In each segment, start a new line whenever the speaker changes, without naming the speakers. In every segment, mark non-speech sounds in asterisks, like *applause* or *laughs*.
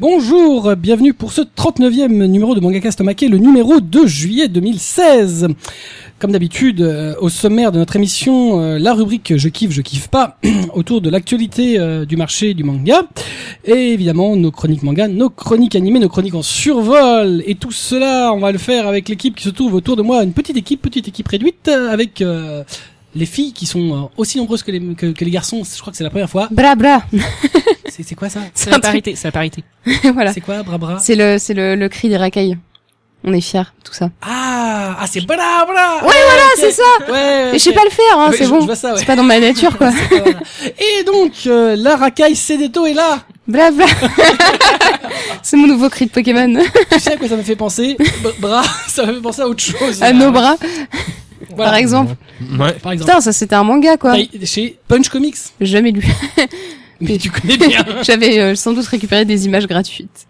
Bonjour, bienvenue pour ce 39e numéro de Mangaka Stomaqué, le numéro 2 juillet 2016. Comme d'habitude, euh, au sommaire de notre émission, euh, la rubrique Je kiffe, je kiffe pas, *clears throat* autour de l'actualité euh, du marché du manga. Et évidemment, nos chroniques manga, nos chroniques animées, nos chroniques en survol. Et tout cela, on va le faire avec l'équipe qui se trouve autour de moi, une petite équipe, petite équipe réduite, euh, avec euh, les filles qui sont euh, aussi nombreuses que les, que, que les garçons. Je crois que c'est la première fois.
Bra *laughs* bra.
C'est c'est quoi ça
C'est
C'est
un
la
truc.
parité, c'est la parité.
voilà.
C'est quoi, bra bra
C'est le, c'est le, le cri des racailles. On est fiers, tout ça.
Ah, ah c'est bra bra
Ouais, voilà, c'est ça.
Ouais,
Et je sais
ok.
pas le faire, hein,
Oui,
c'est
je-
bon.
je vois ça, ouais. *laughs*
C'est pas dans ma nature, quoi.
C'est pas- Et donc, euh, la racaille Cédéto est là
Bla bla. c'est mon nouveau cri de Pokémon.
Tu sais à quoi ça me fait penser B- Bra, *laughs* ça me fait penser à autre chose.
à nos bras,
Voilà.
par exemple.
Ouais.
Par exemple.
Putain, ça c'était un manga, quoi.
Taille- Chez Punch Comics.
J'ai Jamais lu.
Mais tu connais
*laughs*
bien.
J'avais euh, sans doute récupéré des images gratuites.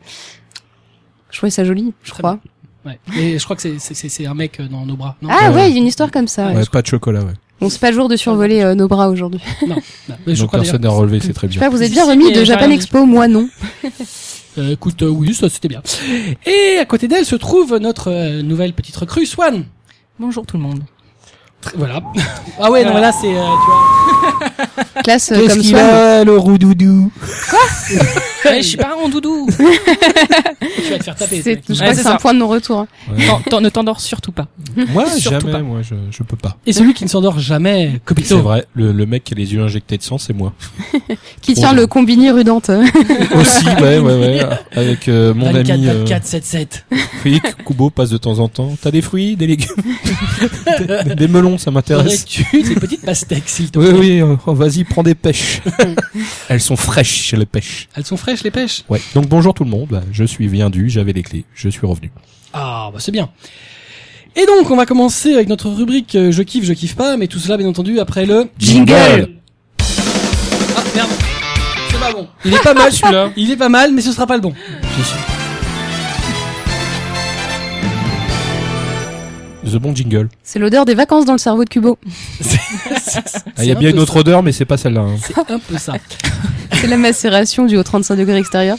Je trouvais ça joli, je
Très
crois.
Ouais. Et je crois que c'est- c'est- c'est c'est un mec euh, dans nos bras. Non,
Ah
Ouais.
ouais, il y a une histoire comme ça.
Ouais,
ouais.
pas de chocolat, ouais.
On se pas le jour de survoler euh, nos bras aujourd'hui.
Non, mais je
Donc
crois
personne n'a relevé, c'est très
*laughs* Je sais
bien.
pas, vous êtes
Si,
bien
si,
remis
mais
de
j'ai
Japan
rien
Expo, moi non.
d'ailleurs. Euh, écoute, euh, oui, ça c'était bien. Et à côté d'elle se trouve notre euh, nouvelle petite recrue, Swan.
Bonjour tout le monde.
Tr- Voilà. *laughs* Ah ouais, non, mais là c'est. euh, tu vois.
Classe euh, comme ça.
Ah,
a, le roudoudou
Ouais, je suis pas
*laughs*
en doudou.
Tu vas te faire taper.
C'est-
mec.
Je
Ouais,
crois que
c'est
c'est un
ça.
point de non-retour. hein.
Non, t'en- ne t'endors surtout pas.
*laughs* Moi,
Surtout
jamais,
pas.
moi, je, je peux pas.
Et celui qui ne s'endort jamais,
C'est
Copito.
vrai, le, le mec qui a les yeux injectés de sang, c'est moi.
Qui
Trop
tient
bien.
le combiné rudente.
Aussi, ouais, ouais, ouais. Avec euh, mon
24,
ami euh, *laughs*
24, 7, 7.
Fruit, Kubo passe de temps en temps. T'as des fruits, des légumes, *laughs* des, des melons, ça m'intéresse.
Tu
*laughs*
des petites pastèques, s'il te
Oui,
plaît.
oui, euh, oh, vas-y, prends des pêches. Elles sont fraîches chez les pêches.
Elles sont fraîches, les pêches
Ouais. Donc bonjour tout le monde, Bah, je suis viendu, j'avais les clés, je suis revenu.
Ah, bah c'est bien. Et donc, on va commencer avec notre rubrique euh, Je kiffe, je kiffe pas, mais tout cela, bien entendu, après le...
Jingle
Ah, merde C'est pas bon
Il est pas mal celui-là
*laughs* Il est pas mal, mais ce sera pas le bon.
The bon jingle.
C'est l'odeur des vacances dans le cerveau de
*laughs*
Kubo.
Ah, Il y
*laughs* C'est
a bien
un
une
peu
autre
ça.
odeur, mais c'est pas celle-là. hein.
C'est un peu ça.
C'est la macération du haut 35 degrés extérieur.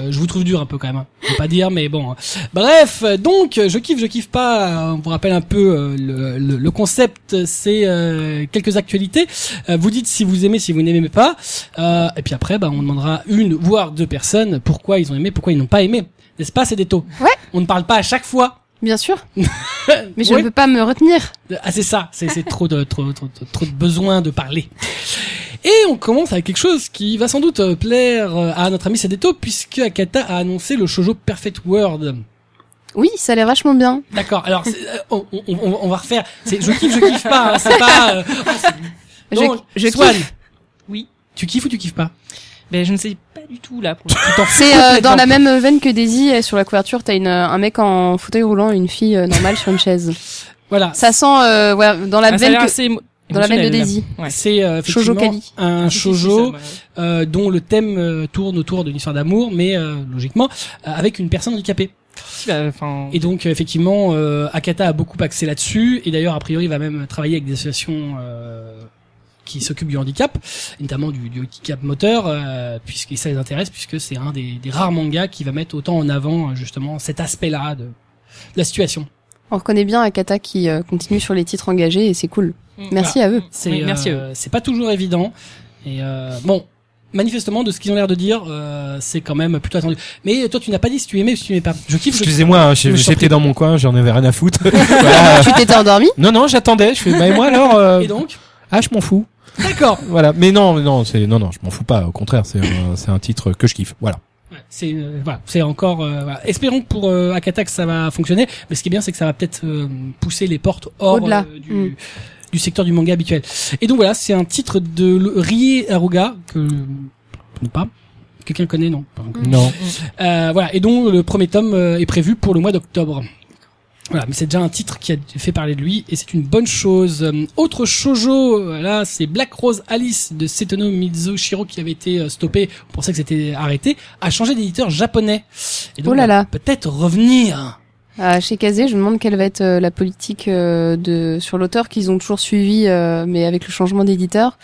Euh, je vous trouve dur un peu quand même. hein. Je vais pas dire, mais bon. hein. Bref, euh, donc euh, je kiffe, je kiffe pas. euh, On vous rappelle un peu euh, le, le- le concept, euh, c'est euh, quelques actualités. Euh, vous dites si vous aimez, si vous n'aimez pas. Euh, et puis après, bah, on demandera une voire deux personnes pourquoi ils ont aimé, pourquoi ils n'ont pas aimé. N'est-ce pas, c'est des taux.
Ouais.
On ne parle pas à chaque fois.
Bien
*laughs*
sûr. Mais je
Oui.
ne peux pas me retenir.
Ah c'est ça, c'est c'est trop de trop, trop, trop, trop de besoin de parler. Et on commence avec quelque chose qui va sans doute euh, plaire euh, à notre ami Sedeto puisque Akata a annoncé le shoujo Perfect World.
Oui, ça a l'air vachement bien.
D'accord. Alors c'est- euh, on, on, on- on va refaire. C'est je kiffe, je kiffe pas. hein, c'est
*laughs*
pas. euh, oh, c'est-
Je-
Donc,
je
Swan.
kiffe.
Oui.
Tu kiffes ou tu kiffes pas
Ben je ne sais pas du tout là. Pour... le coup.
C'est euh, dans la même veine que Daisy. euh, Sur la couverture, t'as une, euh, un mec en fauteuil roulant et une fille euh, normale sur une chaise.
Voilà.
Ça sent euh, ouais, dans la
Ah, ça a
veine
l'air
que-
assez émo-
dans la veine de
émotionnel, là.
Daisy.
Ouais.
C'est euh,
Shoujo
effectivement
Kali.
un
Si, si, si,
shoujo
ça me-
euh, dont le thème euh, tourne autour d'une histoire d'amour, mais euh, logiquement euh, avec une personne handicapée.
si, bah, enfin,
Et donc euh, effectivement, euh, Akata a beaucoup axé là-dessus, et d'ailleurs a priori il va même travailler avec des associations euh, qui s'occupent du handicap, notamment du, du handicap moteur, euh, puisque ça les intéresse, puisque c'est un des, des rares mangas qui va mettre autant en avant euh, justement cet aspect-là de, de la situation.
On reconnaît bien Akata qui euh, continue sur les titres engagés et c'est cool.
Mm.
Merci à eux.
C'est
Oui, merci à
euh, c'est pas toujours évident, et euh, bon. Manifestement, de ce qu'ils ont l'air de dire, euh, c'est quand même plutôt attendu. Mais toi, tu n'as pas dit si tu aimais ou si tu n'aimais pas. Je kiffe. Je...
Excusez-moi, hein, j'ai-
Mais je t'en prie.
j'étais dans mon coin, j'en avais rien à foutre. Voilà.
tu t'étais endormi
Non, non, j'attendais. Je fais, bah, et moi alors euh,
Et donc,
Ah, je m'en fous.
d'accord.
Voilà. Mais non, non, c'est non, non, je m'en fous pas. Au contraire, c'est un, c'est un titre que je kiffe. Voilà.
Ouais, C'est euh, voilà, c'est encore. euh, voilà. Espérons que pour euh, Akata que ça va fonctionner, mais ce qui est bien, c'est que ça va peut-être euh, pousser les portes hors
Au-delà.
euh, du,
Mm.
du secteur du manga habituel. Et donc voilà, c'est un titre de le- Rie Aruga que ou pas. Quelqu'un connaît non Pas encore.
Non.
Euh, Voilà, et dont le premier tome euh, est prévu pour le mois d'octobre. Voilà, mais c'est déjà un titre qui a fait parler de lui et c'est une bonne chose. Euh, autre shoujo, euh, là, c'est Black Rose Alice de Setono Mizushiro qui avait été euh, stoppé, on pensait que c'était arrêté, a changé d'éditeur japonais. Et
Oh là
va
là.
Peut-être revenir.
Ah, chez Kazé, je me demande quelle va être euh, la politique euh, de sur l'auteur qu'ils ont toujours suivi, euh, mais avec le changement d'éditeur.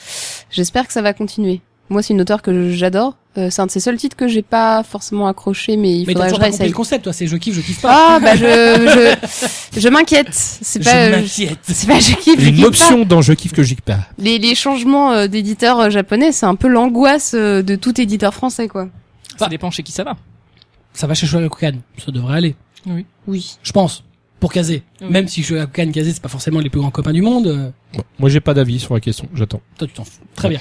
J'espère que ça va continuer. Moi, c'est une auteure que j'adore. Euh, c'est un de ses seuls titres que j'ai pas forcément accroché, mais il
Mais t'as
faudrait que
toujours
je
pas compris
réessaye.
le concept, toi. C'est je kiffe, je kiffe pas.
Ah, bah, je, je, je m'inquiète. C'est
je
pas, euh,
m'inquiète.
c'est pas je kiffe, je
Une
kiffe pas.
option dans Je kiffe que je kiffe pas.
Les, les changements euh, d'éditeurs euh, japonais, c'est un peu l'angoisse euh, de tout éditeur français, quoi.
Ça dépend chez qui ça va.
Ça va chez Shogakukan. Ça devrait aller.
Oui.
Je pense. Pour caser.
Oui.
Même si Shogakukan Kazé, c'est pas forcément les plus grands copains du monde. euh,
Bon, moi j'ai pas d'avis sur la question, j'attends.
Toi, tu t'en fous. Très bien.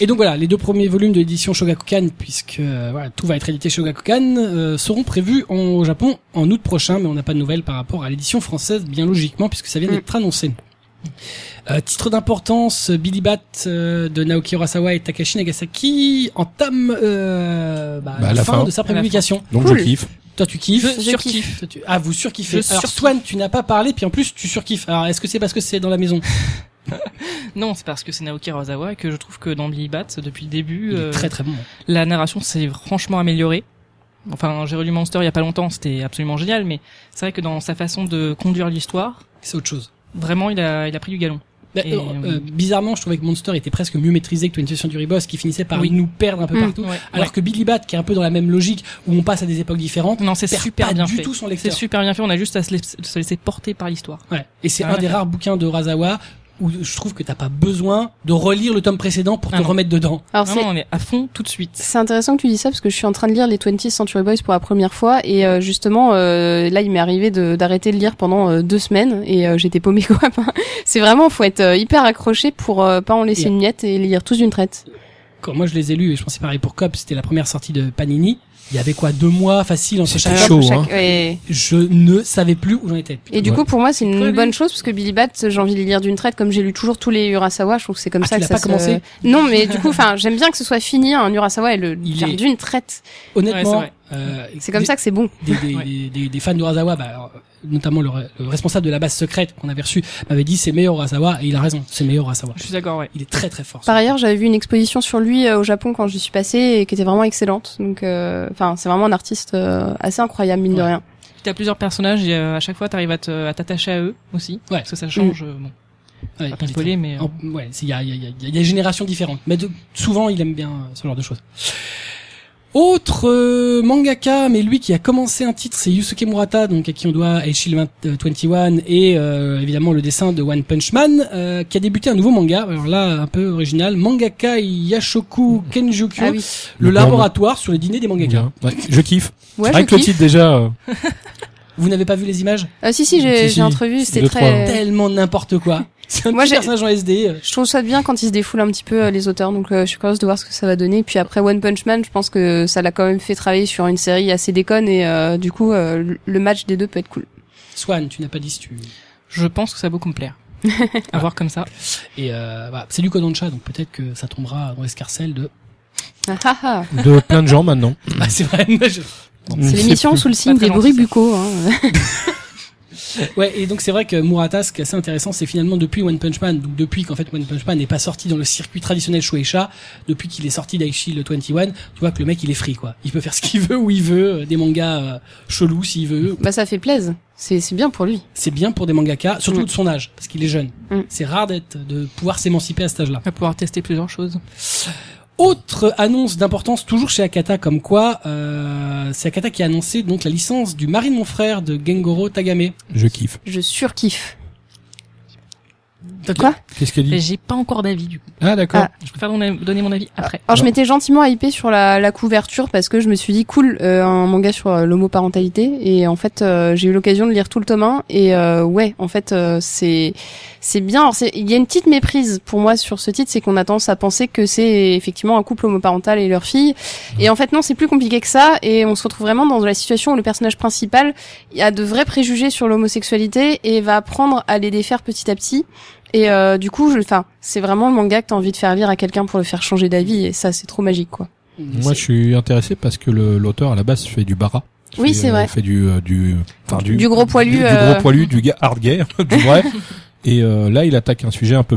Et donc voilà, les deux premiers volumes de l'édition Shogakukan, puisque euh, voilà, tout va être édité Shogakukan, euh, seront prévus en- au Japon en août prochain, mais on n'a pas de nouvelles par rapport à l'édition française, bien logiquement, puisque ça vient
Mm.
d'être annoncé. Euh, titre d'importance, Billy Bat euh, de Naoki Urasawa et Takashi Nagasaki entame euh, bah,
Bah,
la,
la
fin,
fin.
de sa
À la fin.
prépublication.
Donc
Cool.
je kiffe.
Toi tu kiffes
Je
Je
surkiffe.
kiffe.
Toi, tu- Ah vous surkiffez.
Je
Alors
surkiffe.
Swan, tu n'as pas parlé, puis en plus tu surkiffes. Alors est-ce que c'est parce que c'est dans la maison
Non, c'est parce que c'est Naoki Urasawa et que je trouve que dans Billy Bat, depuis le début,
Il est
euh,
Très très bon.
la narration s'est franchement améliorée. Enfin, j'ai relu Monster il y a pas longtemps, c'était absolument génial, mais c'est vrai que dans sa façon de conduire l'histoire,
C'est autre chose.
vraiment, il a, il a pris du galon.
Bah,
Et,
euh,
euh,
euh, bizarrement, je trouvais que Monster était presque mieux maîtrisé que 20 Century Boss, qui finissait par
Oui. Mmh.
nous perdre un peu
Mm.
partout.
Ouais.
Alors que Billy Bat, qui est un peu dans la même logique, où on passe à des époques différentes,
Non, c'est
perd
super
pas
bien
du
fait.
tout son
C'est
lecteur.
super bien fait, on a juste à se laisser, se laisser porter par l'histoire.
Ouais. Et c'est
Ah,
un des
ouais.
rares bouquins de Razawa où je trouve que t'as pas besoin de relire le tome précédent pour
Ah
te
non.
remettre dedans.
Alors, c'est,
Vraiment, on est à fond tout de suite.
C'est intéressant que tu dis ça parce que je suis en train de lire les 20th Century Boys pour la première fois et euh, justement euh, là il m'est arrivé de- d'arrêter de lire pendant euh, deux semaines et euh, j'étais paumée quoi. *laughs* Enfin, C'est vraiment faut être euh, hyper accroché pour euh, pas en laisser
Yeah.
une miette et les lire tous d'une traite.
Quand moi je les ai lus, et je pensais pareil pour Cop, c'était la première sortie de Panini. Il y avait quoi, deux mois facile entre
C'était
chaque
chaud.
Euh, Chaque-
hein.
et,
Je ne savais plus où j'en étais.
et du
Ouais.
coup pour moi c'est une
Très
bonne
bien.
chose parce que Billy Bat j'ai envie de les lire d'une traite comme j'ai lu toujours tous les Urasawa. Je trouve que c'est comme
Ah,
ça
tu
que
l'as
ça
pas
se-
commencé
Non mais du coup enfin j'aime bien que ce soit fini un Urasawa et le
Il
lire
est-
d'une traite.
Honnêtement,
Ouais,
euh,
C'est comme
des-
ça que c'est bon.
des, des,
Ouais.
des, des- des fans de Razawa, bah, alors, notamment le, re- le responsable de la base secrète qu'on avait reçu, m'avait dit c'est meilleur Razawa, et il a raison, c'est meilleur Razawa.
Je suis d'accord, ouais.
Il est très très fort.
Par ailleurs, j'avais vu une exposition sur lui euh, au Japon quand j'y suis passée et qui était vraiment excellente. Donc, euh, enfin, c'est vraiment un artiste euh, assez incroyable mine de
Ouais.
rien.
T'as plusieurs personnages et euh, à chaque fois t'arrives à te- à t'attacher à eux aussi.
Ouais.
Parce que ça change, euh, bon,
Ouais, Oh.
pas
il est
bien spoiler, mais. euh,
très- en- ouais, c'est- il y a, il y, a, il y, a, il y a des générations différentes, mais de- souvent il aime bien euh, ce genre de choses. Autre euh, mangaka, mais lui qui a commencé un titre, c'est Yusuke Murata, donc à qui on doit Eishil 20 euh, 21 et euh, évidemment le dessin de One Punch Man, euh, qui a débuté un nouveau manga, alors là un peu original, Mangaka Yashoku Kenjutsu,
Ah oui.
le
Le plan-
laboratoire sur les dîners des mangakas.
Ouais, je kiffe.
Ouais,
Avec
je
le
kiffe.
titre déjà. euh,
Vous n'avez pas vu les images
Ah, si si, j'ai
Si, si.
j'ai entrevu. C'était
Deux,
très.
Tellement n'importe quoi. *laughs* C'est un
Euh. Moi,
petit
j'ai-
personnage en SD. euh,
Je trouve ça bien quand ils se défoulent un petit peu euh, les auteurs. Donc, euh, je suis curieuse de voir ce que ça va donner. Puis après One Punch Man, je pense que ça l'a quand même fait travailler sur une série assez déconne et euh, du coup, euh, le match des deux peut être cool.
Swan, tu n'as pas dit si tu...
Je pense que ça va beaucoup me plaire. *laughs* à voir comme ça.
Et euh, voilà, c'est du Kodansha, donc peut-être que ça tombera dans l'escarcelle de...
Ah, ah, ah.
de plein de gens maintenant.
Ah, c'est vrai. *laughs* moi, je-
Mm.
C'est l'émission sous le signe
très
des
gentil, ça.
bruits Hein. *laughs*
Ouais, et donc c'est vrai que Murata, ce qui est assez intéressant, c'est finalement depuis One Punch Man, donc depuis qu'en fait One Punch Man n'est pas sorti dans le circuit traditionnel Shueisha, depuis qu'il est sorti d'Aichi le 21, tu vois que le mec il est free quoi. Il peut faire ce qu'il veut, où il veut, euh, des mangas euh, chelous s'il veut,
Bah, ça fait plaisir. C'est c'est bien pour lui.
c'est bien pour des mangaka, surtout
Mm.
de son âge, parce qu'il est jeune.
Mm.
C'est rare d'être, de pouvoir s'émanciper à cet âge-là.
On va pouvoir tester plusieurs choses.
Autre annonce d'importance, toujours chez Akata, comme quoi, euh, c'est Akata qui a annoncé donc la licence du mari de mon frère de Gengoro Tagame.
Je kiffe.
Je surkiffe.
T'as
Quoi
Qu'est-ce qu'elle
Mais
dit
J'ai pas encore d'avis du coup. Ah,
Ah d'accord.
Ah.
Je préfère donner donner mon avis après.
Alors je
Ouais.
m'étais gentiment hypée sur la, la couverture parce que je me suis dit cool euh, un manga sur euh, l'homoparentalité et en fait euh, j'ai eu l'occasion de lire tout le tome 1 et euh, ouais en fait euh, c'est c'est bien Alors, c'est- il y a une petite méprise pour moi sur ce titre c'est qu'on a tendance à penser que c'est effectivement un couple homoparental et leur fille et en fait non c'est plus compliqué que ça et on se retrouve vraiment dans la situation où le personnage principal a de vrais préjugés sur l'homosexualité et va apprendre à les défaire petit à petit et euh, du coup, je, enfin, c'est vraiment le manga que t'as envie de faire lire à quelqu'un pour le faire changer d'avis, et ça, c'est trop magique, quoi.
Moi je suis intéressé parce que le- l'auteur à la base fait du bara.
Oui,
Fait,
c'est
euh,
vrai.
Fait du euh, du enfin, du,
Du gros poilu,
du, du
euh,
gros poilu, du gars hard gay, *laughs* du vrai. Et euh, là il attaque un sujet un peu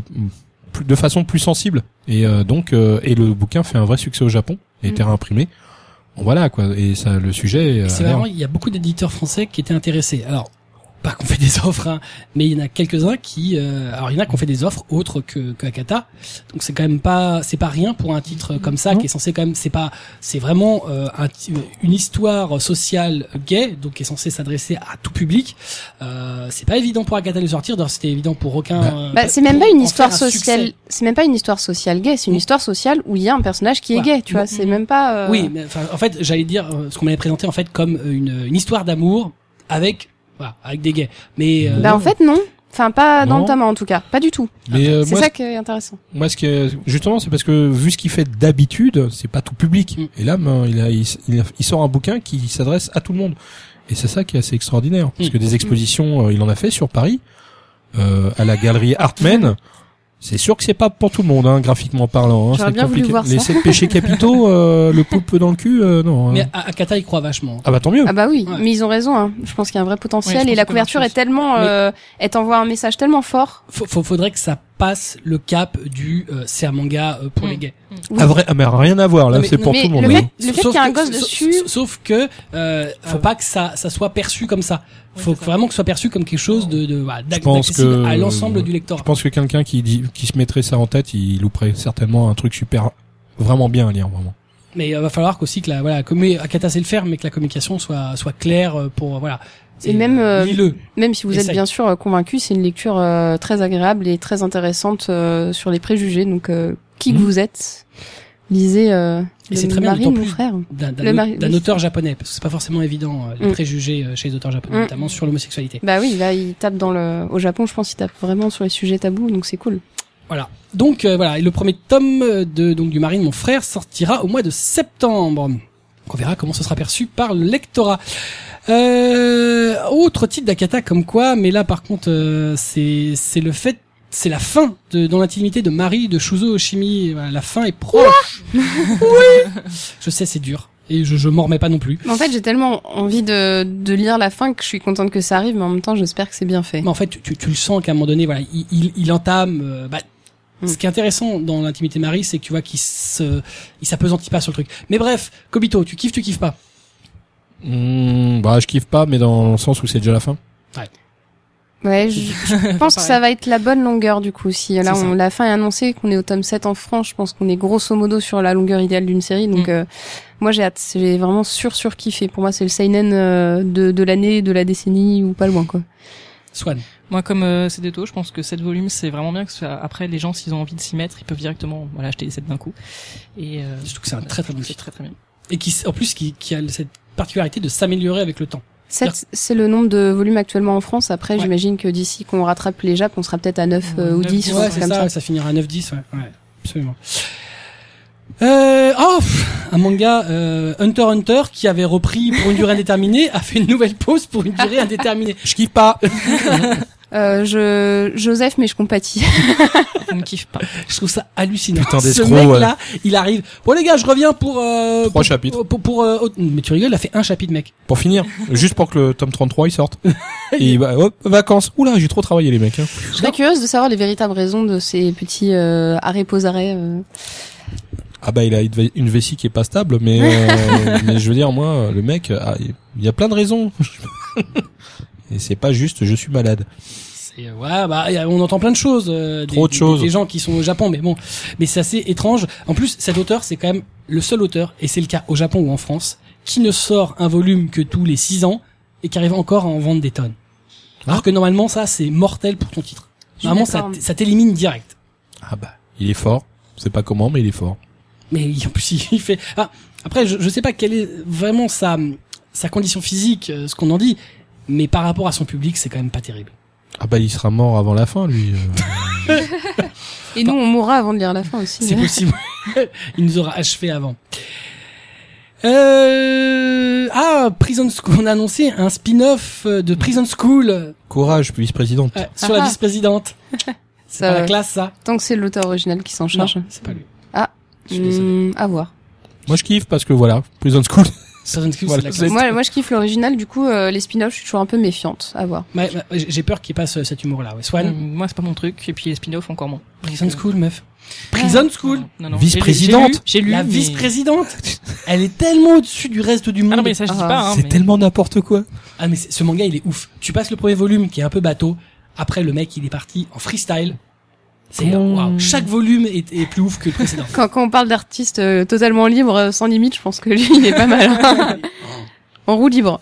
plus, de façon plus sensible. Et euh, donc euh, et le bouquin fait un vrai succès au Japon et
Mm.
était réimprimé. Bon, voilà quoi. Et ça le sujet. euh,
C'est
a l'air-
vraiment, il y a beaucoup d'éditeurs français qui étaient intéressés. Alors, pas qu'on fait des *laughs* offres, hein, mais il y en a quelques-uns qui, euh, alors il y en a qui ont fait des offres autres que, que Akata, donc c'est quand même pas, c'est pas rien pour un titre comme ça
Non.
qui est censé quand même, c'est pas, c'est vraiment euh, un ti- une histoire sociale gay, donc qui est censée s'adresser à tout public. Euh, c'est pas évident pour Akata de le sortir, d'ailleurs c'était évident pour aucun.
Bah,
euh,
Bah, c'est même
pour
pas une
en
histoire
faire un
sociale.
succès.
C'est même pas une histoire sociale gay. C'est une
Mm.
histoire sociale où il y a un personnage qui est
Voilà.
gay. Tu vois,
Mm.
c'est même pas. euh,
Oui, mais, enfin, en fait, j'allais dire euh, ce qu'on m'avait présenté en fait comme euh, une, une histoire d'amour avec, voilà, avec des gays. Mais euh,
Bah en
non.
fait non. Enfin pas dans
Non.
le tome un, en tout cas. Pas du tout.
Mais euh,
C'est
moi,
ça qui est intéressant.
Moi, ce qui est, justement, c'est parce que vu ce qu'il fait d'habitude, c'est pas tout public.
Mm.
Et là, ben, il, a, il, s- il a- il sort un bouquin qui s'adresse à tout le monde. Et c'est ça qui est assez extraordinaire, parce
Mm.
que des expositions, euh, il en a fait sur Paris, euh, à la galerie Artmen. C'est sûr que c'est pas pour tout le monde, hein, graphiquement parlant. Hein,
J'aurais
c'est
bien voulu
compliqué.
voir ça.
Les sept
*laughs*
péchés capitaux, euh, le poupe dans le cul, euh, non. hein.
mais A- Akata il croit vachement.
Ah bah tant mieux.
Ah bah oui.
Ouais.
Mais ils ont raison. Hein. Je pense qu'il y a un vrai
Ouais, je
potentiel
pense
et la
que
couverture
Marcus-
est tellement.
Mais-
euh, elle t'envoie un message tellement fort.
faut, faut- faudrait que ça passe le cap du euh, c'est un manga euh, pour
Mm.
les gays.
Oui.
Ah, vrai, ah, mais rien à voir, là,
Non, mais-
c'est pour
mais
tout le monde. hein.
le
là.
mec- le fait qu'il y a un
que-
gosse
sa-
dessus-
sa- Sauf que euh, faut
Ah.
pas que ça, ça soit perçu comme ça.
Oui,
Faut
c'est ça.
vraiment que ce soit perçu comme quelque chose de, de voilà, d'ac-
Je pense
d'accessible
que-
à l'ensemble du lecteur.
Je pense que quelqu'un qui, dit- qui se mettrait ça en tête, il louperait certainement un truc super, vraiment bien à lire, vraiment.
Mais il va falloir qu'aussi que la voilà, comme Akata sait le faire, mais que la communication soit soit claire euh, pour voilà. C'est,
même,
euh,
euh,
lis-le.
Même si vous êtes
Essaye.
bien sûr euh, convaincu, c'est une lecture euh, très agréable et très intéressante euh, sur les préjugés. Donc euh, qui que
Mhm.
vous êtes, lisez. Euh,
Et
le
c'est très bien,
mari de
d'autant
mon
plus-
frère.
d'un, d'un
le
au-
mari-
d'un
oui.
auteur japonais parce que c'est pas forcément évident euh, les
Mm.
préjugés euh, chez les auteurs japonais
Mm.
notamment sur l'homosexualité.
Bah oui, là il tape dans le. Au Japon, je pense qu'il tape vraiment sur les sujets tabous, donc c'est cool.
Voilà. Donc euh, voilà, et le premier tome euh, de donc du mari de mon frère sortira au mois de septembre. On verra comment ce sera perçu par le lectorat. Euh, autre titre d'Akata comme quoi, mais là par contre euh, c'est c'est le fait c'est la fin de, dans l'intimité de Marie de Shuzo Oshimi. Voilà, la fin est proche. *laughs* oui. Je sais, c'est dur et je je m'en remets pas non plus.
En fait, j'ai tellement envie de, de lire la fin que je suis contente que ça arrive, mais en même temps, j'espère que c'est bien fait.
Mais en fait, tu, tu, tu le sens qu'à un moment donné, voilà, il, il, il entame. euh, bah,
Mm.
Ce qui est intéressant dans l'intimité de Marie, c'est que tu vois qu'il se, il s'apesantit pas sur le truc. Mais bref, Kobito, tu kiffes, tu kiffes pas.
Hmm, bah, je kiffe pas, mais dans le sens où c'est déjà la fin.
*laughs* Ouais, je, je pense que ça va être la bonne longueur du coup. Si là,
C'est ça.
on, la fin est annoncée, qu'on est au tome 7 en France, je pense qu'on est grosso modo sur la longueur idéale d'une série. Donc,
Mm.
euh, moi, j'ai hâte. C'est- J'ai vraiment sur sur kiffé. Pour moi, c'est le seinen euh, de, de l'année, de la décennie ou pas loin quoi.
Swan.
Moi, comme euh, c'est des taux, je pense que 7 volumes, c'est vraiment bien. que ça- Après, les gens, s'ils ont envie de s'y mettre, ils peuvent directement voilà, acheter les 7 d'un coup. Et, euh,
Je trouve que c'est un très, très bon
C'est
titre.
très très bien.
Et qui, en plus, qui, qui a cette particularité de s'améliorer avec le temps.
Sept, c'est le nombre de volumes actuellement en France. Après,
Ouais.
j'imagine que d'ici qu'on rattrape les Japs, on sera peut-être à 9 euh, ou
Neuf,
10
dix,
ou un
Ouais,
truc
c'est
comme
ça,
ça.
ça finira à 9-10, ouais, ouais, absolument. Euh, oh, pff, un manga euh, Hunter x Hunter qui avait repris pour une durée indéterminée *laughs* a fait une nouvelle pause pour une durée indéterminée.
Je kiffe pas. *laughs*
Euh, je, Joseph, mais je *laughs* compatis.
On ne kiffe pas.
Je trouve ça hallucinant.
Putain
Ce
d'escroc,
mec-là, il arrive. Bon les gars, je reviens pour euh,
Trois
pour-
chapitres.
Pour, pour, euh, autre- mais tu rigoles, il a fait un chapitre, mec.
Pour finir, juste pour que le tome 33
*laughs*
il sorte. Et bah, hop, vacances. Oula, j'ai trop travaillé les mecs. hein.
Je serais curieuse de savoir les véritables raisons de ces petits euh, arrêts pose arrêts. euh.
Ah bah il a une ve- une vessie qui est pas stable, mais
*laughs*
euh, mais je veux dire moi, le mec, ah, il il y a plein de raisons. *laughs* Et c'est pas juste, je suis malade.
C'est euh, ouais, bah y a- on entend plein de choses. euh, des-
Trop de
des-
choses.
Des gens qui sont au Japon, mais bon, mais c'est assez étrange. En plus, cet auteur, c'est quand même le seul auteur, et c'est le cas au Japon ou en France, qui ne sort un volume que tous les six ans et qui arrive encore à en vendre des tonnes.
Ah.
Alors que normalement, ça, c'est mortel pour ton titre.
Je suis
Normalement, ça,
d'accord.
t- ça t'élimine direct.
Ah bah, il est fort. Je sais pas comment, mais il est fort.
Mais il- en plus, *laughs* il- il fait. Ah, après, je, je sais pas quelle est vraiment sa sa condition physique, euh, ce qu'on en dit, mais par rapport à son public, c'est quand même pas terrible.
Ah bah il sera mort avant la fin lui. euh.
Et nous, on mourra avant de lire la fin aussi. *laughs*
C'est possible. *laughs* il nous aura achevé avant. Euh... Ah, Prison School. On a annoncé un spin-off euh, de Prison School euh,
Courage, vice-présidente.
sur la
Ah
*laughs*
ah.
vice-présidente. C'est
Ça,
pas la
ouais.
classe, ça.
Tant que c'est l'auteur original qui s'en
Non,
charge.
c'est pas lui.
Ah.
Je suis désolé.
Hmm, à voir.
Moi je kiffe parce que voilà, Prison School.
Prison School,
Voilà,
c'est
c'est-
la classe.
Moi, moi, je kiffe l'original. Du coup, euh, les spin-offs, je suis toujours un peu méfiante. À voir.
Ouais, ouais, J'ai j'ai peur qu'il passe euh, cet humour-là. Ouais. Swan,
Euh, Moi, c'est pas mon truc. Et puis les spin-offs, encore moins.
Prison
Donc, euh,
School, meuf. Prison School
non, non, non.
Vice-présidente.
J'ai lu. j'ai lu,
La
mais-
vice-présidente elle est tellement au-dessus du reste du monde.
Ah non, mais ça, je dis
Ah,
pas. hein,
*laughs* C'est
mais-
tellement n'importe quoi.
Ah, mais c'est- ce manga, il est ouf. Tu passes le premier volume qui est un peu bateau. Après, le mec, il est parti en freestyle. C'est
Comment-
waouh. Chaque volume est, est plus ouf que le précédent. *laughs*
Quand, quand on parle d'artistes euh, totalement libres, euh, sans limite, je pense que *laughs* lui, il est pas mal. hein.
*laughs*
en roue libre.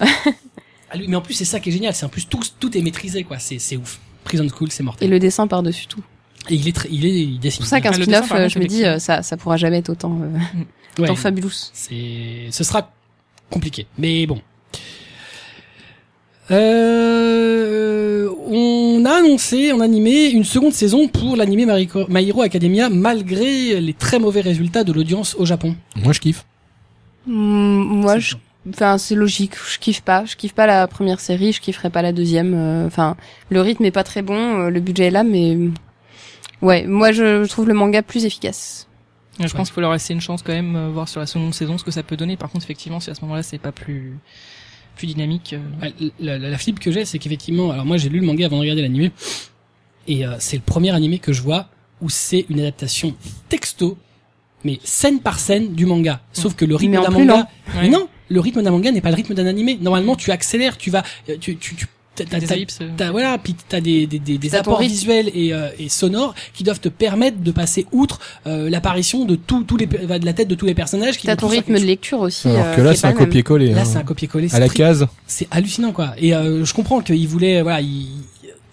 Ah, lui- mais en plus, c'est ça qui est génial. C'est en plus tout, tout est maîtrisé, quoi. C'est c'est ouf. Prison School, c'est
Et
mortel.
le dessin par-dessus tout.
Et il est, très- il est, il dessine.
C'est pour ça qu'un
Ah, le dessin,
spin-off,
par
euh,
contre,
je me dis,
effectivement.
euh, ça, ça pourra jamais être autant, euh,
Ouais.
autant fabulous.
C'est, ce sera compliqué, mais bon. Euh, on a annoncé en animé une seconde saison pour l'animé Mariko- My Hero Academia malgré les très mauvais résultats de l'audience au Japon.
Moi, je kiffe.
Mm, moi,
C'est
je, enfin, c'est logique. Je kiffe pas. Je kiffe pas la première série. Je kifferai pas la deuxième. euh, Enfin, le rythme est pas très bon. euh, Le budget est là, mais ouais. Moi, je, je trouve le manga plus efficace.
Je pense qu'il faut leur laisser une chance quand même, euh, voir sur la seconde saison ce que ça peut donner. Par contre, effectivement, si à ce moment-là c'est pas plus plus dynamique, euh,
Ouais, Bah, La, la- la flip que j'ai, c'est qu'effectivement, alors moi j'ai lu le manga avant de regarder l'animé, et euh, c'est le premier animé que je vois où c'est une adaptation texto, mais scène par scène du manga. Sauf que le rythme
Mais en
d'un
plus
manga,
lent.
Mais
Ouais.
non, le rythme d'un manga n'est pas le rythme d'un animé. Normalement, tu accélères, tu vas, euh, tu, tu, tu t'as-
t'as
t'as-
des ellipses, euh,
t'as- voilà, puis t'as des des, des, des
T'as ton
apports
rythme.
visuels et, euh, et sonores qui doivent te permettre de passer outre euh, l'apparition de tous tous les pe- de la tête de tous les personnages. qui
T'as
vont
ton
tous faire
rythme de
quelque
lecture aussi.
Alors
euh,
que là,
qui est
c'est
pas
un
le même.
copier-coller.
chose. Là,
hein.
c'est un copier-coller.
à la
strict.
case.
C'est hallucinant, quoi. Et euh, je comprends qu'il voulait, voilà, il,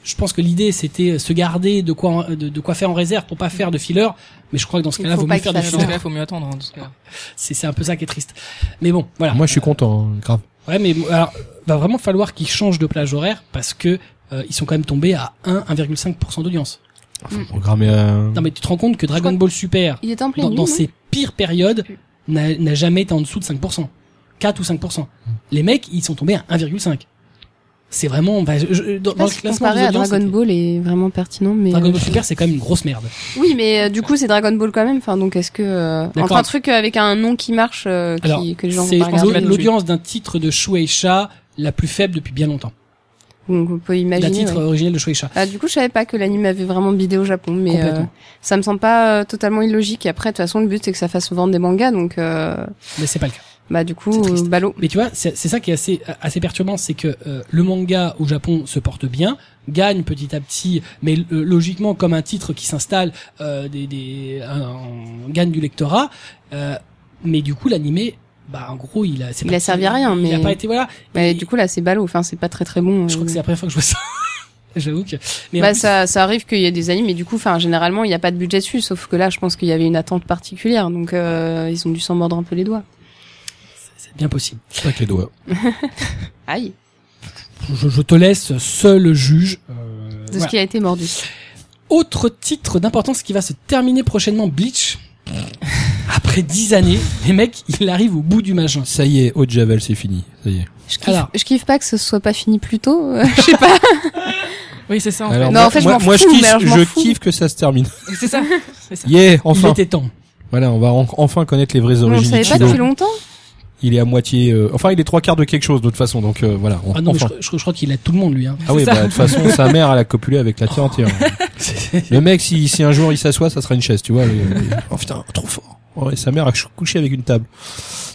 je pense que l'idée c'était se garder de quoi en- de, de quoi faire en réserve pour pas faire de filler. Mais je crois que dans ce
Il
cas-là,
faut
vaut
pas
mieux
que
faire
ça
des
Dans ce
fillers.
cas-là, faut mieux attendre. hein, dans ce cas-là.
C'est c'est un peu ça qui est triste. Mais bon, voilà.
Moi, je suis content, hein, grave.
Ouais, mais bon, alors va vraiment falloir qu'ils changent de plage horaire parce que euh, ils sont quand même tombés à 1 1,5% d'audience.
Mm.
Enfin, programme est, euh,
Non mais tu te rends compte que Dragon
Mmh. crois-
Ball Super
Il est en pleine
dans,
nuit,
dans
non
ses pires périodes n'a n'a jamais été en dessous de 5%, 4 ou 5%.
Mmh.
Les mecs, ils sont tombés à 1,5. C'est vraiment bah, je- je- dans, dans
Je sais pas
le
si
classement des
comparé à
audiences,
Dragon
c'était-
Ball est vraiment pertinent, mais
Dragon
euh,
Ball Super, c'est quand même une grosse merde.
oui, mais euh, du coup c'est Dragon Ball quand même. Enfin donc est-ce que euh,
D'accord.
entre un truc avec un nom qui marche, euh, qui-
Alors,
que les gens
c'est
vont pas regarder,
l'au- l'audience d'un titre de Shueisha la plus faible depuis bien longtemps.
donc on peut
D'un
imaginer.
titre euh,
ouais.
originel de Shueisha.
Ah, du coup, je savais pas que l'anime avait vraiment bidé au Japon, mais
Complètement.
euh, ça me semble pas euh, totalement illogique. Et après, de toute façon, le but c'est que ça fasse vendre des mangas, donc euh,
Mais c'est pas le cas.
bah du coup,
C'est triste.
euh, ballot.
Mais tu vois, c'est c'est ça qui est assez, assez perturbant, c'est que euh, le manga au Japon se porte bien, gagne petit à petit, mais euh, logiquement comme un titre qui s'installe, euh, des, des, un- gagne du lectorat, euh, mais du coup l'animé, bah en gros il a, c'est
Il
pas-
a servi à rien,
il
mais-
a pas été voilà.
Mais
Et
du coup, là, c'est ballot. Enfin, c'est pas très très bon.
je crois
euh.
que c'est la première fois que je vois ça. *laughs* J'avoue que. Mais en
bah
plus,
ça, ça arrive qu'il y ait des animes, mais du coup, enfin, généralement, il n'y a pas de budget dessus. Sauf que là, je pense qu'il y avait une attente particulière, donc euh, ils ont dû s'en mordre un peu les doigts.
c'est bien possible.
je claque les doigts.
Aïe,
Je, je te laisse seul juge. euh,
de
voilà.
ce qui a été mordu.
Autre titre d'importance qui va se terminer prochainement, Bleach. Après dix années, les mecs, il arrive au bout du machin.
Ça y est, haute javel, c'est fini. Ça y est.
Je kiffe,
Alors.
je kiffe pas que ce soit pas fini plus tôt. euh,
Oui, c'est ça.
non,
En fait.
en fait, je
moi,
m'en
moi,
fous,
kiffe,
mais alors, je m'en fous.
je kiffe que ça se termine. *laughs*
C'est ça. C'est ça.
Yeah, enfin.
Il était temps.
Voilà, on va en- enfin connaître les
*laughs*
vraies
on le
origines
savait pas
d'Ichigo.
depuis longtemps.
Il est à moitié, euh, enfin, il est trois quarts de quelque chose, de toute façon. Donc, euh, voilà. on-
Ah non, mais
enfin.
je, je- je crois qu'il a tout le monde lui. Hein. *laughs*
*laughs*
Ah oui,
C'est ça.
bah, de toute façon, sa mère, elle a copulé avec la terre entière. Le mec, si, si un jour il s'assoit, ça sera une chaise,
*laughs*
tu vois. le- le- oh putain, trop fort. Ouais, sa mère a chou- couché avec une table.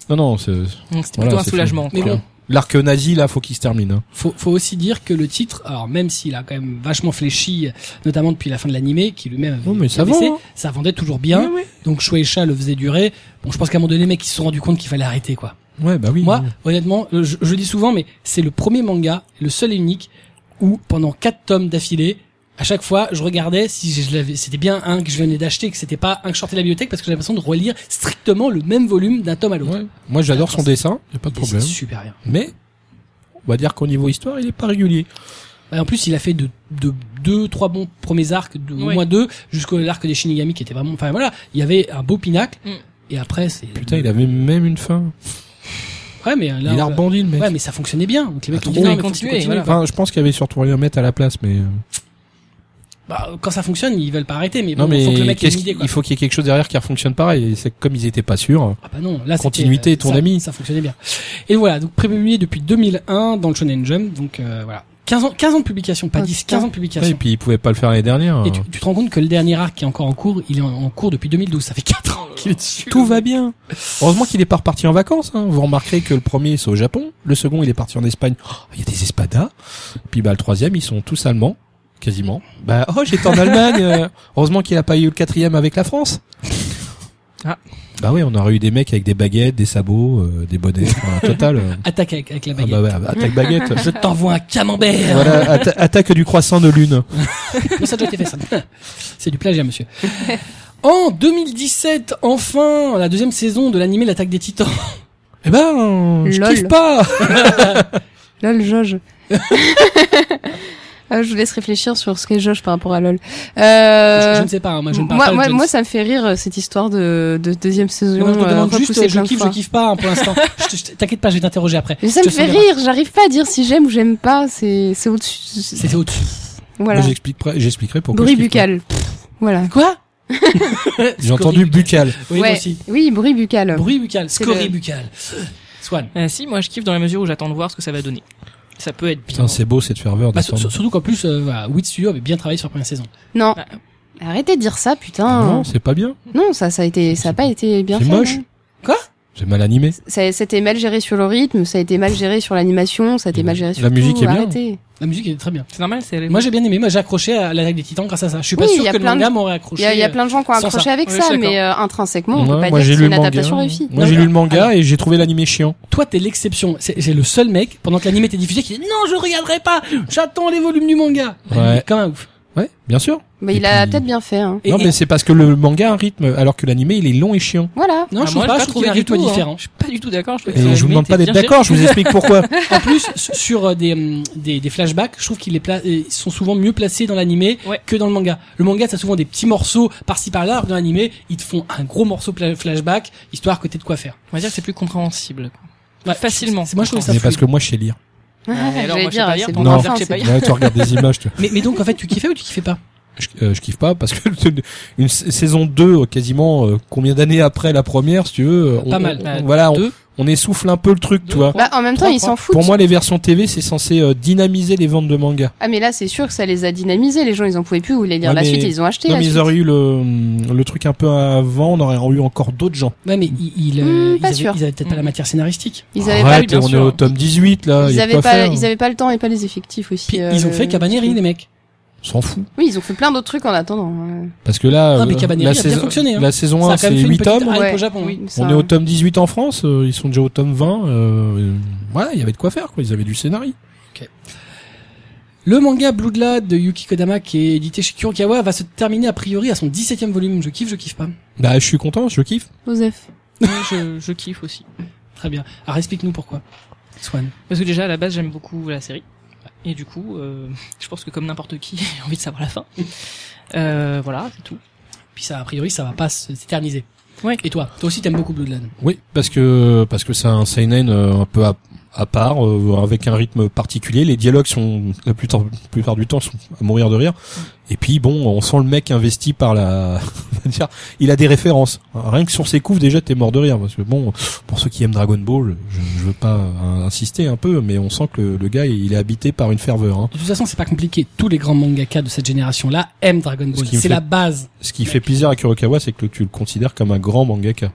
Non, non, c'est
Donc c'était
voilà,
plutôt un
c'est
soulagement.
Mais
quoi.
bon,
l'arc nazi, là, faut qu'il se termine. hein.
faut, faut aussi dire que le titre, alors même s'il a quand même vachement fléchi, notamment depuis la fin de l'animé, qui lui-même avait
Non, mais ça
baissé,
vend, hein.
ça vendait toujours bien. Donc Shueisha le faisait durer. Bon, je pense qu'à un moment donné, les mecs, ils se sont rendus compte qu'il fallait arrêter, quoi.
Ouais, bah oui.
Moi, honnêtement, euh, je, je dis souvent, mais c'est le premier manga, le seul et unique, où pendant quatre tomes d'affilée, à chaque fois, je regardais si je l'avais, c'était bien un que je venais d'acheter, que c'était pas un que je sortais de la bibliothèque, parce que j'avais l'impression de relire strictement le même volume d'un tome à l'autre.
Ouais. Moi, j'adore son dessin, y a pas
Et
de
c'est
problème.
super bien.
Mais, on va dire qu'au niveau histoire, il est pas régulier.
Bah, en plus, il a fait de, de deux, trois bons premiers arcs, de, au
Ouais.
moins deux, jusqu'au l'arc des Shinigami qui était vraiment. Enfin voilà, il y avait un beau pinacle.
Mm.
Et après, c'est.
Putain, il avait même une fin.
Ouais, mais euh, là,
il a
on-
rebondi, le mec. Ah,
Ouais, mais ça fonctionnait bien. Donc les mecs
Attends,
ont dit, non,
il
mais faut
continue,
que tu continues.
voilà.
Enfin, je pense qu'il y avait surtout rien à mettre à la place, mais. euh,
Bah, quand ça fonctionne, ils veulent pas arrêter. Mais
Non,
bon,
mais
faut que le mec ait
qu'est-ce
une
qu'il-
idée. Quoi.
il faut qu'il y ait quelque chose derrière qui fonctionne pareil. Et c'est que comme ils étaient pas sûrs.
Ah bah non, là c'était,
Continuité, ton
ça-
ami.
Ça fonctionnait bien. Et voilà, donc premier depuis 2001 dans le Shonen Jump, donc euh, voilà. 15 ans, 15 ans de publication, pas
Ah,
10,
putain.
15 ans de
Ouais, et
publication.
puis euh, ils pouvaient pas le faire l'année dernière.
Et tu, tu te rends compte que le dernier arc qui est encore en cours, il est en, en cours depuis 2012, ça fait 4 ans. qu'il est dessus.
Tout va bien. Heureusement qu'il est pas reparti en vacances. Hein. Vous remarquerez que le premier c'est au Japon, le second il est parti en Espagne. Oh, Il y a des espadas. Puis bah le troisième ils sont tous allemands quasiment. Bah oh j'étais en Allemagne. euh. Heureusement qu'il a pas eu le quatrième avec la France.
Ah.
Bah oui on aurait eu des mecs avec des baguettes, des sabots, euh, des bonnets. Enfin, total. euh.
Attaque avec, avec la
Ah
baguette.
bah, ouais, attaque baguette.
*laughs* Je t'envoie un camembert.
voilà atta- attaque du croissant de lune.
*laughs* Mais ça a déjà été fait, ça. *laughs* C'est du plagiat, monsieur. *laughs* En 2017, enfin, la deuxième saison de l'animé L'attaque des titans.
Eh ben je
Lol.
kiffe pas.
*laughs*
LOL, jauge. Ah, je vous laisse réfléchir sur ce qu'est jauge par rapport à LOL.
Je, je
Euh,
ne sais pas, hein, moi je ne parle
moi,
pas.
moi,
je ne-
moi, ça me fait rire euh, cette histoire de, de deuxième saison.
Non, non, je te
euh,
demande
repoussée
juste, je
plein de
kiffe, je
fois.
kiffe pas hein, pour l'instant. *laughs* Je te- je- T'inquiète pas, je vais t'interroger
*laughs*
après.
Mais ça
Je
me
te
fait
sauverai.
rire, j'arrive pas à dire si j'aime ou j'aime pas, c'est c'est au-dessus. c'est-
C'était au-dessus.
Voilà.
Moi, j'expliquerai j'expliquerai pourquoi.
Bruit
je kiffe
buccal. Pff, Voilà.
Quoi
J'ai entendu buccal.
Oui, moi
Ouais.
aussi.
Oui, bruit buccal.
Bruit buccal,
C'est
scorie
le-
buccale. Swan.
Euh, si, moi je kiffe dans la mesure où j'attends de voir ce que ça va donner. Ça peut être bien.
Putain, c'est beau cette ferveur
Bah, sur- sur-
décembre.
surtout qu'en plus, euh, voilà, Wit Studio avait bien travaillé sur la première saison.
Non.
Bah.
Arrêtez de dire ça,
Ah
putain.
Non, c'est pas bien.
Non, ça, ça a été, ça a pas été bien
C'est
fait.
moche.
non.
C'est mal animé.
Ça, c'était mal géré sur le rythme, ça a été mal géré sur l'animation, ça a été mal géré sur
La musique
tout.
est bien.
Arrêtez.
La musique était très bien.
C'est normal, c'est.
Moi j'ai bien aimé, moi j'ai accroché à l'attaque des titans grâce à ça. Je suis pas
Oui,
sûr
y a
que le
plein de-
manga m'aurait
Il
accroché. euh.
y, a- il y a plein de gens qui ont
sans ça.
accroché avec
Oui,
ça,
je suis
mais euh, intrinsèquement, on
Ouais,
peut pas dire
moi j'ai
que c'est
lu
une
le manga.
adaptation réussie.
Moi
Non,
j'ai
non.
lu le manga et j'ai trouvé l'animé chiant.
Toi, t'es l'exception. C'est j'ai le seul mec, pendant que l'anime était diffusé, qui dit non, je regarderai pas, j'attends les volumes du manga.
Ouais.
Il est Comme un ouf.
Ouais, bien sûr.
Mais
Et
il a
puis-
peut-être bien fait. hein.
Et-
non,
et-
mais c'est parce que le manga a un rythme, alors que l'animé il est long et chiant.
Voilà.
Non,
Ah,
je
moi,
trouve pas, je
j'ai pas
trouve qu'il y
trouvé
a un
du
rythme
tout, hein.
différent.
Je suis pas du tout d'accord. Je trouve que ça
Et je vous
avait
demande
été
pas
bien
d'être
géré.
d'accord, je vous explique pourquoi.
En plus, s- sur euh, des, hum, des, des flashbacks, je trouve qu'ils les pla- euh, ils sont souvent mieux placés dans l'animé
Ouais.
que dans le manga. Le manga, ça a souvent des petits morceaux par-ci par-là, alors que dans l'animé, ils te font un gros morceau pla- flashback, histoire que t'aies de quoi faire.
On va dire que c'est plus compréhensible.
Ouais,
Facilement.
c'est- Moi, je trouve ça
Mais parce
fluide.
que moi je sais lire.
alors,
J'allais
moi, je sais
dire,
pas lire,
c'est
donc
bon
on va
enfant,
dire que c'est
c'est-
pas lire.
Ouais, tu regardes des images. tu-
Mais, mais donc, en fait, tu kiffais ou tu kiffais pas
Je, euh, je kiffe pas parce que *laughs* une s- saison 2, euh, quasiment euh, combien d'années après la première, si tu veux, euh, on,
Pas mal.
on-
Bah,
voilà, on,
deux.
on essouffle un peu le truc, tu vois.
Bah, en même temps,
Trois,
ils s'en foutent.
Pour moi, les versions TV, c'est censé euh, dynamiser les ventes de manga.
Ah, mais là, c'est sûr que ça les a dynamisés. Les gens, ils en pouvaient plus. Ils voulaient lire
Ouais,
la
mais-
suite et ils ont acheté
Non,
la
mais
suite.
ils auraient eu le, le truc un peu avant, on aurait eu encore d'autres gens.
Ouais, mais ils, ils, euh,
Hmm,
ils
pas
avaient,
sûr.
ils avaient peut-être pas la matière scénaristique.
Ils avaient
Arrête,
bien
on
sûr.
est au tome 18, là.
Ils
y a de
avaient
quoi
pas,
faire.
ils avaient pas le temps et pas les effectifs aussi.
Puis,
euh,
ils ont
le-
fait Cabaneri, les mecs.
On s'en fout.
Oui, ils ont fait plein d'autres trucs en attendant. euh.
Parce que là,
Ah, mais
euh,
Cabaneri
la,
a bien
saison,
fonctionné, hein.
la saison
ça
1,
a quand
c'est
même fait une
8
petite
tomes.
hype
Ouais.
au Japon.
Oui, ça-
On est au tome 18 en France, euh, ils sont déjà au tome 20. euh, voilà, il y avait de quoi faire, quoi. Ils avaient du scénario.
Le manga Bloodlad de Yuki Kodama qui est édité chez Kurokawa va se terminer a priori à son 17ème volume. Je kiffe, je kiffe pas.
Bah, je suis content, je kiffe.
Joseph.
Oui, je, je kiffe aussi.
Très bien. Alors explique-nous pourquoi. Swan.
Parce que déjà, à la base, j'aime beaucoup la série. Et du coup, euh, *laughs* je pense que comme n'importe qui, *laughs* j'ai envie de savoir la fin. Euh, voilà, c'est tout.
Puis ça a priori ça va pas s- s'éterniser.
Ouais.
Et toi, toi aussi t'aimes beaucoup Bloodlad.
Oui, parce que, parce que c'est un seinen euh, un peu à, à part, euh, avec un rythme particulier. Les dialogues sont, la plupart, plupart du temps, sont à mourir de rire. Et puis bon, on sent le mec investi par la, *laughs* on va dire, il a des références. Rien que sur ses coups, déjà, t'es mort de rire. Parce que bon, pour ceux qui aiment Dragon Ball, je, je veux pas euh, insister un peu, mais on sent que le, le gars, il est habité par une ferveur. hein.
De toute façon, c'est pas compliqué. Tous les grands mangaka de cette génération-là aiment Dragon Ball.
qui me
C'est
fait-
la base.
Ce qui fait plaisir à Kurokawa, c'est que tu le considères comme un grand mangaka.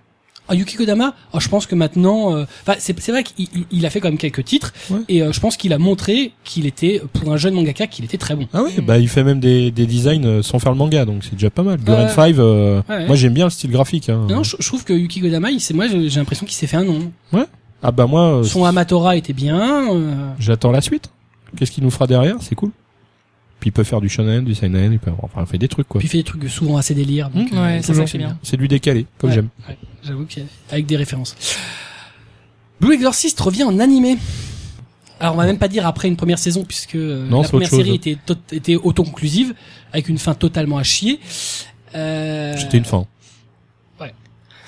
Ah, Yuki Kodama, ah, je pense que maintenant, euh, enfin, c'est c'est vrai qu'il il- il a fait quand même quelques titres
Ouais.
et euh, je pense qu'il a montré qu'il était pour un jeune mangaka qu'il était très bon.
Ah oui,
Mm.
bah il fait même des, des designs euh, sans faire le manga, donc c'est déjà pas mal. Guren
Ouais.
5, euh,
Ouais, ouais.
moi j'aime bien le style graphique. Hein.
Non, je, je trouve que Yuki Kodama, il, s'est- moi j'ai j'ai l'impression qu'il s'est fait un nom.
Ah bah moi, euh,
Son Amatora était bien. euh,
j'attends la suite. Qu'est-ce qu'il nous fera derrière C'est cool. Puis il peut faire du shonen, du seinen, il peut enfin il fait des trucs quoi.
Puis il fait des trucs souvent assez délire. Donc,
Mmh, ouais,
euh,
ça, ça, c'est bien.
C'est du décalé, comme
Ouais,
j'aime.
ouais, J'avoue que avec des références. Blue Exorcist revient en animé. Alors on va même pas dire après une première saison puisque euh,
Non,
la
c'est autre
première série
chose.
était, tot- était autoconclusive avec une fin totalement à chier. Euh,
C'était une fin.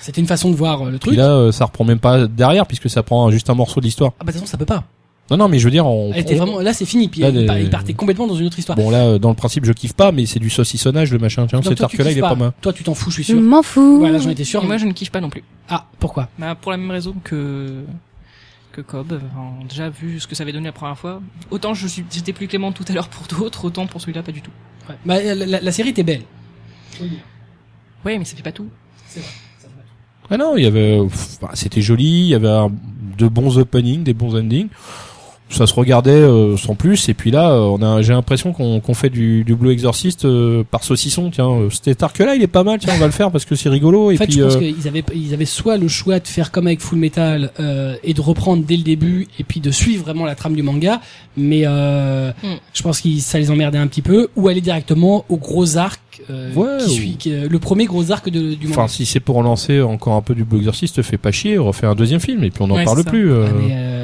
C'était une façon de voir euh, le
Puis
truc.
là, euh, ça reprend même pas derrière puisque ça prend juste un morceau de l'histoire.
Ah bah de toute façon ça peut pas.
Non non, mais je veux dire, on,
Elle était
on-
vraiment là c'est fini. Puis
Là,
il,
des-
par- il partait complètement dans une autre histoire.
bon là, euh, dans le principe, je kiffe pas, mais c'est du saucissonnage le machin. Tiens,
Donc,
cet
toi, tu
arc-là,
kiffes
il est pas mal.
Toi tu t'en fous je suis
Je
sûr.
m'en fous.
Voilà j'en étais
Et
sûr.
Mmh. moi, je ne kiffe pas non plus.
Ah pourquoi
Bah, pour la même raison que que Cobb. Enfin, déjà vu ce que ça avait donné la première fois. Autant je suis, j'étais plus clément tout à l'heure pour d'autres, autant pour celui-là pas du tout.
Ouais. Bah, la, la- la série était belle.
Ouais, mais ça fait pas tout.
Ah non, il y avait, pff, bah, c'était joli, il y avait un- de bons openings, des bons endings. Ça se regardait euh, sans plus. Et puis là, euh, on a, j'ai l'impression qu'on qu'on fait du, du Blue Exorcist euh, par saucisson. Tiens, euh, cet arc là, il est pas mal. Tiens, on va le faire parce que c'est rigolo.
En
Et
fait,
puis,
je pense
euh,
qu'ils avaient, ils avaient soit le choix de faire comme avec Full Metal euh, et de reprendre dès le début et puis de suivre vraiment la trame du manga, mais euh,
Mm.
je pense que ça les emmerdait un petit peu, ou aller directement au gros arc euh,
Ouais,
qui
ou-
suit, qui est le premier gros arc de- du manga.
enfin, si c'est pour relancer encore un peu du Blue Exorcist, fais pas chier, refais un deuxième film et puis on n'en
Ouais,
parle
c'est ça.
plus. euh,
Ah, mais, euh,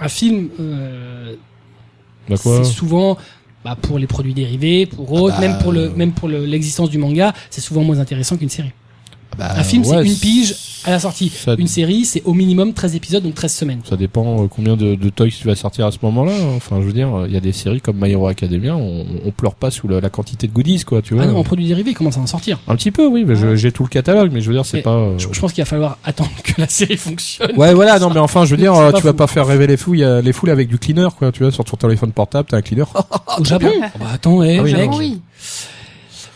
un film, euh,
bah quoi
c'est souvent bah, pour les produits dérivés, pour autres,
bah,
même pour le
euh,
même pour le- l'existence du manga, c'est souvent moins intéressant qu'une série.
Bah,
un film,
ouais,
c'est une pige à la sortie.
ça-
Une série, c'est au minimum 13 épisodes, donc 13 semaines.
Ça dépend euh, combien de, de toys tu vas sortir à ce moment-là. hein. Enfin, je veux dire, il y a des séries comme My Hero Academia, on, on pleure pas sous la, la quantité de goodies, quoi, tu vois.
Ah non, en produits dérivés, ils commencent à en sortir.
Un petit peu, oui, mais je- j'ai tout le catalogue, mais je veux dire,
Mais
c'est pas. euh,
Je, je pense qu'il va falloir attendre que la série fonctionne.
Ouais, voilà, non, mais enfin, je veux dire,
C'est
euh,
pas
tu vas
fou.
pas faire rêver les foules, les foules avec du cleaner, quoi, tu vois, sur ton téléphone portable, t'as un cleaner.
Au Japon
Oh, bien.
Bah attends, eh,
Ah oui, Ah,
mec.
non.
oui.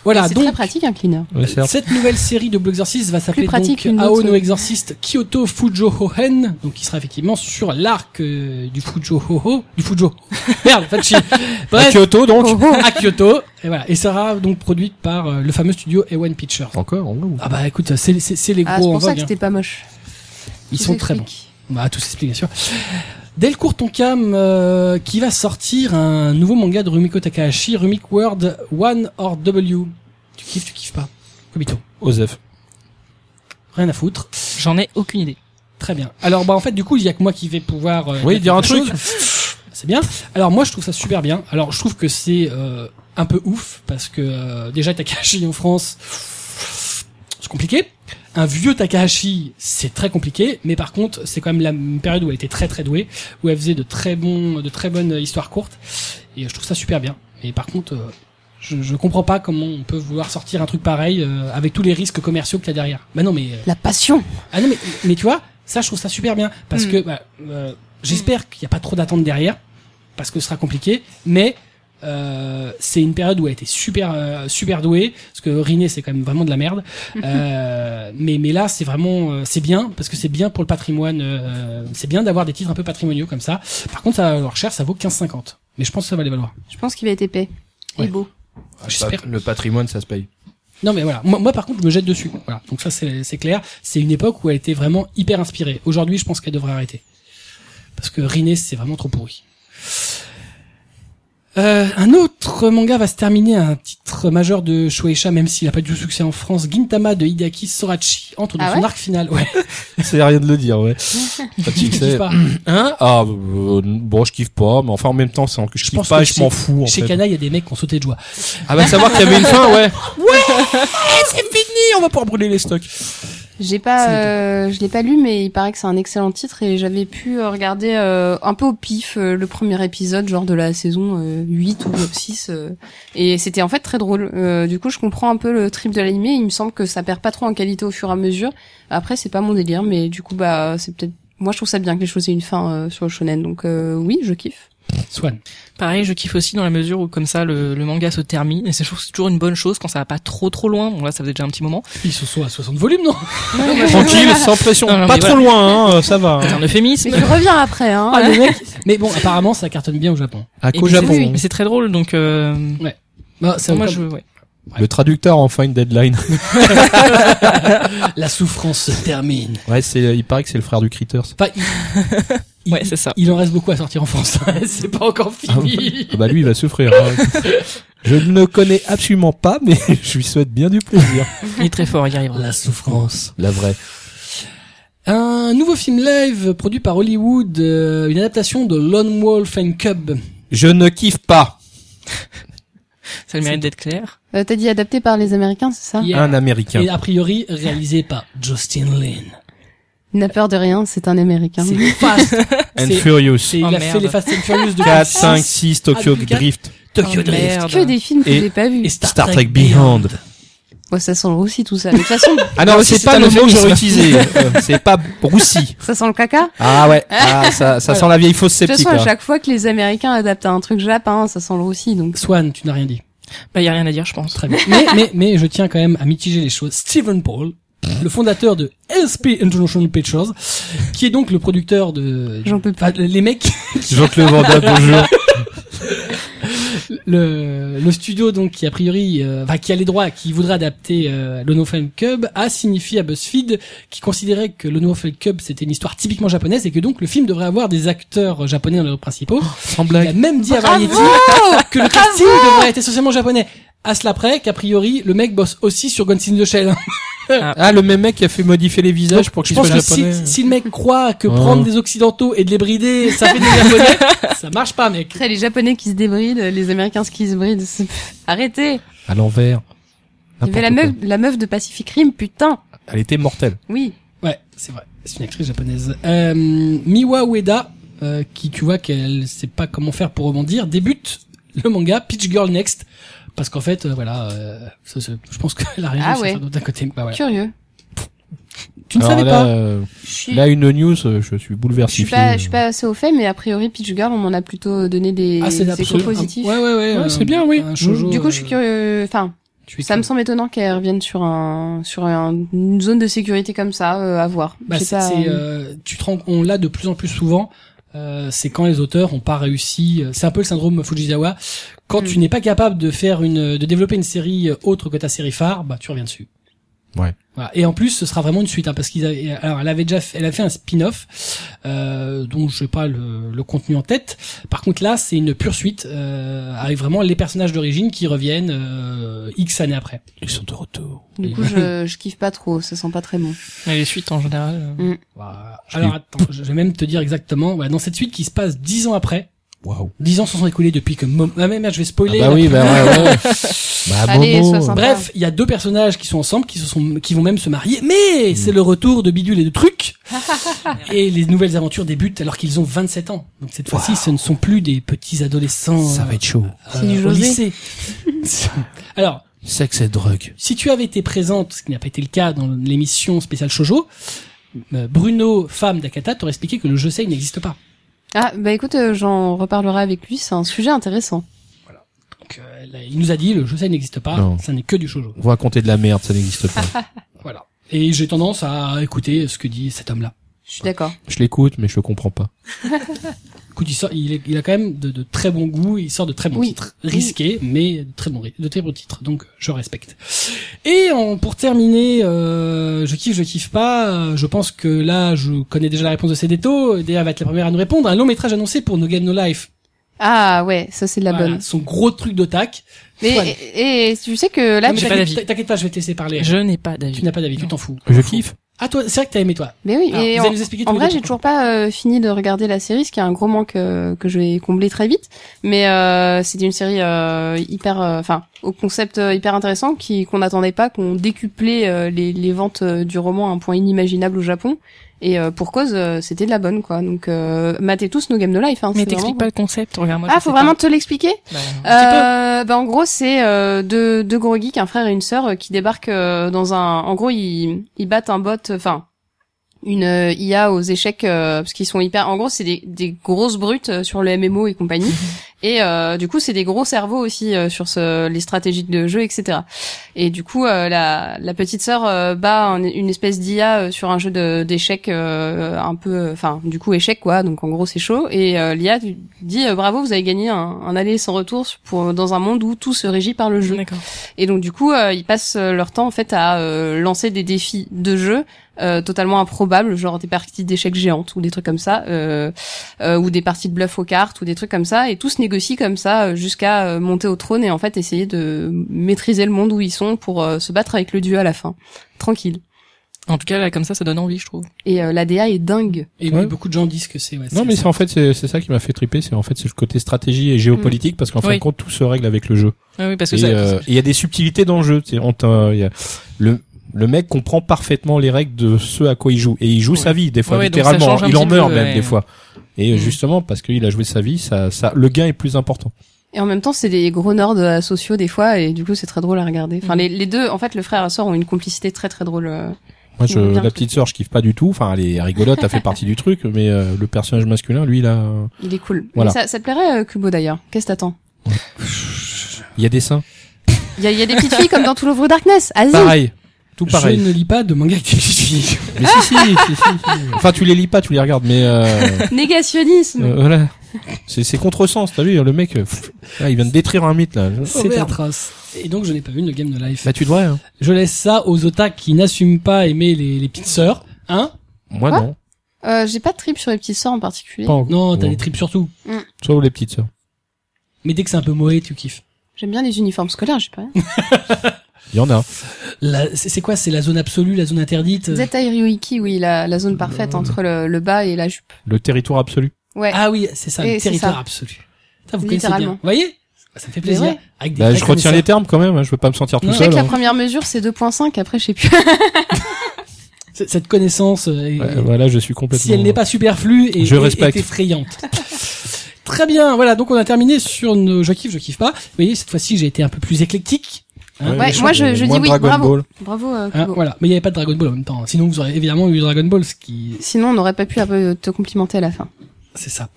Voilà,
c'est très
donc
pratique un cleaner.
Ouais, certes.
cette nouvelle série de Blue Exorcist va s'appeler
pratique
donc
qu'une autre,
Ao no
oui.
Exorcist Kyoto Fujo Hohen, donc qui sera effectivement sur l'arc euh, du Fujo Hoho, du
*laughs*
Fujo. Merde, pas de chier.
À
Bref,
Kyoto, donc.
à Kyoto. Et voilà, et sera donc produite par euh, le fameux studio A1 Pictures.
Encore, en gros.
Ah bah écoute, c'est c'est- c'est les
Ah, c'est
gros en
pour ça que
vogue. hein.
c'était pas moche.
Ils
Tout
sont très bons.
s'explique.
Bah tout s'explique bien sûr. Delcourt Tonkam euh, qui va sortir un nouveau manga de Rumiko Takahashi, Rumik World One or W. Tu kiffes, tu kiffes pas. Kobito,
Osef.
rien à foutre.
J'en ai aucune idée.
Très bien. Alors bah en fait du coup il y a que moi qui vais pouvoir. euh,
Oui, dire un
quelque
truc.
chose. Ah, C'est bien. Alors moi je trouve ça super bien. Alors je trouve que c'est euh, un peu ouf parce que euh, déjà Takahashi en France c'est compliqué. Un vieux Takahashi c'est très compliqué, mais par contre c'est quand même la m- période où elle était très très douée, où elle faisait de très bons, de très bonnes euh, histoires courtes et je trouve ça super bien. Mais par contre euh, je, je comprends pas comment on peut vouloir sortir un truc pareil euh, avec tous les risques commerciaux qu'il y a derrière. Bah non mais euh,
La passion.
ah non, mais, mais tu vois, ça, je trouve ça super bien. Parce
Mm.
que bah, euh, j'espère qu'il n'y a pas trop d'attente derrière, parce que ce sera compliqué. Mais euh, c'est une période où elle était super, euh, super douée, parce que Riné, c'est quand même vraiment de la merde. Euh, mais, mais là, c'est vraiment, euh, c'est bien, parce que c'est bien pour le patrimoine. euh, c'est bien d'avoir des titres un peu patrimoniaux comme ça. Par contre, ça va leur cher, ça vaut 15,50. Mais je pense que ça va les valoir.
Je pense qu'il va être épais.
Ouais.
Et beau.
J'espère.
Ah, Le patrimoine, ça se paye.
Non mais voilà, moi, moi, par contre je me jette dessus. Voilà, donc ça c'est c'est clair. C'est une époque où elle était vraiment hyper inspirée. Aujourd'hui je pense qu'elle devrait arrêter parce que Rinne c'est vraiment trop pourri. Euh, un autre manga va se terminer un titre majeur de Shueisha même s'il n'a pas du tout succès en France. Gintama de Hideaki Sorachi entre dans
Ah
son
ouais
arc final. Ouais.
*laughs* C'est rien de le dire, *laughs* ouais. Pas de
tu kiffes
succès.
pas.
Hein Ah, euh, bon, je kiffe pas, mais enfin, en même temps, c'est en- je, kiffe
pense
pas
que
et je
chez-
m'en fous, en
Chez
fait.
Kana il y a des mecs qui ont sauté de joie.
Ah bah savoir qu'il y avait une fin, *laughs* ouais. Ouais, c'est fini, on va pouvoir brûler les stocks.
J'ai
C'est
pas, euh, je l'ai pas lu, mais il paraît que c'est un excellent titre et j'avais pu euh, regarder euh, un peu au pif euh, le premier épisode, genre de la saison euh, 8 ou 6, euh, et c'était en fait très drôle. Euh, du coup, je comprends un peu le trip de l'animé. Il me semble que ça perd pas trop en qualité au fur et à mesure. Après, c'est pas mon délire, mais du coup, bah, c'est peut-être. Moi, je trouve ça bien que les choses aient une fin euh, sur le shonen, donc euh, oui, je kiffe.
Swan.
Pareil, je kiffe aussi dans la mesure où comme ça le, le manga se termine et c'est je trouve que c'est toujours une bonne chose quand ça va pas trop trop loin. Bon là ça faisait déjà un petit moment.
Ils se sont à 60 volumes non
Tranquille, sans pression.
Non, non,
pas
mais
trop loin, hein, euh, ça va.
C'est
hein.
un euphémisme.
Mais je reviens après, hein.
Ah, *laughs* les mecs. Mais bon apparemment ça cartonne bien au Japon.
À
Et
qu'au
puis,
Japon. hein.
c'est- Mais c'est très drôle donc euh,
Bah, c'est
moi
comme
je ouais.
Le traducteur en fin deadline.
Ah, la souffrance se termine.
*laughs* Ouais, c'est, euh, il paraît que c'est le frère du Critters.
Enfin,
*laughs*
il- il-
ouais
*laughs*
c'est ça.
Il en reste beaucoup à sortir en France. *laughs* c'est pas encore fini.
Ah bah lui, il va souffrir. hein. Je ne le connais absolument pas, mais *laughs* je lui souhaite bien du plaisir.
Il est très fort, il y arrivera.
La souffrance.
La vraie.
Un nouveau film live produit par Hollywood, euh, une adaptation de Lone Wolf and Cub.
Je ne kiffe pas
Ça a le mérite d'être clair.
Euh, T'as dit adapté par les Américains, c'est
Ah.
ça
Yeah.
un Américain.
Et a priori réalisé par Justin Lin.
N'a peur de rien, c'est un Américain.
C'est
*laughs*
Fast.
And
C'est- c'est-
Furious.
il a
Ah Oh,
fait
merde.
les Fast and Furious
*laughs*
depuis
4,
six,
5, 6, Tokyo
Ah, du quatre.
Drift.
Tokyo
Oh,
Drift
merde.
Que des films que
Et-
j'ai pas vus.
et
Star Trek Beyond.
Ouais, ça sent le roussi tout ça. De toute
*laughs*
façon,
Ah non,
Non,
c'est
si,
pas
c'est
le
un
mot que j'aurais
euphémisme.
utilisé. *laughs* Euh, C'est pas roussi.
ça sent le caca.
Ah ouais. Ah, ça, ça sent la vieille fausse
De toute
sceptique.
façon, à
là.
chaque fois que les Américains adaptent à un truc japon, ça sent le roussi. Donc,
Swan, tu n'as rien dit.
Bah il y a rien à dire je pense.
Très bien. Mais, mais, mais je tiens quand même à mitiger les choses. Stephen Paul le fondateur de SP International Pictures, qui est donc le producteur de
J'en peux plus.
Enfin, les mecs,
Jean-Claude Van Damme, bonjour.
le, le studio donc qui a priori, euh, enfin qui a les droits, qui voudrait adapter euh, le No Fan Club, a signifié à BuzzFeed qui considérait que le No Fan Club c'était une histoire typiquement japonaise et que donc le film devrait avoir des acteurs japonais dans les rôles principaux.
Sans
Il a
blague.
même dit à Variety que le casting devrait être essentiellement japonais. À cela près qu'a priori le mec bosse aussi sur Guns in the Shell.
Ah, le même mec qui a fait modifier les visages
Donc,
pour
je
qu'ils soient
pense que si,
japonais.
si le mec croit que
Ouais.
prendre des occidentaux et de les brider, ça fait des japonais, ça marche pas mec.
Après, les Japonais qui se débrident, les Américains qui se brident. c'est- Arrêtez
À l'envers.
Il y avait la
N'importe
meuf, la meuf de Pacific Rim, putain
quoi. Elle était mortelle.
Oui.
Ouais, c'est vrai. C'est une actrice japonaise. Euh, Miwa Ueda, euh, qui tu vois qu'elle sait pas comment faire pour rebondir, débute le manga Peach Girl Next. Parce qu'en fait, euh, voilà, euh, ça, ça- je pense *laughs* que la raison,
Ah
c'est
ouais.
ça, d'un côté. Bah, voilà.
Curieux.
Tu ne
Alors
savais
là,
pas
euh,
Je suis,
là, une news, euh, je suis
je
bouleversé.
suis pas, je suis pas assez au fait, mais a priori, Peach Girl, on m'en a plutôt donné des,
Ah,
des échos
absolument-
positifs.
Ouais, ouais, ouais.
Ouais,
euh,
c'est bien, oui.
un shoujo,
Du coup, je suis
euh,
curieux. Enfin,
tu es
ça me semble étonnant qu'elle revienne sur un, sur un- une zone de sécurité comme ça, euh, à voir.
Bah,
J'ai
c'est,
pas-
c'est, euh, tu te rends, on l'a de plus en plus souvent. euh, c'est quand les auteurs ont pas réussi. euh, C'est un peu le syndrome Fujisawa. Quand
Mm.
tu n'es pas capable de faire une, de développer une série euh, autre que ta série phare, bah tu reviens dessus.
Ouais.
Voilà. Et en plus, ce sera vraiment une suite, hein, parce qu'ils avaient, alors, elle avait déjà, fait, elle a fait un spin-off, euh, dont je sais pas le, le contenu en tête. Par contre, là, c'est une pure suite, euh, avec vraiment les personnages d'origine qui reviennent euh, X années après.
Ils sont de retour.
Du
*laughs*
coup, je, je kiffe pas trop, ça sent pas très bon.
Mais les suites en général. euh,
Bah, alors attends, je vais même te dire exactement. Voilà, dans cette suite qui se passe dix ans après,
Waouh.
dix ans se sont écoulés depuis que Momo... Ah mais merde, je vais
Ah
spoiler.
bah
la
oui,
pub.
bah ouais,
*laughs*
ouais. bah
Allez,
Momo,
sois
euh,
sympa.
Bref, il y a deux personnages qui sont ensemble, qui se sont, qui vont même se marier,
Hmm.
mais c'est le retour de Bidule et de Truc. et les nouvelles aventures débutent alors qu'ils ont 27 ans. Donc cette fois-ci, ce ne sont plus des petits adolescents
ça va être chaud.
euh,
C'est du
au
José.
lycée.
*laughs*
alors,
Sexe et drogue.
si tu avais été présente, ce qui n'a pas été le cas dans l'émission spéciale Shoujo, euh, Bruno, femme d'Akata, t'aurait expliqué que le je sais n'existe pas.
Ah, bah écoute, euh, j'en reparlerai avec lui, c'est un sujet intéressant.
Donc, euh, là, il nous a dit le josei n'existe pas,
Non.
ça n'est que du shoujo.
Vous racontez de la merde, ça n'existe pas.
*laughs*
Voilà. Et j'ai tendance à écouter ce que dit cet homme-là.
Je suis d'accord.
je l'écoute, mais je le comprends pas.
Écoute, il, sort- il, est- il a quand même de, de très bons goûts, il sort de très bons
Oui.
titres, risqués, mais de très bons, ri- de très bons titres, donc je respecte. Et en- pour terminer, euh, je kiffe, je kiffe pas, euh, je pense que là, je connais déjà la réponse de Cédéto, Déa va être la première à nous répondre, un long métrage annoncé pour No Game No Life,
Ah ouais, ça c'est de la
Voilà,
bonne.
son gros truc d'otac.
Mais
Juan.
et, et tu sais que là,
Non, mais
tu-
j'ai pas
t'inquiète-
d'avis.
T'inquiète pas, je vais te laisser parler.
Je n'ai pas d'avis.
Tu n'as pas d'avis, tu
Non.
t'en fous.
Je kiffe.
Ah toi, c'est vrai que t'as aimé toi.
mais oui.
Alors,
et
vous
en,
allez nous expliquer tous
en
les
vrai,
deux
j'ai toujours pas euh, fini de regarder la série, ce qui est un gros manque euh, que je vais combler très vite. Mais euh, c'était une série euh, hyper, euh, enfin, au concept euh, hyper intéressant, qui qu'on n'attendait pas, qu'on décuplait euh, les, les ventes euh, du roman à un point inimaginable au Japon. Et euh, pour cause, euh, c'était de la bonne quoi. Donc euh, matez tous nos games de life. Hein,
Mais
c'est
t'expliques
vraiment-
pas le concept, regarde-moi.
ah,
je
faut
sais
vraiment te l'expliquer
pas. Bah,
Euh, bah en gros c'est euh, deux, deux gros geeks, un frère et une sœur euh, qui débarquent euh, dans un. En gros ils, ils battent un bot, euh, enfin une euh, IA aux échecs euh, parce qu'ils sont hyper. En gros c'est des, des grosses brutes euh, sur le MMO et compagnie. et euh, du coup c'est des gros cerveaux aussi euh, sur ce, les stratégies de jeu etc. Et du coup euh, la, la petite sœur euh, bat un- une espèce d'IA euh, sur un jeu de- d'échecs euh, un peu. Enfin du coup échec quoi donc en gros c'est chaud et euh, l'IA du- dit euh, bravo vous avez gagné un, un aller sans retour pour, dans un monde où tout se régit par le jeu
D'accord.
et donc du coup euh, ils passent euh, leur temps en fait à euh, lancer des défis de jeu euh, totalement improbables genre des parties d'échecs géantes ou des trucs comme ça euh, euh, ou des parties de bluff aux cartes ou des trucs comme ça et tout se négocie comme ça euh, jusqu'à euh, monter au trône et en fait essayer de maîtriser le monde où ils sont pour euh, se battre avec le dieu à la fin tranquille
En tout cas, là, comme ça, ça donne envie, je trouve.
et euh, la DA est dingue
Et
Ouais.
oui, beaucoup de gens disent que c'est. ouais,
Non,
c'est-
mais c'est en fait, c'est c'est ça qui m'a fait triper. C'est en fait, c'est le côté stratégie et
Mm.
géopolitique, parce qu'en fin
Oui.
de compte, tout se règle avec le jeu.
Ah oui, parce que
Et
ça.
euh, et il y a des subtilités dans le jeu. tu sais, on t'a- il y a- le, le mec comprend parfaitement les règles de ce à quoi il joue. Et il joue
Ouais.
sa vie, des fois,
Ouais, ouais, donc ça
littéralement.
change un
Il en
petit peu,
meurt même,
ouais.
des fois. Et
Mm.
justement, parce qu'il a joué sa vie, ça, ça, le gain est plus important.
Et en même temps, c'est des gros nerds euh, sociaux des fois, et du coup, c'est très drôle à regarder. Enfin,
Mhm.
les, les deux, en fait, le frère et la sœur ont une complicité très très drôle. euh.
Moi, je,
Bien
la
fait.
petite sœur, je kiffe pas du tout. Enfin, elle est rigolote, elle fait partie du truc, mais euh, le personnage masculin, lui, là, euh,
Il est cool.
Voilà.
Mais ça, ça te plairait, euh, Kubo d'ailleurs Qu'est-ce que t'attends
il y a des seins.
Il y a, il y a des petites filles comme dans Tout l'œuvre Darkness. Vas-y.
Pareil. Tout pareil.
Je ne lis pas de manga Activision.
Mais si, si, si, si, si.
*laughs*
Enfin, tu les lis pas, tu les regardes, mais euh,
Négationnisme.
euh, voilà. C'est, c'est contresens, t'as vu, le mec, euh, pff, là, il vient de détruire un mythe, là.
C'est atroce. Et donc je n'ai pas vu de Game de Life.
Oh, Bah, tu devrais, hein.
Je laisse ça aux otaques qui n'assument pas aimer les, les petites sœurs. Hein
Moi,
Quoi
non.
Euh, J'ai pas de trip sur les petits sorts en particulier.
Pas encore.
Non, t'as
Bon.
des tripes surtout.
Toi ou les petites sœurs.
Mais dès que c'est un peu moé, tu kiffes.
J'aime bien les uniformes scolaires, j'ai pas.
Il y en a.
La- C'est c'est quoi C'est la zone absolue, la zone interdite euh
Zeta Hiroiki, oui, la, la zone parfaite entre le, le bas et la jupe.
Le territoire absolu.
Ouais.
Ah oui, c'est ça,
Et
le
c'est
territoire
ça.
absolu. Ça, vous connaissez bien.
Littéralement.
Vous voyez Ça me fait plaisir.
vrai.
Avec des
Bah,
vrais
je retiens les
connaisseurs.
termes quand même, hein, je veux pas me sentir tout
Non.
je sais
seul.
que la
hein.
première mesure c'est 2.5, après je sais plus.
C- Cette connaissance, euh, est-
Ouais, voilà, je suis complètement. euh,
si elle n'est pas superflue, est,
Je
est-
respecte.
est effrayante. *laughs* Très bien, voilà, donc on a terminé sur nos je kiffe, je kiffe pas. Vous voyez, cette fois-ci, j'ai été un peu plus éclectique. hein.
Ouais,
je-
moi, je- je
moins
dis oui,
Dragon
bravo.
Ball.
*laughs* Bravo.
Ah,
euh,
Hein,
Kubo.
voilà, mais il n'y avait pas de Dragon Ball en même temps. hein. Sinon, vous aurez évidemment eu Dragon Ball, ce qui
Sinon, on n'aurait pas pu un peu te complimenter à la fin.
C'est ça.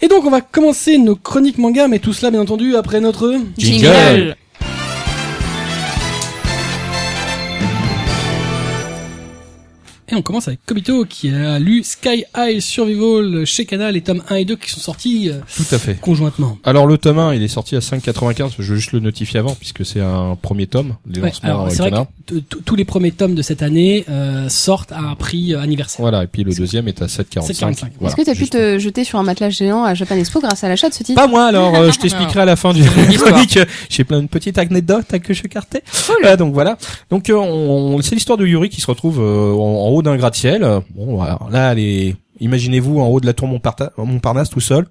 Et donc, on va commencer nos chroniques manga, mais tout cela, bien entendu, après notre...
Jingle.
Et on commence avec Kobito, qui a lu Sky High Survival chez Canal, les tomes 1 et 2 qui sont sortis euh,
Tout à fait.
conjointement.
Alors le tome 1, il est sorti à 5,95. Je veux juste le notifier avant, puisque c'est un premier tome. Les
Ouais,
lancements
alors,
avec
c'est vrai
Canard.
que t- t- tous les premiers tomes de cette année euh, sortent à un prix euh, anniversaire.
Voilà, et puis le deuxième est à 7,45.
7,45.
Voilà,
Est-ce que t'as pu
juste.
te jeter sur un matelas géant à Japan Expo grâce à l'achat de ce titre
Pas moi, alors euh, je t'expliquerai à la fin du
Histoire.
chronique. *laughs* J'ai plein de petites anecdotes à que je cartais. Euh, donc voilà. Donc euh, on, on- c'est l'histoire de Yuri qui se retrouve euh, en, en haut d'un gratte-ciel. Bon, alors là, elle est- imaginez-vous en haut de la tour Montparta- Montparnasse tout seul.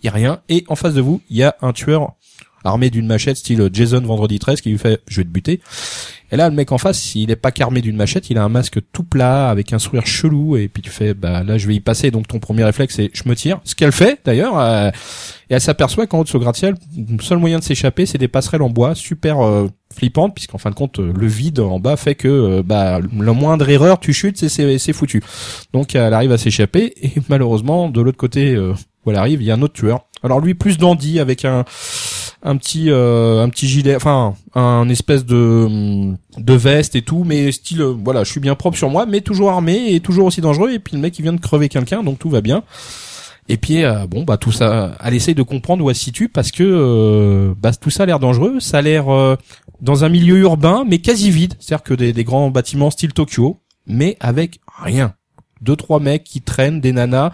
Il y a rien. Et en face de vous, il y a un tueur armé d'une machette style Jason vendredi 13 qui lui fait je vais te buter. Et là le mec en face, il est pas qu'armé d'une machette, il a un masque tout plat avec un sourire chelou et puis tu fais bah là je vais y passer donc ton premier réflexe c'est je me tire. Ce qu'elle fait d'ailleurs euh, et elle s'aperçoit qu'en haut de ce gratte-ciel, le seul moyen de s'échapper c'est des passerelles en bois super euh, flippantes puisqu'en fin de compte euh, le vide en bas fait que euh, bah la moindre erreur tu chutes c'est c'est c'est foutu. Donc elle arrive à s'échapper et *laughs* malheureusement de l'autre côté euh, où elle arrive, il y a un autre tueur. Alors lui plus dandy avec un un petit euh, un petit gilet enfin un espèce de hum, de veste et tout mais style euh, voilà je suis bien propre sur moi mais toujours armé et toujours aussi dangereux et puis le mec il vient de crever quelqu'un donc tout va bien et puis euh, bon bah tout ça elle essaye de comprendre où elle se situe parce que euh, bah tout ça a l'air dangereux ça a l'air euh, dans un milieu urbain mais quasi vide c'est-à-dire que des, des grands bâtiments style Tokyo mais avec rien deux trois mecs qui traînent des nanas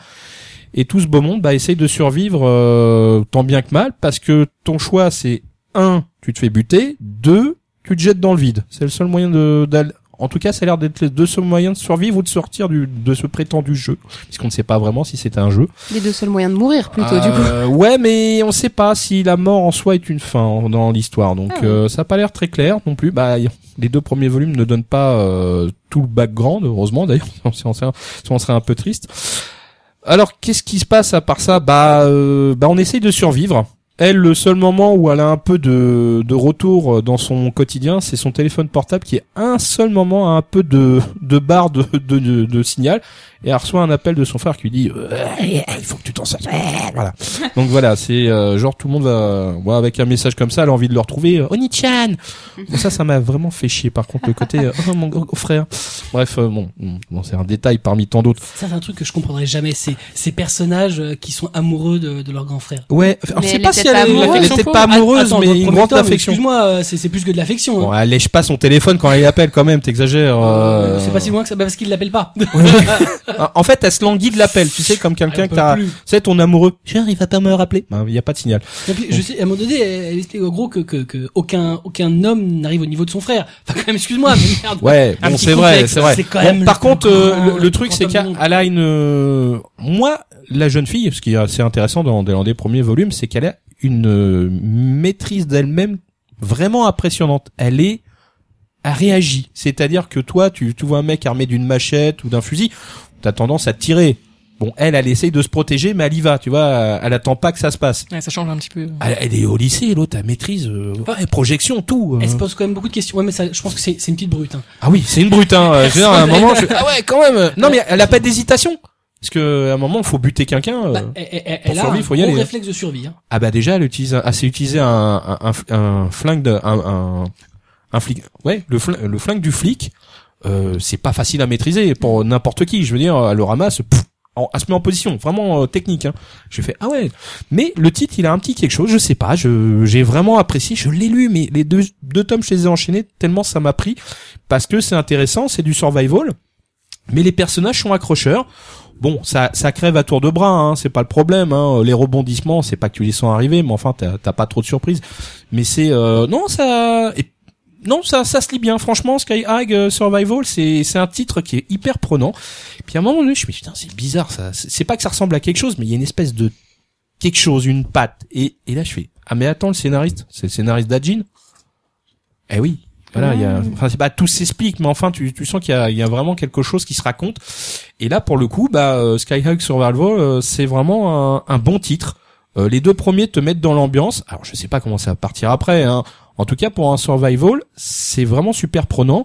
et tout ce beau monde bah, essaye de survivre euh, tant bien que mal parce que ton choix c'est un tu te fais buter deux tu te jettes dans le vide c'est le seul moyen de d'aller- en tout cas ça a l'air d'être les deux seuls moyens de survivre ou de sortir du, de ce prétendu jeu puisqu'on ne sait pas vraiment si c'est un jeu
Les deux seuls moyens de mourir plutôt, du coup.
euh, Ouais, mais on sait pas si la mort en soi est une fin en- dans l'histoire. Donc
Ah ouais.
euh, ça a pas l'air très clair non plus. Bah y- les deux premiers volumes ne donnent pas euh, tout le background, heureusement d'ailleurs, *laughs* si on serait, si on serait un peu triste. Alors qu'est-ce qui se passe à part ça Bah euh, bah on essaye de survivre. Elle, le seul moment où elle a un peu de, de retour dans son quotidien, c'est son téléphone portable qui est un seul moment a un peu de, de barre de, de, de, de signal et elle reçoit un appel de son frère qui lui dit Euh,
Eh,
il faut que tu t'en sortes voilà *laughs* donc voilà c'est euh, genre tout le monde va ouais, avec un message comme ça elle a envie de le retrouver euh, Oni-chan Bon, ça ça m'a vraiment fait chier par contre le côté euh, oh mon gros frère bref euh, bon, bon c'est un détail parmi tant d'autres
Ça, c'est un truc que je comprendrai jamais. C'est ces personnages euh, qui sont amoureux de, de leur grand frère.
ouais alors,
Mais
je
elle
sais pas
était
si elle,
pas
est-
amoureuse,
elle
son
était
pauvre.
pas amoureuse
Attends,
mais
votre
une
premier
grande
tome,
affection
Excuse-moi, euh, c'est c'est plus que de l'affection.
bon
hein.
elle lèche pas son téléphone quand elle appelle quand même t'exagères euh.
Euh, C'est pas si loin que ça, bah, parce qu'il l'appelle
*laughs*
pas.
en fait elle se languit de l'appel tu sais comme quelqu'un
Elle
que
peut
t'as
plus.
c'est ton amoureux tiens il va pas me rappeler Ben, il y a pas de signal
Et puis, je sais, à un moment donné, elle, elle explique au gros que, que, que aucun, aucun homme n'arrive au niveau de son frère. Enfin, quand même, excuse-moi, mais merde.
Ouais,
Un
bon,
petit
c'est vrai,
complexe,
c'est vrai.
c'est quand
Bon,
même
par
le
contre,
grand-
euh, le, le
le
truc,
grand
c'est
homme du monde.
qu'elle a une, euh, moi, la jeune fille, ce qui est assez intéressant dans, dans les premiers volumes, c'est qu'elle a une euh, maîtrise d'elle-même vraiment impressionnante. Elle est, elle réagit. C'est-à-dire que toi, tu, tu vois un mec armé d'une machette ou d'un fusil, t'as tendance à tirer. Bon, elle, elle essaye de se protéger, mais elle y va, tu vois, elle attend pas que ça se passe.
Ouais, ça change un petit peu. euh,
Elle, elle est au lycée, l'autre, elle maîtrise, euh, ouais, projection, tout. euh.
Elle se pose quand même beaucoup de questions. Ouais, mais ça, je pense que c'est c'est une petite brute. Hein.
Ah oui, c'est une brute, hein. Euh, je veux dire, à un moment, je... ah ouais, quand même. euh, Non, mais elle a pas d'hésitation. Parce que, à un moment, faut buter quelqu'un. euh.
Bah, elle elle- elle-
pour
elle a
survivre,
un
faut y
gros
aller.
réflexe de survie. Hein.
Ah bah, déjà, elle utilise, un- elle sait utiliser un, un, un- un flingue de, un, un, un flic. Ouais, le flingue, le flingue du flic, euh, c'est pas facile à maîtriser pour n'importe qui. Je veux dire, elle le ramasse, pff, en- elle se met en position, vraiment euh, technique. Hein. J'ai fait ah ouais. Mais le titre, il a un petit quelque chose. Je sais pas. Je j'ai vraiment apprécié. Je l'ai lu, mais les deux deux tomes, je les ai enchaînés tellement ça m'a pris parce que c'est intéressant, c'est du survival. Mais les personnages sont accrocheurs. Bon, ça, ça crève à tour de bras, hein, c'est pas le problème. Hein. Les rebondissements, c'est pas que tu les sens arriver, mais enfin, t'as t'as pas trop de surprises. Mais c'est euh, non, ça, et- non, ça, ça se lit bien. Franchement, Sky High euh, Survival, c'est c'est un titre qui est hyper prenant. Et puis à un moment donné, je me suis dit, putain, c'est bizarre ça. C'est c'est pas que ça ressemble à quelque chose, mais il y a une espèce de quelque chose, une patte. Et, et là, je fais ah mais attends, le scénariste, c'est le scénariste d'Ajin. Eh oui. Voilà, il y a, enfin, c'est pas tout s'explique, mais enfin, tu, tu sens qu'il y a, il y a vraiment quelque chose qui se raconte. Et là, pour le coup, bah, euh, Skyhawk Survival, euh, c'est vraiment un, un bon titre. Euh, les deux premiers te mettent dans l'ambiance. Alors, je sais pas comment ça va partir après. Hein. En tout cas, pour un survival, c'est vraiment super prenant.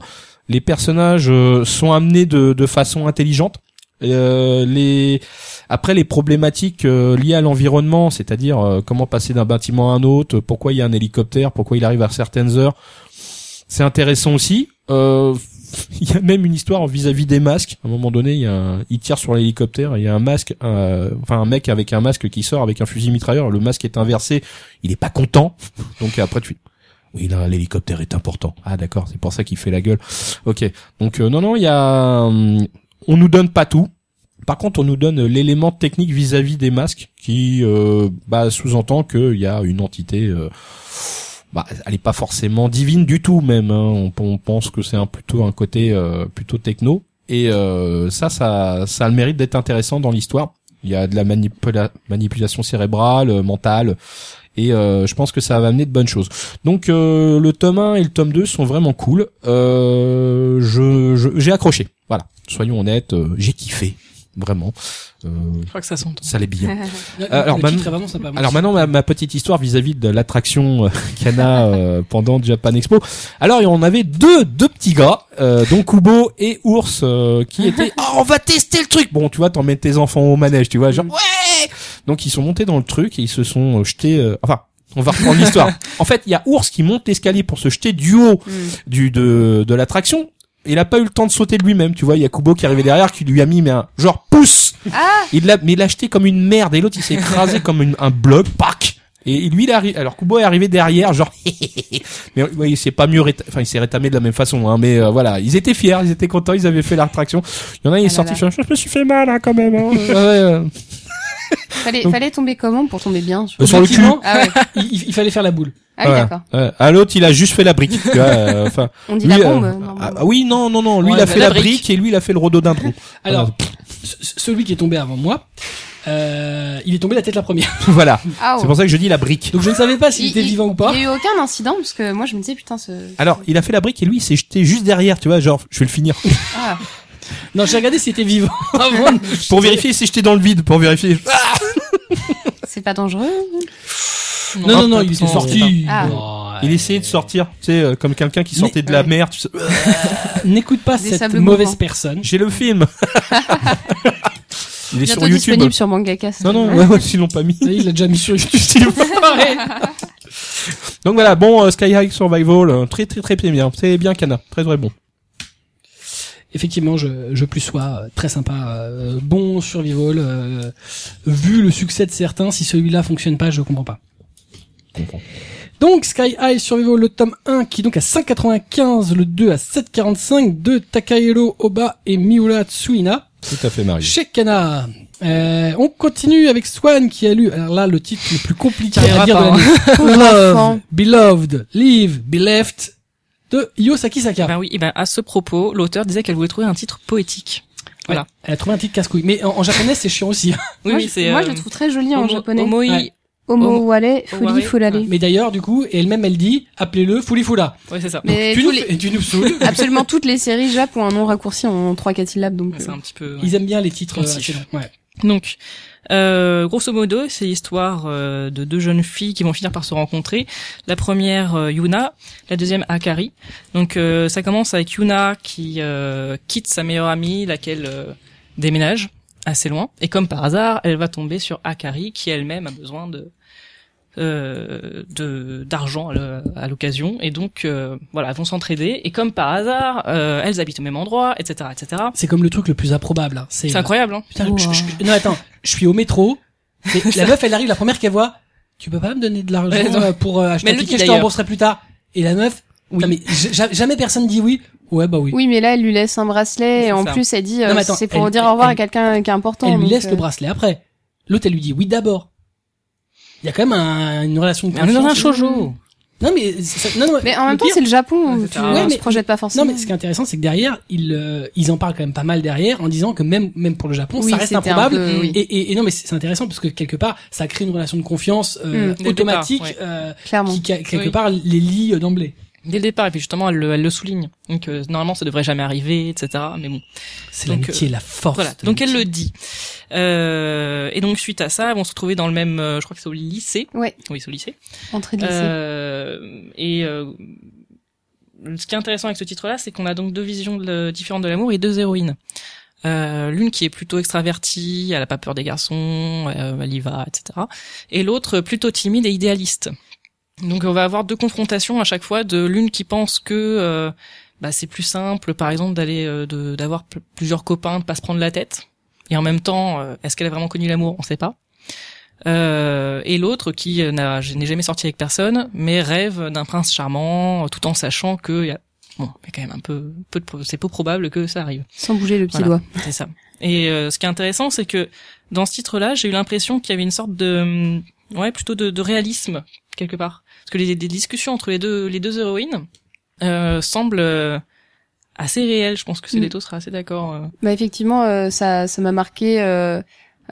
Les personnages euh, sont amenés de, de façon intelligente. Euh, les après les problématiques euh, liées à l'environnement, c'est-à-dire euh, comment passer d'un bâtiment à un autre, pourquoi il y a un hélicoptère, pourquoi il arrive à certaines heures, c'est intéressant aussi. Euh, *laughs* il y a même une histoire vis-à-vis des masques. À un moment donné, il, y a un- il tire sur l'hélicoptère, et il y a un masque, euh, enfin un mec avec un masque qui sort avec un fusil mitrailleur. Le masque est inversé, il est pas content. *laughs* Donc après tu oui, là, l'hélicoptère est important. Ah d'accord, c'est pour ça qu'il fait la gueule. Ok. Donc euh, non, non, il y a, hum, on nous donne pas tout. Par contre, on nous donne euh, l'élément technique vis-à-vis des masques qui euh, bah, sous-entend qu'il y a une entité. euh, bah, elle est pas forcément divine du tout même. hein. On, on pense que c'est un plutôt un côté euh, plutôt techno. Et euh, ça, ça, ça a le mérite d'être intéressant dans l'histoire. Il y a de la manipula- manipulation cérébrale, euh, mentale, et euh, je pense que ça va amener de bonnes choses. Donc euh, le tome 1 et le tome 2 sont vraiment cool. Euh, je, je- j'ai accroché. Voilà. Soyons honnêtes, euh, j'ai kiffé vraiment. Euh,
Je crois que ça s'entend.
ça l'est bien.
Alors,
alors,
Euh, le
maintenant-
titre hein, est vraiment sympa.
Alors maintenant ma, ma petite histoire vis-à-vis de l'attraction euh, *laughs* Kana euh, pendant Japan Expo. Alors il y en avait deux deux petits gars, euh, dont Kubo et Ours euh, qui étaient "Ah, on va tester le truc. Bon, tu vois, t'emmènes tes enfants au manège, tu vois, genre ouais. Donc ils sont montés dans le truc et ils se sont euh, jetés euh, enfin on va reprendre l'histoire. En fait, il y a Ours qui monte l'escalier pour se jeter du haut du de, de l'attraction. Il a pas eu le temps de sauter de lui-même, tu vois. Il y a Kubo qui est arrivé derrière, qui lui a mis mais un genre pouce.
Ah
Il l'a mais il l'a jeté comme une merde et l'autre il s'est
*laughs*
écrasé comme une- un bloc. Pac. Et lui il arrive. Alors Kubo est arrivé derrière, genre. *laughs* mais ouais, il s'est pas mieux. réta- Enfin, il s'est rétamé de la même façon. Hein, mais euh, voilà, ils étaient fiers, ils étaient contents, ils avaient fait l'attraction. Il y en a, il est
Ah là
sorti.
là.
Je me suis fait mal hein, quand même.
*laughs*
hein. Ouais, ouais.
Fallait,
Donc-
fallait tomber comment pour tomber bien je
Euh, sur le cul.
Effectivement,
Ah ouais,
il, il- il fallait faire la boule.
ah oui,
Ouais.
d'accord.
Ouais. À l'autre, il a juste fait la brique. tu vois, euh, Enfin.
On dit
lui,
la
euh,
bombe.
ah,
normalement.
ah oui, non, non, non. Lui,
Ouais,
il a
bah,
fait la
la
brique.
brique.
et lui, il a fait le rododindron.
Alors, ce- celui qui est tombé avant moi, euh, il est tombé la tête la première.
*laughs* voilà.
Ah, oh.
C'est pour ça que je dis la brique.
Donc je ne savais pas s'il
Il-
était
il-
vivant ou pas.
Il y a eu aucun incident parce que moi je me disais putain ce.
Alors, il a fait la brique et lui, il s'est jeté juste derrière, tu vois, genre, je vais le finir.
Ah.
Non, j'ai regardé s'il était vivant avant. de-
*laughs* pour vérifier, il s'est jeté dans le vide, pour vérifier.
C'est pas dangereux.
Non, non, non, il était
t'entends-
sorti.
Ah.
Oh,
Il
ouais.
essayait de sortir, tu sais, euh, comme quelqu'un qui
Mais-
sortait de la
ouais.
mer. tu sais. Euh,
N'écoute pas
Des
cette
sables
mauvaise
mouvants.
personne.
J'ai le film. *laughs* il est
Bientôt
sur YouTube.
disponible sur Mangaka. ça.
Non, non, ouais, ouais, ils l'ont pas mis.
Ça y est, Il l'a déjà mis sur YouTube.
*laughs* Donc voilà, bon, euh, Sky High Survival, euh, très très très bien. C'est bien, Cana. Très très bon.
Effectivement, je, je plus sois euh, très sympa, euh, bon survival. euh, vu le succès de certains, si celui-là fonctionne pas, je comprends pas. Donc Sky High Survival, le tome 1 qui est donc à 5,95, le 2 à 7,45 de Takahiro Oba et Miura Tsuina.
Tout à fait, Marie.
Chez Kana. Euh, on continue avec Swan qui a lu, alors là, le titre le plus compliqué
Carré
à dire de
rapport,
l'année. Love,
enfant.
Beloved, Live, Be Left de Yosaki Saka.
Ben oui, et ben à ce propos, l'auteur disait qu'elle voulait trouver un titre poétique. voilà.
Elle a trouvé un titre casse-couille. Mais en, en japonais, c'est chiant aussi. hein.
Oui,
moi,
oui,
je,
c'est.
moi,
euh,
je le trouve très joli en
Omo-
japonais.
Omoi.
Ouais.
Omo wale,
Omo
fuli
wale.
fulale.
Mais d'ailleurs, du coup, elle-même, elle dit, appelez-le Fulifula.
Ouais, c'est ça.
Mais
Tu
tous
nous,
les-
et tu nous saoules.
absolument toutes les séries Jap ont un nom raccourci en 3-4 syllabes donc.
Ah,
C'est
euh,
un petit peu. ouais.
Ils aiment bien les titres euh,
Pensif.
assez longs. Ouais.
Donc, euh, grosso modo, c'est l'histoire euh, de deux jeunes filles qui vont finir par se rencontrer. La première, euh, Yuna, la deuxième, Akari. Donc, euh, ça commence avec Yuna qui euh, quitte sa meilleure amie, laquelle euh, déménage assez loin. Et comme par hasard, elle va tomber sur Akari, qui elle-même a besoin de euh, de d'argent à le- à l'occasion et donc euh, voilà elles vont s'entraider et comme par hasard euh, elles habitent au même endroit etc etc
C'est comme le truc le plus improbable. hein. C'est
c'est incroyable hein
Putain,
Wow.
je- je- je- non, attends, je suis au métro. et la meuf, elle arrive, la première qu'elle voit, tu peux pas me donner de l'argent
Ouais, non.
euh, pour euh, acheter
Mais
un
elle le
ticket,
dit
je te
d'ailleurs.
rembourserai plus tard. Et la meuf,
Oui.
putain, mais j- ja- jamais personne dit oui. Ouais, bah oui.
Oui, mais là, elle lui laisse un bracelet
C'est
et en
ça.
plus, elle dit euh,
Non, mais attends,
c'est pour
elle-
dire au revoir
elle-
à quelqu'un qui est important.
elle lui
donc,
laisse
euh,
le bracelet après. L'autre, elle lui dit oui d'abord. Il y a quand même un- une relation de
on est Ah, dans un
confiance.
shoujo
Non, mais, c'est- non, non,
Mais en même
le
temps,
pire-
c'est le Japon
Ouais,
où
c'est
tu
ça.
Ouais,
on
mais-
se projette pas
Non
forcément.
mais ce qui est intéressant c'est que derrière ils euh, ils en parlent quand même pas mal derrière en disant que même même pour le Japon
Oui,
ça reste
c'était un
improbable
peu- oui,
et, et, et non mais c'est c'est intéressant parce que quelque part ça crée une relation de confiance euh,
Mm.
Dès le
automatique
départ,
euh,
clairement.
qui ca- quelque
Ah Oui.
part les lie euh, d'emblée.
dès le départ et puis justement elle le, elle le souligne donc euh, normalement ça devrait jamais arriver etc mais bon
C'est
Donc, euh,
l'amitié la force.
voilà
de
donc elle
l'amitié.
le dit Euh, et donc suite à ça elles vont se retrouver dans le même euh, je crois que c'est au lycée
Ouais,
oui c'est au lycée
entrée de lycée.
Euh, et euh, ce qui est intéressant avec ce titre-là, c'est qu'on a donc deux visions de le- différentes de l'amour et deux héroïnes. Euh, L'une qui est plutôt extravertie, elle a pas peur des garçons, euh, elle y va, etc. Et l'autre plutôt timide et idéaliste. Donc on va avoir deux confrontations à chaque fois de l'une qui pense que euh, bah, c'est plus simple, par exemple, d'aller euh, de- d'avoir pl- plusieurs copains, de pas se prendre la tête. Et en même temps, euh, est-ce qu'elle a vraiment connu l'amour On sait pas. Euh, et l'autre qui euh, n'a- je n'ai jamais sorti avec personne, mais rêve d'un prince charmant, euh, tout en sachant que y a, bon, il y a quand même un peu, peu de pro- c'est peu probable que ça arrive.
Sans bouger le petit
Voilà.
doigt.
C'est ça. Et euh, ce qui est intéressant, c'est que dans ce titre-là, j'ai eu l'impression qu'il y avait une sorte de, hum, ouais, plutôt de, de réalisme quelque part, parce que les, les discussions entre les deux, les deux héroïnes euh, semblent euh, assez réelles. Je pense que
Mm.
Céléto sera assez d'accord. euh.
Bah effectivement, euh, ça ça m'a marqué euh,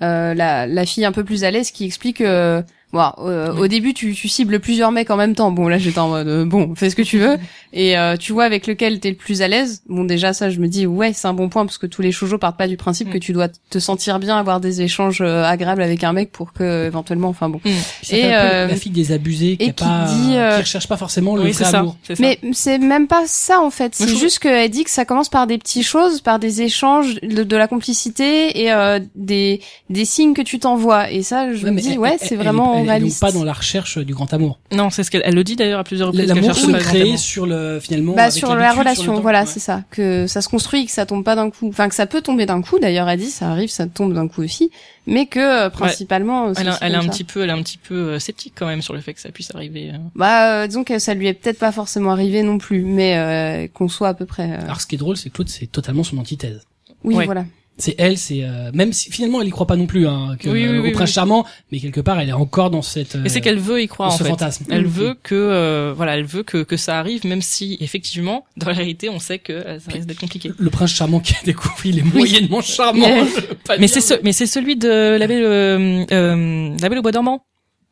euh, la la fille un peu plus à l'aise qui explique. euh, bon, alors, euh,
Oui.
au début, tu, tu cibles plusieurs mecs en même temps. Bon, là, j'étais en mode euh, bon, fais ce que
*laughs*
tu veux. Et euh, tu vois avec lequel t'es le plus à l'aise. Bon, déjà ça, je me dis ouais, c'est un bon point parce que tous les shoujo partent pas du principe
Mm.
que tu dois te sentir bien, avoir des échanges euh, agréables avec un mec pour que éventuellement, enfin bon.
Puis ça fait un peu
et, euh,
la fille des abusés qui,
et
a
qui
pas,
dit, euh,
qui recherche pas forcément le
Oui,
vrai
c'est ça.
amour.
c'est ça.
Mais c'est même pas ça en fait. C'est
je trouve-
juste qu'elle dit que ça commence par des petites choses, par des échanges, de, de la complicité et euh, des des signes que tu t'envoies. Et ça, je
Ouais,
me
mais
dis
elle-
ouais,
elle-
c'est
elle-
vraiment
elle, elle est donc
réaliste.
pas dans la recherche du grand amour.
non, c'est ce qu'elle elle le dit d'ailleurs à plusieurs reprises. qu'elle
L'amour
cherche
se
pas le grand
crée
amour.
sur le finalement
Bah
avec
sur la
l'habitude, sur le
relation,
temps.
voilà,
Ouais.
c'est ça. Que ça se construit, que ça tombe pas d'un coup. Enfin que ça peut tomber d'un coup. D'ailleurs, elle dit ça arrive, ça tombe d'un coup aussi. Mais que euh, principalement, euh, c'est
Elle, a-
aussi
elle est
comme
un
ça.
petit peu, elle est un petit peu euh, sceptique quand même sur le fait que ça puisse arriver. euh.
Bah euh, disons que ça lui est peut-être pas forcément arrivé non plus, mais euh, qu'on soit à peu près. euh,
Alors ce qui est drôle c'est que Claude c'est totalement son antithèse.
Oui,
Ouais.
voilà.
C'est elle, c'est euh, même si finalement elle y croit pas non plus hein, que,
Oui, oui,
euh,
oui,
au prince
oui.
charmant, mais quelque part elle est encore dans cette.
Mais c'est
euh,
qu'elle veut y croire
dans
en
ce
fait.
fantasme.
Elle
Mm.
veut que, euh, voilà, elle veut que, que ça arrive, même si effectivement, dans la réalité, on sait que euh, ça risque d'être compliqué.
Le prince charmant qui a découvert, il est moyennement charmant.
*laughs*
Mais-
je veux pas
Mais
dire,
c'est ce, mais c'est celui de la Belle, euh, euh, la Belle au bois dormant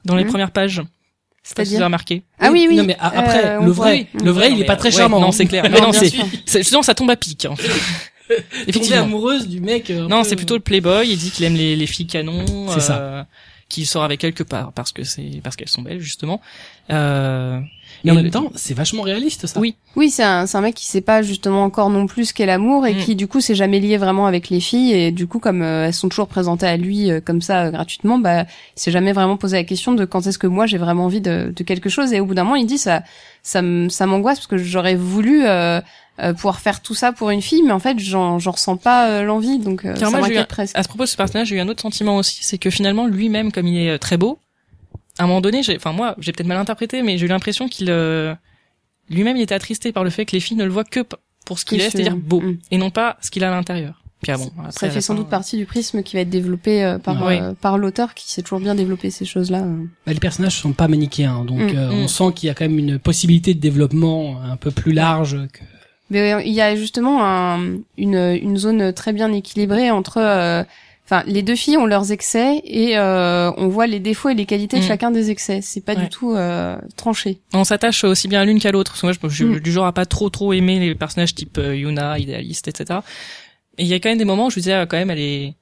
dans les
Mhm.
premières pages. Si vous avez
C'est-à-dire.
remarqué.
Ah oui, oui.
Non mais a- après,
Euh, on
le
voit.
vrai,
Oui.
le vrai,
Ouais,
il
non,
est pas
mais,
très
ouais,
charmant. hein.
Non, c'est clair. Mais non,
bien
c'est,
sûr.
c'est- justement, ça tombe à pic. hein.
Effectivement,
Effectivement.
amoureuse du mec. euh, un
Non,
peu-
c'est plutôt le playboy. Il dit qu'il aime les, les filles canons.
C'est ça.
euh, Qu'il sort avec quelque part parce que c'est parce qu'elles sont belles justement. Euh,
Mais en
et
même
le-
temps, c'est vachement réaliste ça.
Oui.
Oui, c'est un, c'est un mec qui sait pas justement encore non plus ce qu'est l'amour et
Mm.
qui du coup s'est jamais lié vraiment avec les filles et du coup comme euh, elles sont toujours présentées à lui euh, comme ça euh, gratuitement, bah il s'est jamais vraiment posé la question de quand est-ce que moi j'ai vraiment envie de, de quelque chose et au bout d'un moment il dit ça ça m- ça m'angoisse parce que j'aurais voulu euh, euh, pouvoir faire tout ça pour une fille mais en fait j'en j'en ressens pas euh, l'envie donc euh, ça
Car moi, j'ai eu un-
m'inquiète presque.
à ce propos de ce personnage, j'ai eu un autre sentiment aussi, c'est que finalement lui-même, comme il est euh, très beau, à un moment donné, j'ai, enfin moi, j'ai peut-être mal interprété, mais j'ai eu l'impression qu'il euh, lui-même il était attristé par le fait que les filles ne le voient que p- pour ce qu'il
Oui,
est,
je-
c'est-à-dire beau,
Mm.
et non pas ce qu'il a à l'intérieur. Puis ah bon, après,
Ça
à la
fait sans
fin,
doute partie du prisme qui va être développé euh, par
Ouais.
euh, par l'auteur qui sait toujours bien développer ces choses-là. euh.
Bah, les personnages sont pas manichéens, donc
Mm,
euh, on
mm.
sent qu'il y a quand même une possibilité de développement un peu plus large. Que...
Mais euh, il y a justement un- une, une zone très bien équilibrée entre... euh, Enfin, les deux filles ont leurs excès et euh, on voit les défauts et les qualités de
Mm.
chacun des excès. C'est pas
Ouais.
du tout euh, tranché.
On s'attache aussi bien à l'une qu'à l'autre. Parce que moi, je, je-
Mm.
du genre à pas trop trop aimer les personnages type euh, Yuna, idéaliste, etc. Et il y a quand même des moments où je me disais ah, quand même elle est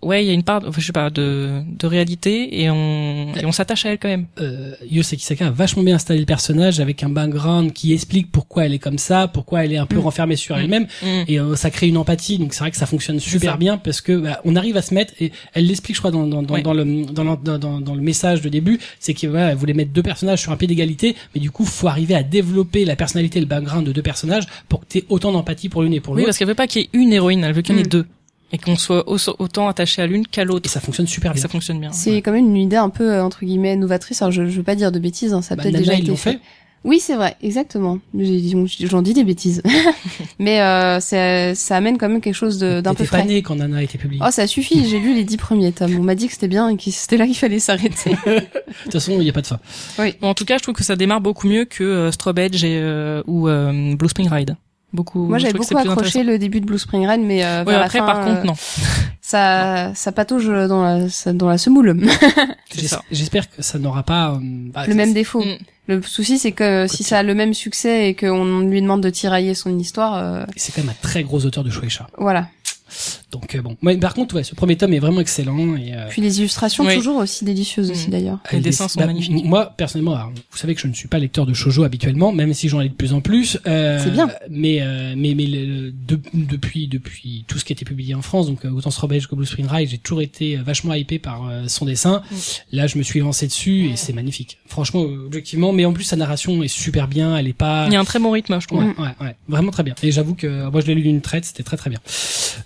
ouais, il y a une part, enfin, je sais pas, de, de réalité et on, et on s'attache à elle quand même.
euh, Yoseki Saka a vachement bien installé le personnage avec un background qui explique pourquoi elle est comme ça, pourquoi elle est un peu
Mm.
renfermée sur
Mm.
elle-même,
Mm.
et euh, ça crée une empathie. Donc c'est vrai que ça fonctionne super
ça.
bien parce que bah, on arrive à se mettre. Et elle l'explique, je crois, dans, dans, dans,
Ouais.
dans le dans, l'en- dans, dans- dans le message de début, c'est qu'elle voilà, elle voulait mettre deux personnages sur un pied d'égalité, mais du coup, faut arriver à développer la personnalité et le background de deux personnages pour que t'aies autant d'empathie pour l'une et pour
Oui,
l'autre.
parce qu'elle veut pas qu'il y ait une héroïne, elle veut qu'il y en ait
Mm.
deux. Et qu'on soit au- autant attaché à l'une qu'à l'autre.
et ça fonctionne super
Et
bien.
ça fonctionne bien.
C'est quand même une idée un peu euh, entre guillemets novatrice. Alors je, je veux pas dire de bêtises, hein, ça a
Bah,
peut-être
Nana,
déjà
ils
été
l'ont
fait.
fait.
Oui, c'est vrai, exactement. J'ai dit- J'en dis des bêtises, *laughs* mais euh, ça, ça amène quand même quelque chose de- euh, d'un peu
T'étais
frais.
pas né quand Nana a été publiée.
Oh, ça suffit. J'ai lu les dix premiers tomes. On m'a dit que c'était bien et que c'était là qu'il fallait s'arrêter.
De toute façon, il y a pas de fin.
Bon, en tout cas, je trouve que ça démarre beaucoup mieux que euh, Strobe Edge et, euh, ou euh, Blue Spring Ride. Beaucoup.
Moi,
je
j'avais
trouve que c'est
beaucoup
plus
accroché le début de Blue Spring Run, mais euh,
intéressant.
vers
Ouais,
la
après,
fin,
par
euh,
contre, non.
ça, ça patauge dans la, ça- dans la semoule. *laughs*
C'est
J'es-
ça.
J'espère que ça n'aura pas euh, bah,
le même défaut.
Mm.
Le souci, c'est que si ça a le même succès et qu'on lui demande de tirailler son histoire, euh,
c'est quand même un très gros auteur de Shueisha.
voilà.
Donc euh, bon, mais par contre ouais, ce premier tome est vraiment excellent et euh,
Puis les illustrations,
Oui.
toujours aussi délicieuses
Mm.
aussi d'ailleurs.
Les
elle
dessins
décide-
sont magnifiques.
bah, m- Moi personnellement, alors, vous savez que je ne suis pas lecteur de shojo habituellement, même si j'en ai de plus en plus. euh,
C'est bien.
Mais euh, mais mais le- de- depuis depuis tout ce qui a été publié en France, donc euh, autant Strobage que Blue Spring Ride, j'ai toujours été euh, vachement hypé par euh, son dessin.
Mm.
Là, je me suis lancé dessus et c'est magnifique. Franchement, objectivement, mais en plus sa narration est super bien. Elle est pas.
Il y a un très bon rythme, je trouve.
Ouais,
Mm.
ouais, ouais. Vraiment très bien. Et j'avoue que euh, moi je l'ai lu d'une traite, c'était très très bien.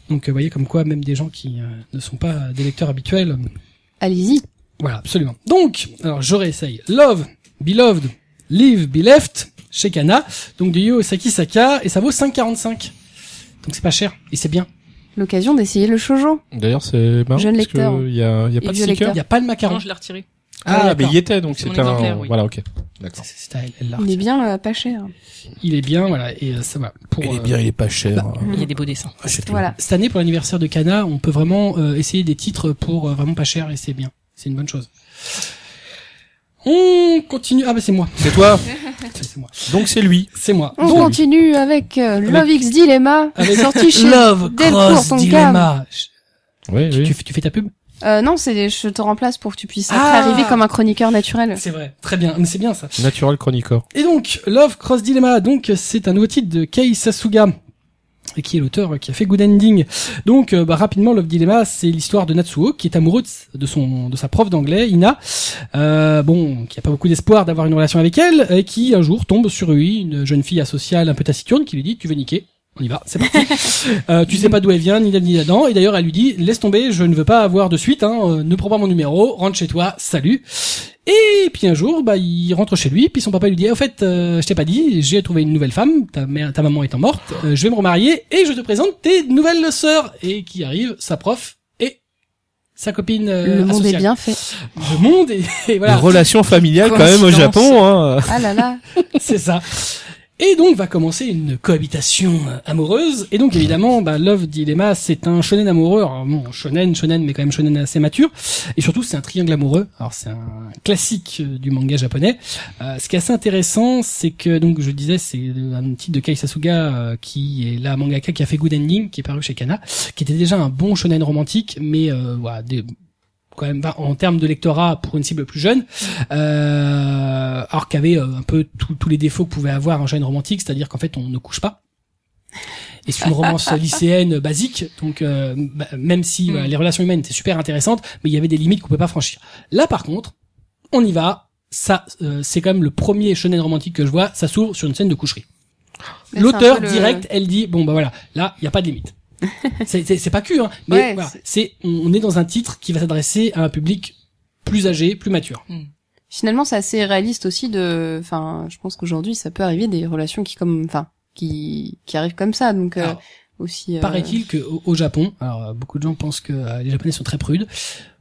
Donc euh, vous voyez comme quoi même des gens qui euh, ne sont pas euh, des lecteurs habituels, euh,
Allez-y.
voilà, absolument. Donc, alors je réessaye. Love, Beloved, Live, Be Left, chez Kana, donc du Yo Saki Saka, et ça vaut 5,45. Donc c'est pas cher, et c'est bien.
L'occasion d'essayer le shoujo.
D'ailleurs, c'est marrant
Jeune
parce
lecteur.
que il y a, il y a
Et
pas de
vieux
sticker.
Il n'y a pas le macaron.
Non, je l'ai retiré.
Ah,
Ah, mais
d'accord.
il y était donc
C'est mon
c'était un.
exemplaire, oui.
Voilà, ok. D'accord.
C'est- c'est à elle, elle l'a
Il est
retiré.
bien euh, pas cher.
Il est bien, voilà, et euh, ça va. Pour,
Il est
euh,
Eh bien, il est pas cher. Ah,
Il y a des beaux dessins.
Achète-le.
Voilà.
Cette année, pour l'anniversaire de Kana, on peut vraiment euh, essayer des titres pour euh, vraiment pas cher et c'est bien. C'est une bonne chose. On continue. Ah bah c'est moi.
C'est toi.
C'est c'est moi.
Donc c'est lui.
C'est moi.
On
Donc,
continue avec euh, Love X
*laughs*
Dilemma.
avec
sorti chez
Love
Delcourt,
Cross
ton
Dilemma. Ch-
Oui,
Tu, tu- tu fais ta pub
Euh, non, c'est je te remplace pour que tu puisses
Ah.
après arriver comme un chroniqueur naturel.
C'est vrai. Très bien. Mais c'est bien ça.
Natural Chronicor.
Et donc, Love Cross Dilemma, donc c'est un nouveau titre de Kei Sasuga et qui est l'auteur qui a fait Good Ending. Donc euh, bah, rapidement, Love Dilemma, c'est l'histoire de Natsuo qui est amoureux de, s- de son de sa prof d'anglais, Ina, euh, bon, qui a pas beaucoup d'espoir d'avoir une relation avec elle, et qui un jour tombe sur lui, une jeune fille asociale un peu taciturne, qui lui dit tu veux niquer. On y va, c'est parti. euh, tu sais pas d'où elle vient, ni d'Adam ni d'Adam. Et d'ailleurs, elle lui dit, laisse tomber, je ne veux pas avoir de suite, hein, euh, ne prends pas mon numéro, rentre chez toi, salut. Et puis un jour, bah, il rentre chez lui, puis son papa lui dit, au fait, euh, je t'ai pas dit, j'ai trouvé une nouvelle femme, ta, mère, ta maman étant morte, euh, je vais me remarier et je te présente tes nouvelles sœurs. Et qui arrive, sa prof et sa copine euh,
le monde
associée.
est bien fait.
Le monde est, *laughs* et voilà.
Les relations familiales quand même au
Coïncidence.
Japon. Hein.
Ah là
*laughs*
là.
*laughs* C'est ça. Et donc va commencer une cohabitation euh, amoureuse. Et donc évidemment, bah, Love Dilemma, c'est un shonen amoureux. Alors, bon, shonen, shonen, mais quand même shonen assez mature. Et surtout, c'est un triangle amoureux. Alors c'est un classique euh, du manga japonais. Euh, ce qui est assez intéressant, c'est que donc je disais, c'est euh, un titre de Kai Sasuga euh, qui est là mangaka qui a fait Good Ending, qui est paru chez Kana, qui était déjà un bon shonen romantique, mais euh, voilà, des- quand même bah, en termes de lectorat pour une cible plus jeune euh, alors qu'avait euh, un peu tout- tous les défauts que pouvait avoir un jeune romantique, c'est-à-dire qu'en fait on ne couche pas. Et c'est une
*laughs*
romance lycéenne basique, donc euh, bah, même si
Hmm.
Mm.
voilà, les relations humaines c'est super intéressante, mais il y avait des limites qu'on pouvait pas franchir. Là par contre, on y va. Ça, euh, c'est quand même le premier shonen romantique que je vois. Ça s'ouvre sur une scène de coucherie.
Mais c'est un
L'auteur
peu le-
direct, elle dit bon bah voilà, là il y a pas de
*laughs*
limite. c'est c'est- c'est pas cul, hein, mais
Ouais,
voilà,
c'est-
c'est on on est dans un titre qui va s'adresser à un public plus âgé, plus mature.
Finalement, c'est assez réaliste aussi de. Enfin, je pense qu'aujourd'hui, ça peut arriver des relations qui comme, enfin, qui qui arrivent comme ça. Donc euh,
Alors,
aussi. euh,
Paraît-il que au au Japon, alors euh, beaucoup de gens pensent que euh, les Japonais sont très prudes,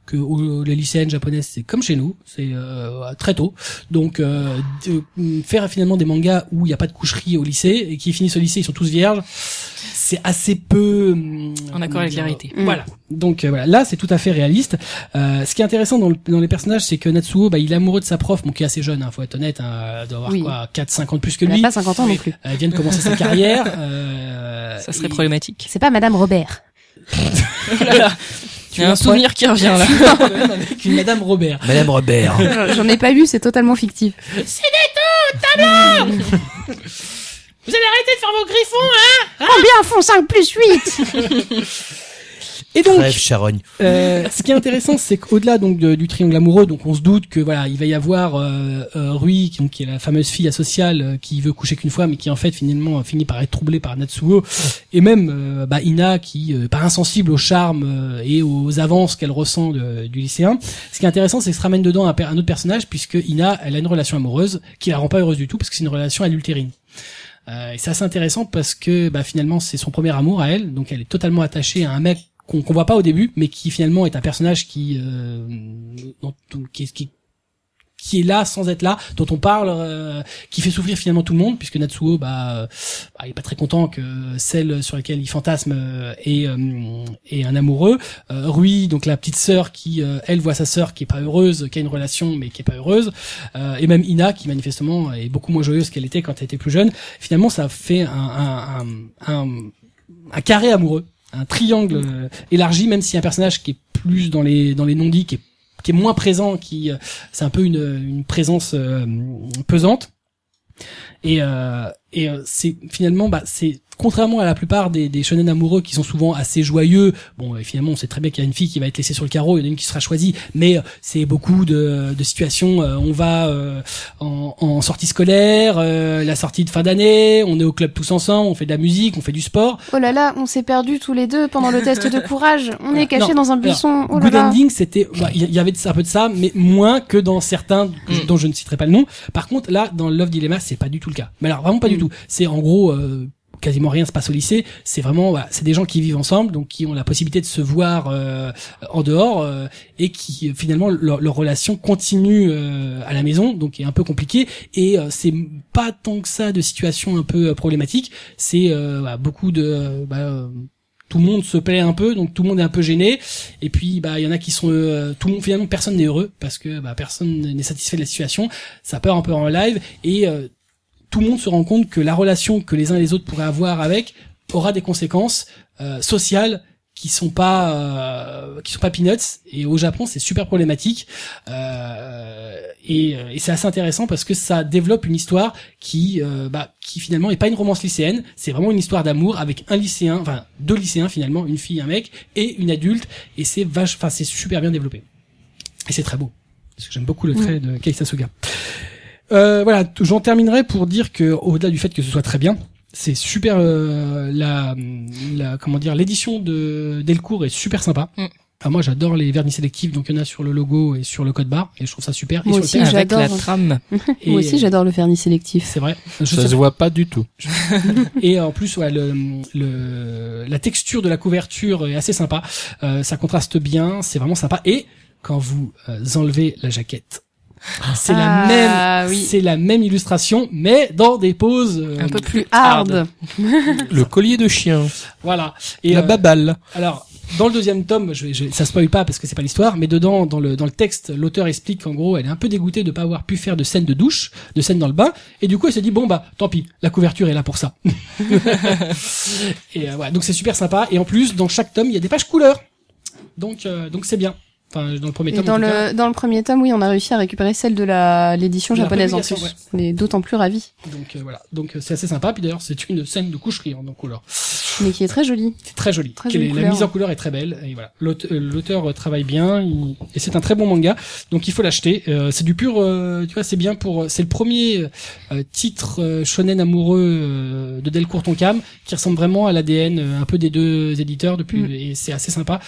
que au- les lycéennes japonaises c'est comme chez nous, c'est euh, très tôt. Donc euh, de- mm, faire finalement des mangas où il n'y a pas de coucherie au lycée et qui finissent au lycée ils sont tous vierges, c'est assez peu hum,
En accord avec la
euh,
réalité.
Mm.
Voilà. Donc euh, voilà, là c'est tout à fait réaliste. Euh, ce qui est intéressant dans, le- dans les personnages, c'est que Natsuo, bah, il est amoureux de sa prof, bon, qui est assez jeune, hein, faut être honnête, hein, doit avoir
Oui.
quoi, 4-5 ans de plus que
Elle a
lui.
pas 50 ans
Oui.
non plus.
Elle vient de commencer sa
*laughs*
carrière. Euh,
Ça serait
et- *laughs*
problématique.
C'est pas Madame Robert.
Il y a un
m'as
souvenir qui
*laughs*
revient là.
Tu m'as problème avec une Madame Robert.
Madame Robert.
Euh,
J'en ai pas vu, c'est totalement fictif.
Vous allez arrêter de faire vos griffons
*laughs* Combien font 5 plus 8
Et donc,
Charogne.
Euh, ce qui est intéressant, c'est qu'au-delà donc de- du triangle amoureux, donc on se doute que voilà, il va y avoir euh, euh, Rui, qui, donc, qui est la fameuse fille asociale euh, qui veut coucher qu'une fois, mais qui en fait finalement euh, finit par être troublée par Natsuo, et même euh, bah, Ina qui euh, pas insensible au charme euh, et aux avances qu'elle ressent de- du lycéen. Ce qui est intéressant, c'est que se ramène dedans un, per- un autre personnage puisque Ina, elle a une relation amoureuse qui la rend pas heureuse du tout parce que c'est une relation adultérine. Euh, et c'est assez intéressant parce que bah, finalement c'est son premier amour à elle, donc elle est totalement attachée à un mec qu'on qu'on voit pas au début, mais qui finalement est un personnage qui euh, dont- dont- qui, qui qui est là sans être là, dont on parle, euh, qui fait souffrir finalement tout le monde, puisque Natsuo, bah, euh, bah, il est pas très content que celle sur laquelle il fantasme euh, est, euh, est un amoureux. Euh, Rui, donc la petite sœur qui, euh, elle voit sa sœur qui est pas heureuse, qui a une relation mais qui est pas heureuse, euh, et même Ina qui manifestement est beaucoup moins joyeuse qu'elle était quand elle était plus jeune. Finalement, ça fait un, un, un, un, un carré amoureux, un triangle euh, élargi, même si un personnage qui est plus dans les dans les non-dits, qui est qui est moins présent, qui euh, c'est un peu une, une présence euh, pesante. Et, euh, et euh, c'est finalement, bah, c'est contrairement à la plupart des, des shonen amoureux qui sont souvent assez joyeux. Bon, et finalement, on sait très bien qu'il y a une fille qui va être laissée sur le carreau, il y en a une qui sera choisie, mais euh, c'est beaucoup de, de situations. euh, on va euh, en, en sortie scolaire, euh, la sortie de fin d'année, on est au club tous ensemble, on fait de la musique, on fait du sport.
Oh là là, on s'est perdus tous les deux pendant le test de courage. On est cachés
Non,
dans un buisson. Oh là
Good
là.
Ending, c'était, bah, il y y avait de ça- un peu de ça, mais moins que dans certains que-
Mm.
dont je ne citerai pas le nom. Par contre, là, dans Love Dilemma, c'est pas du tout le cas. Mais alors vraiment
Mm.
pas du tout. C'est en gros. euh, quasiment rien se passe au lycée, c'est vraiment voilà, c'est des gens qui vivent ensemble donc qui ont la possibilité de se voir euh, en dehors euh, et qui euh, finalement leur, leur relation continue euh, à la maison donc est un peu compliquée et euh, c'est pas tant que ça de situation un peu euh, problématique, c'est euh, voilà, beaucoup de euh, bah, euh, tout le monde se plaît un peu, donc tout le monde est un peu gêné. Et puis, bah, il y en a qui sont, euh, tout le monde finalement personne n'est heureux parce que bah, personne n'est satisfait de la situation. Ça part un peu en live et euh, tout le monde se rend compte que la relation que les uns et les autres pourraient avoir avec aura des conséquences euh, sociales qui sont pas euh, qui sont pas peanuts et au Japon c'est super problématique Euh, et, euh, et c'est assez intéressant parce que ça développe une histoire qui euh, bah, qui finalement est pas une romance lycéenne c'est vraiment une histoire d'amour avec un lycéen enfin deux lycéens finalement une fille un mec et une adulte et c'est vache enfin c'est super bien développé et c'est très beau parce que j'aime beaucoup le trait de Kei Sasuga euh, voilà, t- j'en terminerai pour dire que au-delà du fait que ce soit très bien, c'est super euh, la, la comment dire l'édition de Delcourt est super sympa.
Mm.
Alors moi j'adore les vernis sélectifs, donc il y en a sur le logo et sur le code barre et je trouve ça super.
Moi
et sur
aussi,
le
Avec
j'adore.
la trame.
texte. Et- euh,
Moi aussi, j'adore le vernis sélectif.
C'est vrai. Je
Ça
sais-
se voit pas du tout.
et euh, en plus ouais, le, le- la texture de la couverture est assez sympa Euh, ça contraste bien c'est vraiment sympa et quand vous euh, enlevez la jaquette c'est la
Ah,
même
oui.
c'est la même illustration mais dans des poses euh,
Un peu
Plus hard.
Le collier de chien.
*laughs* voilà
Et la
euh,
baballe.
Alors, dans le deuxième tome, je, je, ça spoil pas parce que c'est pas l'histoire, mais dedans, dans le, dans le texte, l'auteur explique qu'en gros, elle est un peu dégoûtée de pas avoir pu faire de scène de douche, de scène dans le bain, et du coup, elle se dit bon bah, tant pis, la couverture est là pour ça. et euh, voilà, donc c'est super sympa. Et en plus, dans chaque tome, il y a des pages couleurs, donc euh, donc c'est bien. Enfin, dans le premier
Et
tome. en
dans
tout cas.
le, dans le premier tome, oui, on a réussi à récupérer celle de la, l'édition
De la
japonaise en plus.
publication,
On est d'autant plus ravis.
Donc euh, voilà, donc euh, c'est assez sympa. Puis d'ailleurs, c'est une scène de coucherie en en couleur.
Mais qui est très jolie.
C'est très joli.
Très
Quelle
jolie
est- la
couleur.
mise en couleur est très belle. Et voilà, L'aute- euh, l'auteur euh, travaille bien il- et c'est un très bon manga. Donc il faut l'acheter. Euh, c'est du pur, euh, tu vois, c'est bien pour. C'est le premier euh, titre euh, shonen amoureux euh, de Delcourt Tonkam qui ressemble vraiment à l'ADN euh, un peu des deux éditeurs depuis.
Mm.
Et c'est assez sympa.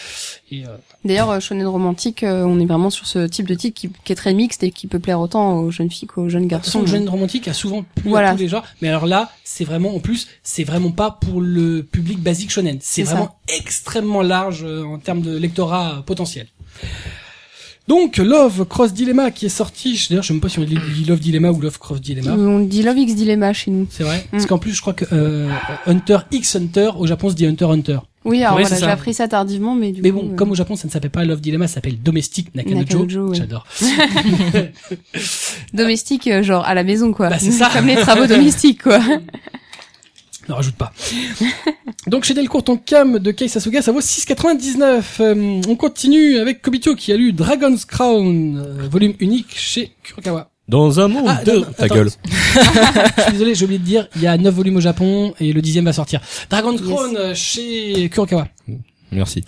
Et, euh,
D'ailleurs, euh, shonen romantique, euh, on est vraiment sur ce type de titre qui, qui est très mixte et qui peut plaire autant aux jeunes filles qu'aux jeunes garçons.
Son
Euh,
jeune romantique a souvent plu à
Voilà.
tous les genres, mais alors là, c'est vraiment en plus, c'est vraiment pas pour le public basique shonen. C'est
C'est ça.
vraiment extrêmement large euh, en termes de lectorat euh, potentiel. Donc Love Cross Dilemma qui est sorti, je- d'ailleurs je sais même pas si on dit Love Dilemma ou Love Cross Dilemma.
On dit Love X Dilemma chez nous.
C'est vrai.
Mm.
Parce qu'en plus je crois que euh, Hunter X Hunter au Japon se dit Hunter Hunter.
Oui, alors
Oui,
voilà,
c'est
j'ai
ça.
appris ça tardivement, mais du
Mais
coup.
bon,
euh,
comme au Japon ça ne s'appelle pas Love Dilemma, ça s'appelle Domestic Nakanojo.
Nakanojo, ouais.
J'adore.
Domestique, euh, genre à la maison, quoi. *laughs*
Bah, c'est ça.
*laughs*
Comme les travaux domestiques, quoi.
Ne rajoute
*laughs*
pas. Donc chez Delcourt, ton cam de Kei Sasuga, ça vaut 6,99. Euh, on continue avec Kobito qui a lu Dragon's Crown, euh, volume unique chez Kurokawa.
Dans un monde
Ah,
de...
non, non,
Ta
attends.
gueule.
Je suis désolé, j'ai oublié de dire, il y a 9 volumes au Japon et le dixième va sortir. Dragon's
Yes.
Crown euh, chez Kurokawa.
Merci.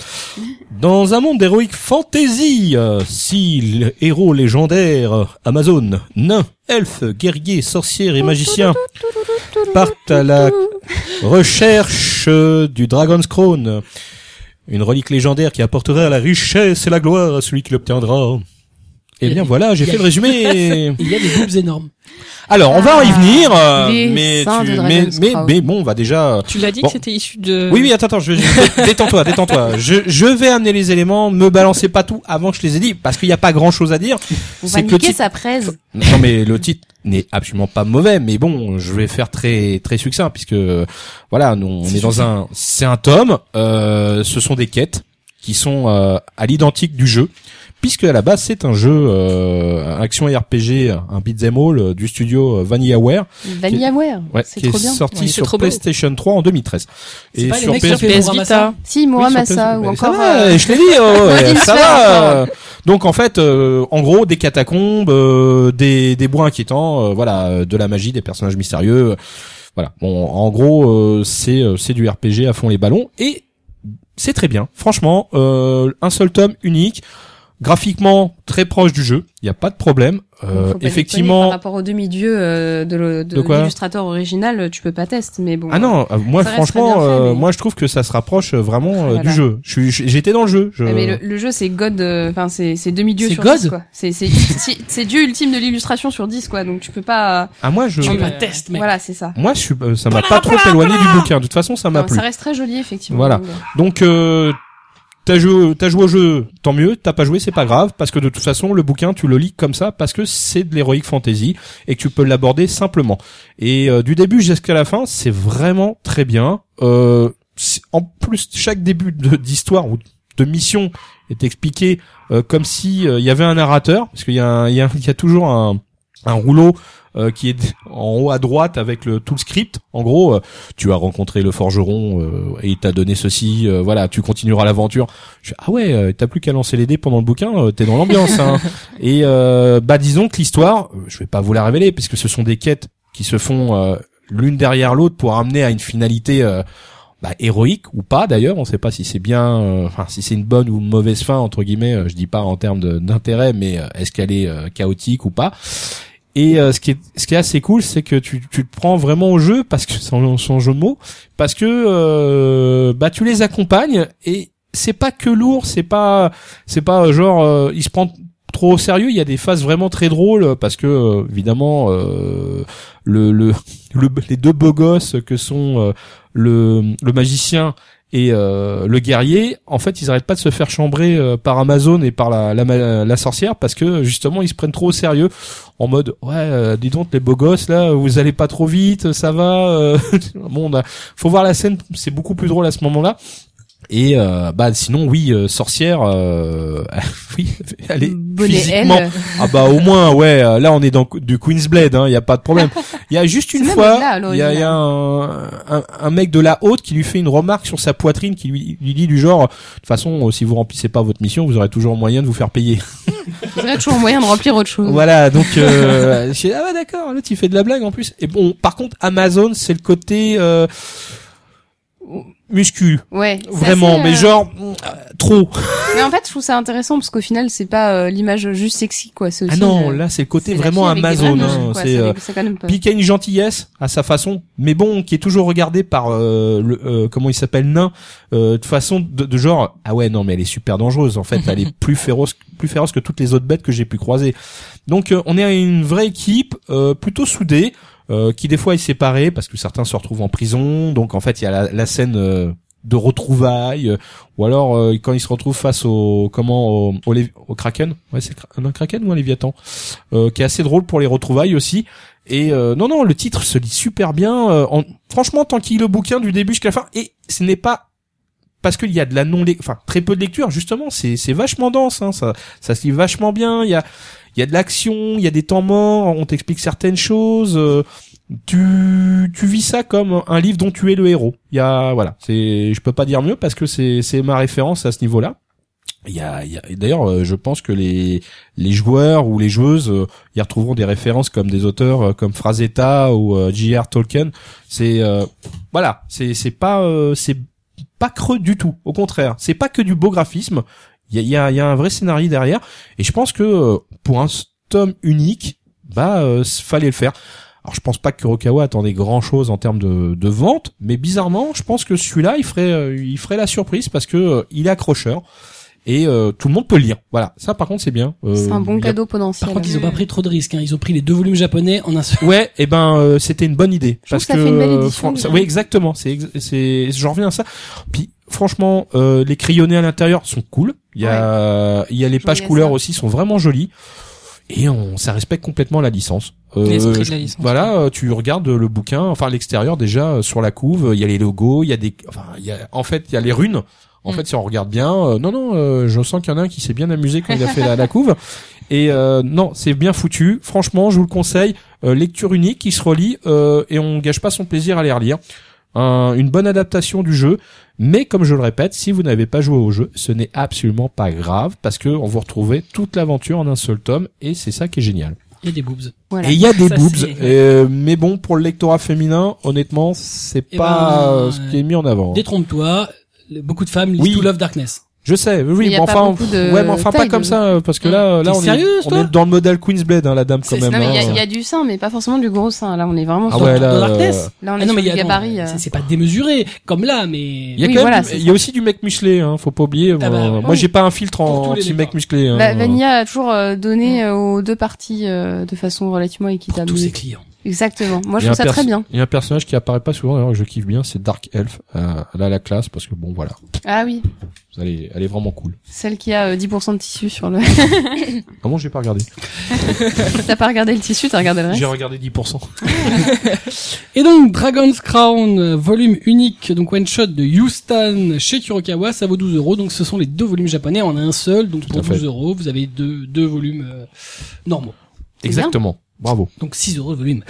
Dans un monde d'héroïque fantasy, euh, si le héros légendaire euh, Amazon, nain, elfe, guerrier, sorcière et magicien partent à la recherche euh, du Dragon's Crown, une relique légendaire qui apportera la richesse et la gloire à celui qui l'obtiendra. Eh bien voilà, j'ai fait le
*laughs*
résumé.
Il y a des boobs énormes.
Alors on va y venir, euh,
Les
mais,
seins
tu-
de
mais,
Dragon's
mais,
Crown.
mais bon, on va déjà. euh,
Tu l'as dit
Bon.
que c'était issu de...
Oui, oui, attends, attends, je vais, je- détends-toi, détends-toi. Je, je vais amener les éléments, me balancez pas tout avant que je les ai dit, parce qu'il n'y a pas grand chose à dire.
On va
que
niquer
le titre-
sa presse.
Non, mais le titre n'est absolument pas mauvais, mais bon, je vais faire très, très succinct, puisque, euh, voilà, nous, on est,
C'est
dans un, c'est un tome, euh, ce sont des quêtes qui sont euh, à l'identique du jeu, puisque à la base, c'est un jeu, euh, action et RPG, un beat'em all euh, du studio euh, VanillaWare,
Vanillaware.
ouais,
c'est
qui est
trop bien.
sorti
Oui, c'est
sur
trop beau.
PlayStation 3 en 2013.
C'est pas les
sur
mecs qui ont
PSP,
fait
PS
Muramasa
Vita.
Euh,
Si, Muramasa,
Oui,
ou
sur PS-
encore,
Ça va,
euh,
je l'ai dit, oh, ouais,
Odin
ça
Sphere,
va.
encore.
euh, Donc en fait, euh, en gros, des catacombes, euh, des des bois inquiétants, euh, voilà, euh, de la magie, des personnages mystérieux, euh, voilà. Bon, en gros, euh, c'est euh, c'est du RPG à fond les ballons et c'est très bien. Franchement, euh, un seul tome unique, graphiquement très proche du jeu, il n'y a pas de problème. Euh,
faut pas déconner,
effectivement.
Par rapport au demi-dieu euh, de le- de
De quoi
l'illustrateur original, tu peux pas tester, mais bon.
Ah non, euh, moi
Ça reste
franchement,
très bien fait,
euh,
mais- Ah,
moi je trouve que ça se rapproche euh, vraiment euh,
Voilà.
du jeu. Je suis, je- j'étais dans le jeu. Je...
Ah, Mais le, le jeu c'est God, euh, enfin c'est c'est demi-dieu
C'est
sur
God
10 quoi. C'est c'est c'est- *laughs* c'est dieu ultime de l'illustration sur 10 quoi. Donc tu peux pas. euh,
Ah moi je.
Tu
Oui,
m'as
mais-
test, mec.
Voilà c'est ça.
Moi, je suis, euh, ça m'a pas trop éloigné du bouquin. De toute façon, ça m'a
Non,
plu.
ça reste très joli effectivement.
Voilà. Donc, euh, t'as joué, t'as joué au jeu, tant mieux. T'as pas joué, c'est pas grave, parce que de toute façon, le bouquin, tu le lis comme ça, parce que c'est de l'héroïque fantasy et que tu peux l'aborder simplement. Et euh, du début jusqu'à la fin, c'est vraiment très bien. Euh, c'est- en plus, chaque début de- d'histoire ou de mission est expliqué euh, comme si euh, il y avait un narrateur, parce qu'il y a, un- il y a, il y a toujours un, un rouleau. euh, qui est en haut à droite avec le tout le script en gros euh, tu as rencontré le forgeron euh, et il t'a donné ceci euh, voilà tu continueras l'aventure Je fais, ah ouais euh, t'as plus qu'à lancer les dés pendant le bouquin euh, t'es dans l'ambiance hein. et euh, bah disons que l'histoire euh, je vais pas vous la révéler puisque ce sont des quêtes qui se font euh, l'une derrière l'autre pour amener à une finalité euh, bah, héroïque ou pas d'ailleurs on sait pas si c'est bien euh, enfin si c'est une bonne ou une mauvaise fin entre guillemets euh, je dis pas en termes de- d'intérêt mais euh, est-ce qu'elle est euh, chaotique ou pas et euh, ce qui est ce qui est assez cool c'est que tu tu te prends vraiment au jeu parce que sans, sans jeu de mots parce que euh, bah tu les accompagnes et c'est pas que lourd c'est pas c'est pas euh, genre euh, il se prend trop au sérieux il y a des phases vraiment très drôles parce que euh, évidemment euh, le, le, *laughs* le- les deux beaux gosses que sont euh, le, le magicien et euh, le guerrier, en fait, ils arrêtent pas de se faire chambrer euh, par Amazon et par la, la, ma- la sorcière parce que justement, ils se prennent trop au sérieux en mode ouais, euh, dis donc les beaux gosses là, vous allez pas trop vite, ça va. euh. *laughs* bon, on a- faut voir la scène, c'est beaucoup plus drôle à ce moment-là. Et euh, bah sinon, oui, euh, sorcière, euh, *laughs* oui, elle est
Bonnet euh, elle.
physiquement ah bah au moins ouais euh, là on est dans du Queensblade hein, il y a pas
*laughs*
de problème. Il y a juste une
C'est même
fois
au-delà, à
il y a,
l'original.
il y a un, un, un mec de la haute qui lui fait une remarque sur sa poitrine qui lui, lui dit du genre de toute façon euh, si vous remplissez pas votre mission, vous aurez toujours moyen de vous
*laughs*
faire payer.
Vous aurez toujours moyen de remplir autre chose.
Voilà, donc euh, je dis, ah ouais d'accord, là tu fais de la blague en plus. Et bon, par contre Amazon, c'est le côté euh, muscu
Ouais. c'est
vraiment
assez,
mais
euh,
genre euh, trop.
Mais en fait, je trouve ça intéressant parce qu'au final, c'est pas euh, l'image juste sexy quoi. C'est
Ah
aussi.
non,
euh,
là c'est
c'est
le côté
la
vraiment
fille avec des
Amazon
vrais
hein,
muscles, quoi.
c'est euh,
c'est quand même pas.
Puis qui a une gentillesse à sa façon, mais bon, qui est toujours regardé par euh, le euh, comment il s'appelle nain euh, de façon de, de genre ah ouais non mais elle est super dangereuse en fait, elle est plus féroce plus féroce que toutes les autres bêtes que j'ai pu croiser. Donc euh, on est à une vraie équipe euh, plutôt soudée euh, qui des fois est séparée parce que certains se retrouvent en prison, donc en fait il y a la, la scène euh, de retrouvailles euh, ou alors euh, quand ils se retrouvent face au comment au, au, Lévi- au kraken ouais c'est Kra- un kraken ou un léviathan euh, qui est assez drôle pour les retrouvailles aussi et euh, non, non, le titre se lit super bien. euh, en- franchement, tant qu'il lit le bouquin du début jusqu'à la fin, et ce n'est pas parce qu'il y a de la non, enfin très peu de lecture justement. C'est c'est vachement dense, hein, ça ça se lit vachement bien. Il y a il y a de l'action, il y a des temps morts, on t'explique certaines choses. euh, tu, tu vis ça comme un livre dont tu es le héros. Il y a voilà, c'est je peux pas dire mieux parce que c'est c'est ma référence à ce niveau-là. Il y a, il y a- et d'ailleurs, euh, je pense que les les joueurs ou les joueuses euh, y retrouveront des références comme des auteurs euh, comme Frazetta ou euh, J.R. Tolkien. C'est euh, voilà, c'est c'est pas euh, c'est pas creux du tout. Au contraire, c'est pas que du beau graphisme. Il y a, il y, a, il y a un vrai scénario derrière. Et je pense que euh, pour un tome unique, bah euh, fallait le faire. Alors je pense pas que Kurokawa attendait grand chose en termes de, de vente, mais bizarrement, je pense que celui-là, il ferait, euh, il ferait la surprise parce que euh, il est accrocheur et euh, tout le monde peut le lire. Voilà, ça par contre c'est bien. Euh,
C'est un bon
il y a-
cadeau potentiel. euh,
Par contre, ils ont pas pris trop de risques. Hein. Ils ont pris les deux volumes japonais en un seul.
*laughs* Ouais, et ben euh, c'était une bonne idée
Je
parce
trouve que ça fait une belle édition,
euh, fran-
déjà.
oui exactement, c'est ex- c'est j'en reviens à ça. Puis franchement, euh, les crayonnés à l'intérieur sont cool. Il y a il y a les
Je
pages
voyais
couleurs
ça.
aussi sont vraiment jolies et on ça respecte complètement la licence. Euh,
L'esprit de la
je-
licence.
Voilà, euh, tu regardes le bouquin, enfin l'extérieur déjà euh, sur la couve, il y a les logos, il y a des enfin il y a en fait, il y a les runes. En
Mm.
fait, si on regarde bien, euh, non non, euh, je sens qu'il y en a un qui s'est bien amusé quand il a fait la, la couve. Et euh, non, c'est bien foutu. Franchement, je vous le conseille. Euh, lecture unique qui se relie euh, et on gâche pas son plaisir à les relire. Un- une bonne adaptation du jeu, mais comme je le répète, si vous n'avez pas joué au jeu, ce n'est absolument pas grave parce que on vous retrouvez toute l'aventure en un seul tome et c'est ça qui est génial.
Il y a des boobs.
Voilà. *laughs*
Et il y a des
Ça,
boobs,
c'est-
euh, mais bon pour le lectorat féminin, honnêtement, c'est
Eh
pas
ben,
euh, ce qui est mis en avant.
Détrompe-toi. Beaucoup de femmes lisent
Oui.
To Love Darkness.
Je sais, oui,
Mais y
oui,
a
mais
pas
enfin,
beaucoup de
ouais, mais enfin pas
taille
comme
de- Mmh.
ça euh, parce que là, euh, là
T'es
on
sérieuse,
est, on
toi
est dans le modèle Queensblade, hein, la dame quand
C'est-
même.
Non mais il y a-
hein.
il y, a du sein, mais pas forcément du gros sein. Là, on est vraiment.
Ah
sur-
ouais,
Dans-
là,
dans Darkness.
euh,
Là, on est
Ah non,
sur
mais il y
le
a, non,
gabarit. euh.
c'est- c'est pas démesuré comme là, mais
Il y a
Oui,
quand
voilà,
même, du-
c'est
il y a aussi du mec musclé, hein, faut pas oublier.
Ah bah,
Moi,
oui.
j'ai pas un filtre
Pour tous
en
les
anti mec
départs.
musclé. hein.
La Bah, Vanilla a toujours euh, donné euh, aux deux parties euh, de façon relativement
pour
équitable.
tous ses clients.
Exactement. Moi,
Il
je
y
trouve
a un
ça
perso-
très bien.
Il y a un personnage qui apparaît pas souvent, d'ailleurs, que je kiffe bien, c'est Dark Elf. Euh, elle a la classe parce que bon, voilà,
Ah oui,
elle est, elle est vraiment cool. Ah
celle qui a euh, 10% de tissu sur le. *laughs*
Comment j'ai pas regardé
t'as pas regardé le tissu, t'as regardé le reste.
J'ai regardé 10%.
Et donc Dragon's Crown, euh, volume unique, donc one shot de Houston chez Kurokawa, ça vaut 12 euros. Donc ce sont les deux volumes japonais en un seul, donc pour
à fait.
12 euros, vous avez deux, deux volumes euh, normaux.
C'est bien.
Exactement. Bravo.
Donc 6 euros le volume.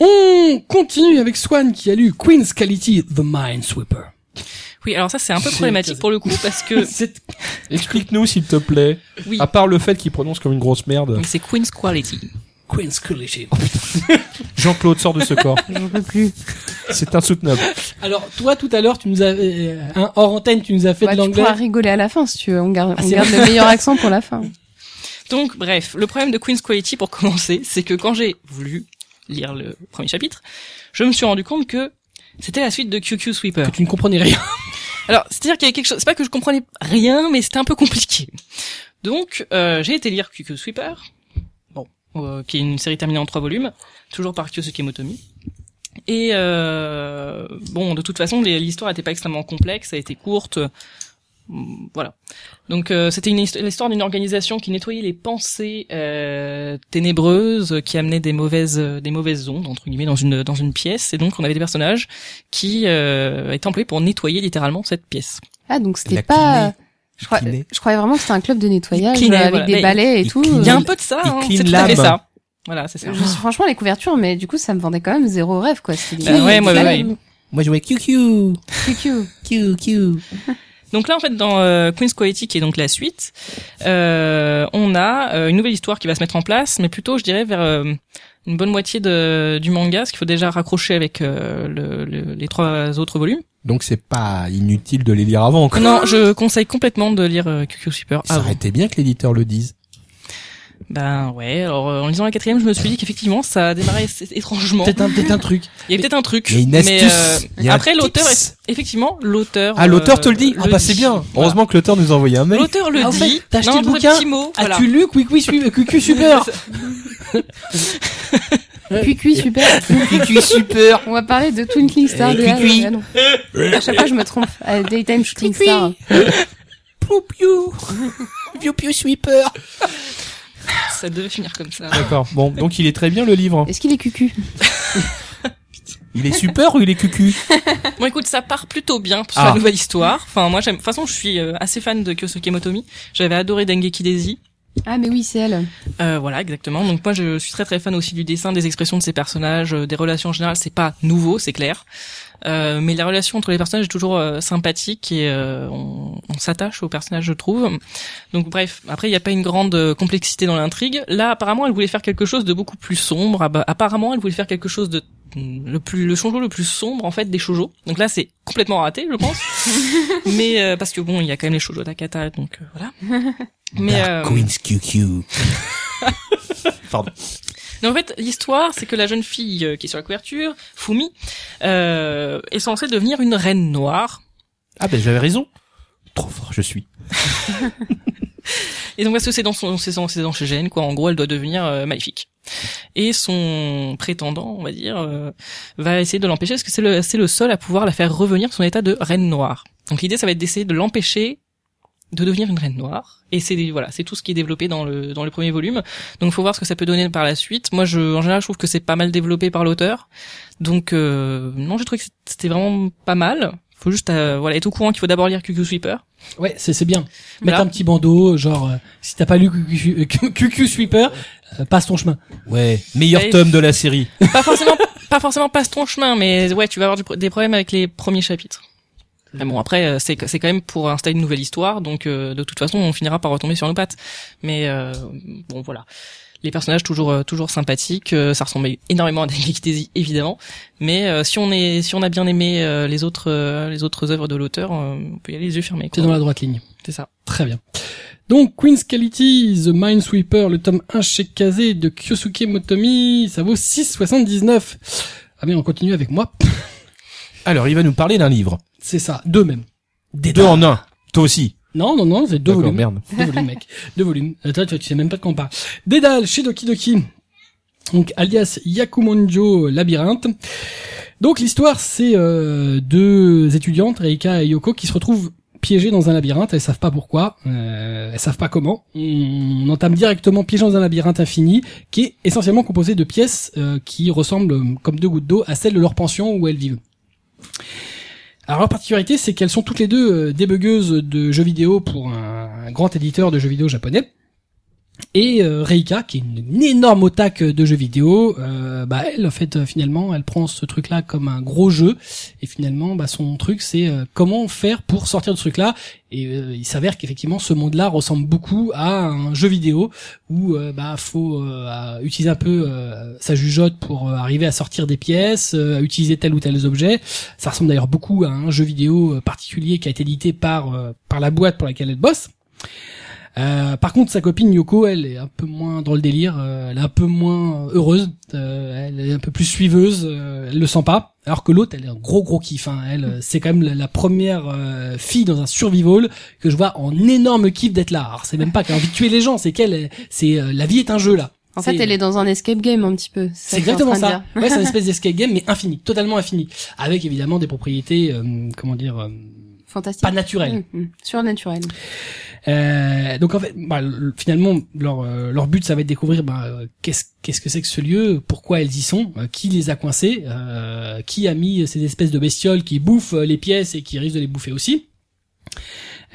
On continue avec Swan qui a lu Queen's Quality, The Minesweeper.
Oui, alors ça c'est un peu
C'est-
problématique pour le coup parce que
C'est
Explique-nous, s'il te plaît.
oui,
À part le fait qu'il prononce comme une grosse merde.
donc c'est Queen's Quality.
Queen's Quality.
Jean-Claude sort de ce *laughs* corps.
J'en peux plus.
C'est insoutenable.
Alors toi tout à l'heure tu nous as euh, hein, hors antenne tu nous as fait
Bah,
de
tu
l'anglais.
pourras rigoler à la fin si tu veux. On garde,
Ah,
on
c'est
garde le meilleur accent pour la fin.
Donc bref, le problème de Queen's Quality pour commencer, c'est que quand j'ai voulu lire le premier chapitre, je me suis rendu compte que c'était la suite de QQ Sweeper.
Que tu ne comprenais rien.
Alors, c'est-à-dire qu'il y avait quelque chose. C'est pas que je comprenais rien, mais c'était un peu compliqué. Donc, euh, j'ai été lire QQ Sweeper, bon, euh, qui est une série terminée en trois volumes, toujours par Kyosuke Motomi. Et euh, bon, de toute façon, les- l'histoire n'était pas extrêmement complexe, elle était courte. Mm, Voilà. Donc euh, c'était une histo- l'histoire d'une organisation qui nettoyait les pensées euh, ténébreuses, euh, qui amenaient des mauvaises euh, des mauvaises ondes entre guillemets dans une dans une pièce. Et donc on avait des personnages qui euh, étaient employés pour nettoyer littéralement cette pièce.
Ah donc c'était
La
pas. Je, crois-
cleaner.
je croyais vraiment que c'était un club de nettoyage
Il cleanait,
euh, avec
voilà.
des
Mais
balais et
il
tout.
cleanait.
Il y a
Euh,
un peu de ça,
Il
hein,
clean
c'est tout à fait
lab.
ça. Voilà, c'est ça.
je- franchement, les couvertures, mais du coup, ça me vendait quand même zéro rêve, quoi. C'était des-
Ah Euh,
Bah ouais,
des
moi,
balais.
ouais.
Moi, je jouais QQ.
Cucu.
QQ.
Donc là, en fait, dans euh, Queen's Quality, qui est donc la suite, euh, on a euh, une nouvelle histoire qui va se mettre en place, mais plutôt, je dirais, vers euh, une bonne moitié de, du manga, ce qu'il faut déjà raccrocher avec euh, le- le- les trois autres volumes.
Donc, c'est pas inutile de les lire avant, quoi.
Non, je conseille complètement de lire euh, QQ Super
Ça
avant.
aurait été bien que l'éditeur le dise.
Ben ouais, alors euh, en lisant la quatrième, je me suis dit qu'effectivement, ça a démarré assez- étrangement.
Peut-être un, peut-être un truc.
Il y a peut-être un truc.
Il y a une
mais
astuce,
euh,
il y a un
après, l'auteur,
tips.
est- effectivement, l'auteur...
Ah, l'auteur te le dit.
euh,
Ah, bah, c'est bien.
Voilà.
Heureusement que l'auteur nous a envoyé un mail.
L'auteur le
Ah, en
dit.
fait, t'as acheté
Non,
le
pour les
bouquin,
petits mots, voilà.
As-tu lu Quick Quick Sweep- QQ *laughs* Super
Cucu, super.
Cucu super.
On va parler de Twinkling Star.
Et
de- ah,
cuicui.
non.
Eh,
À chaque fois, je me trompe. Euh, Daytime Shooting
Cuicui.
Star.
Piu piu. *laughs* Piu piu sweeper.
Ça devait finir comme ça.
D'accord. Bon, donc il est très bien le livre.
Est-ce qu'il est cucu
Il est super ou il est cucu
Bon, écoute, ça part plutôt bien pour
Ah.
la nouvelle histoire. Enfin, moi, j'aime. De toute façon, je suis euh, assez fan de Kyosuke Motomi. J'avais adoré Dengeki Daisy.
Ah mais oui, c'est elle.
Euh, voilà, exactement. Donc moi, je suis très très fan aussi du dessin, des expressions de ces personnages, euh, des relations en général. C'est pas nouveau, c'est clair. Euh, mais la relation entre les personnages est toujours euh, sympathique et euh, on, on s'attache aux personnages, je trouve. Donc bref, après, il n'y a pas une grande euh, complexité dans l'intrigue. Là, apparemment, elle voulait faire quelque chose de beaucoup plus sombre. Ah bah, Apparemment, elle voulait faire quelque chose de le plus le shoujo le plus sombre en fait des shoujo donc là c'est complètement raté je pense mais euh, parce que bon il y a quand même les shoujo d'Akata donc euh, voilà mais euh,
Queen's QQ. Pardon.
Mais en fait, l'histoire, c'est que la jeune fille euh, qui est sur la couverture, Fumi, euh, est censée devenir une reine noire.
Ah ben j'avais raison. Trop fort je suis.
Et donc parce que c'est dans son, c'est dans, c'est dans chez Gênes, quoi. En gros, elle doit devenir euh, maléfique. Et son prétendant, on va dire, euh, va essayer de l'empêcher parce que c'est le, c'est le seul à pouvoir la faire revenir à son état de reine noire. Donc l'idée, ça va être d'essayer de l'empêcher de devenir une reine noire. Et c'est des- voilà, c'est tout ce qui est développé dans le dans le premier volume. Donc faut voir ce que ça peut donner par la suite. Moi, je, en général, je trouve que c'est pas mal développé par l'auteur. Donc euh, non, j'ai trouvé que c'était vraiment pas mal. Faut juste euh, voilà être au courant qu'il faut d'abord lire QQ Sweeper.
Ouais, c'est c'est bien. Mettre
Voilà.
un petit bandeau, genre euh, si t'as pas lu QQ, euh, QQ Sweeper, euh, passe ton chemin.
Ouais. Meilleur
Allez.
tome de la série.
pas forcément pas forcément passe ton chemin mais ouais tu vas avoir du pro- des problèmes avec les premiers chapitres mais bon après euh, c'est c'est quand même pour installer une nouvelle histoire donc euh, de toute façon on finira par retomber sur nos pattes mais euh, bon voilà les personnages toujours euh, toujours sympathiques euh, ça ressemble énormément à David Daisy évidemment mais euh, si on est si on a bien aimé euh, les autres euh, les autres œuvres de l'auteur euh, on peut y aller les yeux fermés
C'est
quoi.
dans la droite ligne.
c'est ça
Très bien. Donc Queen's Quality, The Minesweeper, le tome 1 chez Kazé de Kyosuke Motomi, ça vaut 6,79. Ah mais on continue avec moi.
Alors il va nous parler d'un livre.
C'est ça, deux même. Des
Deux en un. Toi aussi.
Non, non, non, c'est deux
D'accord,
volumes.
merde.
Deux volumes, mec. Deux volumes. Attends, tu, tu sais même pas de quoi on parle. Dédale, chez Doki Doki. Donc, alias Yakumonjo Labyrinthe. Donc, l'histoire, c'est euh, deux étudiantes, Reika et Yoko, qui se retrouvent piégées dans un labyrinthe. Elles savent pas pourquoi. Euh, elles savent pas comment. On entame directement piégées dans un labyrinthe infini, qui est essentiellement composé de pièces euh, qui ressemblent euh, comme deux gouttes d'eau à celles de leur pension où elles vivent. Alors leur particularité, c'est qu'elles sont toutes les deux euh, débugueuses de jeux vidéo pour un, un grand éditeur de jeux vidéo japonais. Et euh, Reika, qui est une, une énorme otaque de jeux vidéo, euh, bah elle, en fait, euh, finalement, elle prend ce truc-là comme un gros jeu. Et finalement, bah, son truc, c'est euh, comment faire pour sortir de ce truc-là. Et euh, il s'avère qu'effectivement, ce monde-là ressemble beaucoup à un jeu vidéo où euh, bah faut euh, à- utiliser un peu euh, sa jugeote pour euh, arriver à sortir des pièces, euh, à utiliser tel ou tel objet. Ça ressemble d'ailleurs beaucoup à un jeu vidéo euh, particulier qui a été édité par euh, par la boîte pour laquelle elle bosse. Euh, par contre, sa copine Yoko, elle est un peu moins dans le délire, euh, elle est un peu moins heureuse, euh, elle est un peu plus suiveuse, euh, elle le sent pas. Alors que l'autre, elle est un gros gros kiff. hein. Elle, euh, c'est quand même la, la première euh, fille dans un survival que je vois en énorme kiff d'être là. Alors c'est même pas qu'elle a envie de tuer les gens, c'est qu'elle, est- c'est euh, la vie est un jeu là.
En fait,
C'est-
elle est dans un escape game un petit peu.
c'est
que t'es en
exactement
train de
ça.
dire.
Ouais, c'est
*laughs*
une espèce d'escape game, mais infini, totalement infini, avec évidemment des propriétés, euh, comment dire, euh,
Fantastique.
pas naturelles.
Mm, mm. Surnaturel.
Euh, donc en fait, bah, le- finalement, leur euh, leur but, ça va être de découvrir bah, euh, qu'est-ce qu'est-ce que c'est que ce lieu, pourquoi elles y sont, euh, qui les a coincées, euh, qui a mis ces espèces de bestioles qui bouffent euh, les pièces et qui risquent de les bouffer aussi.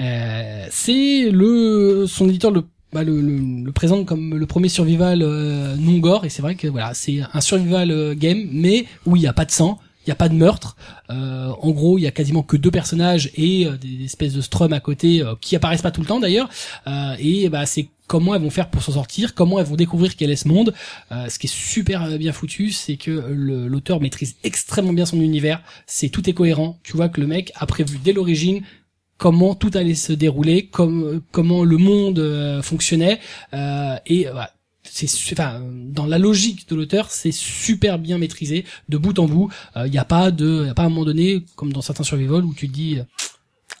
Euh, c'est le son éditeur le bah, le, le- le présente comme le premier survival euh, non gore et c'est vrai que voilà c'est un survival euh, game mais où il n'y a pas de sang il n'y a pas de meurtre euh, en gros il y a quasiment que deux personnages et euh, des espèces de strum à côté euh, qui apparaissent pas tout le temps d'ailleurs euh, et bah c'est comment elles vont faire pour s'en sortir comment elles vont découvrir quel est ce monde euh, ce qui est super euh, bien foutu, c'est que le- l'auteur maîtrise extrêmement bien son univers. C'est tout est cohérent. Tu vois que le mec a prévu dès l'origine comment tout allait se dérouler, comme, comment le monde euh, fonctionnait, euh, et euh, voilà. c'est su- enfin, dans la logique de l'auteur, c'est super bien maîtrisé de bout en bout. Il n'y a pas de, Euh, y a pas à un moment donné comme dans certains survival où tu te dis euh,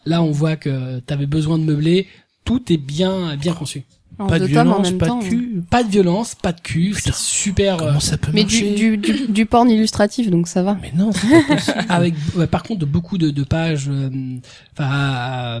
là on voit que t'avais besoin de meubler. Tout est bien bien conçu.
En
Pas de
deux tomes en
violence,
même
pas
temps.
de cul.
Pas de violence, pas de cul, c'est super. euh,
Comment ça peut
Mais
marcher
du, du, du, du porn illustratif, donc ça va.
Mais non. c'est-
*laughs*
*laughs* avec ouais, par contre de beaucoup de, de pages euh, enfin, euh,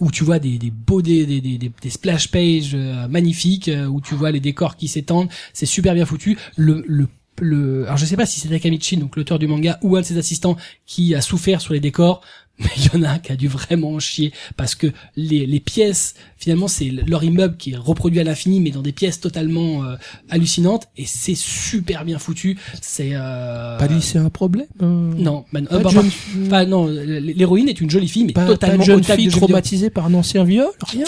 où tu vois des, des beaux des, des, des, des- des splash pages euh, magnifiques euh, où tu vois les décors qui s'étendent c'est super bien foutu le, le le alors je sais pas si c'est Takamichi donc l'auteur du manga ou un de ses assistants qui a souffert sur les décors *laughs* mais il y en a un qui a dû vraiment en chier parce que les, les pièces, finalement, c'est le- leur immeuble qui est reproduit à l'infini, mais dans des pièces totalement euh, hallucinantes et c'est super bien foutu. C'est euh,
Pas de lycéen problème. euh,
Non, bah, non,
Pas
bah,
de
bah,
jeune,
bah, non, l'héroïne est une jolie fille, mais
pas, pas de
totalement
jeune
otaku
fille
de jeux vidéo.
traumatisée par un ancien viol, rien.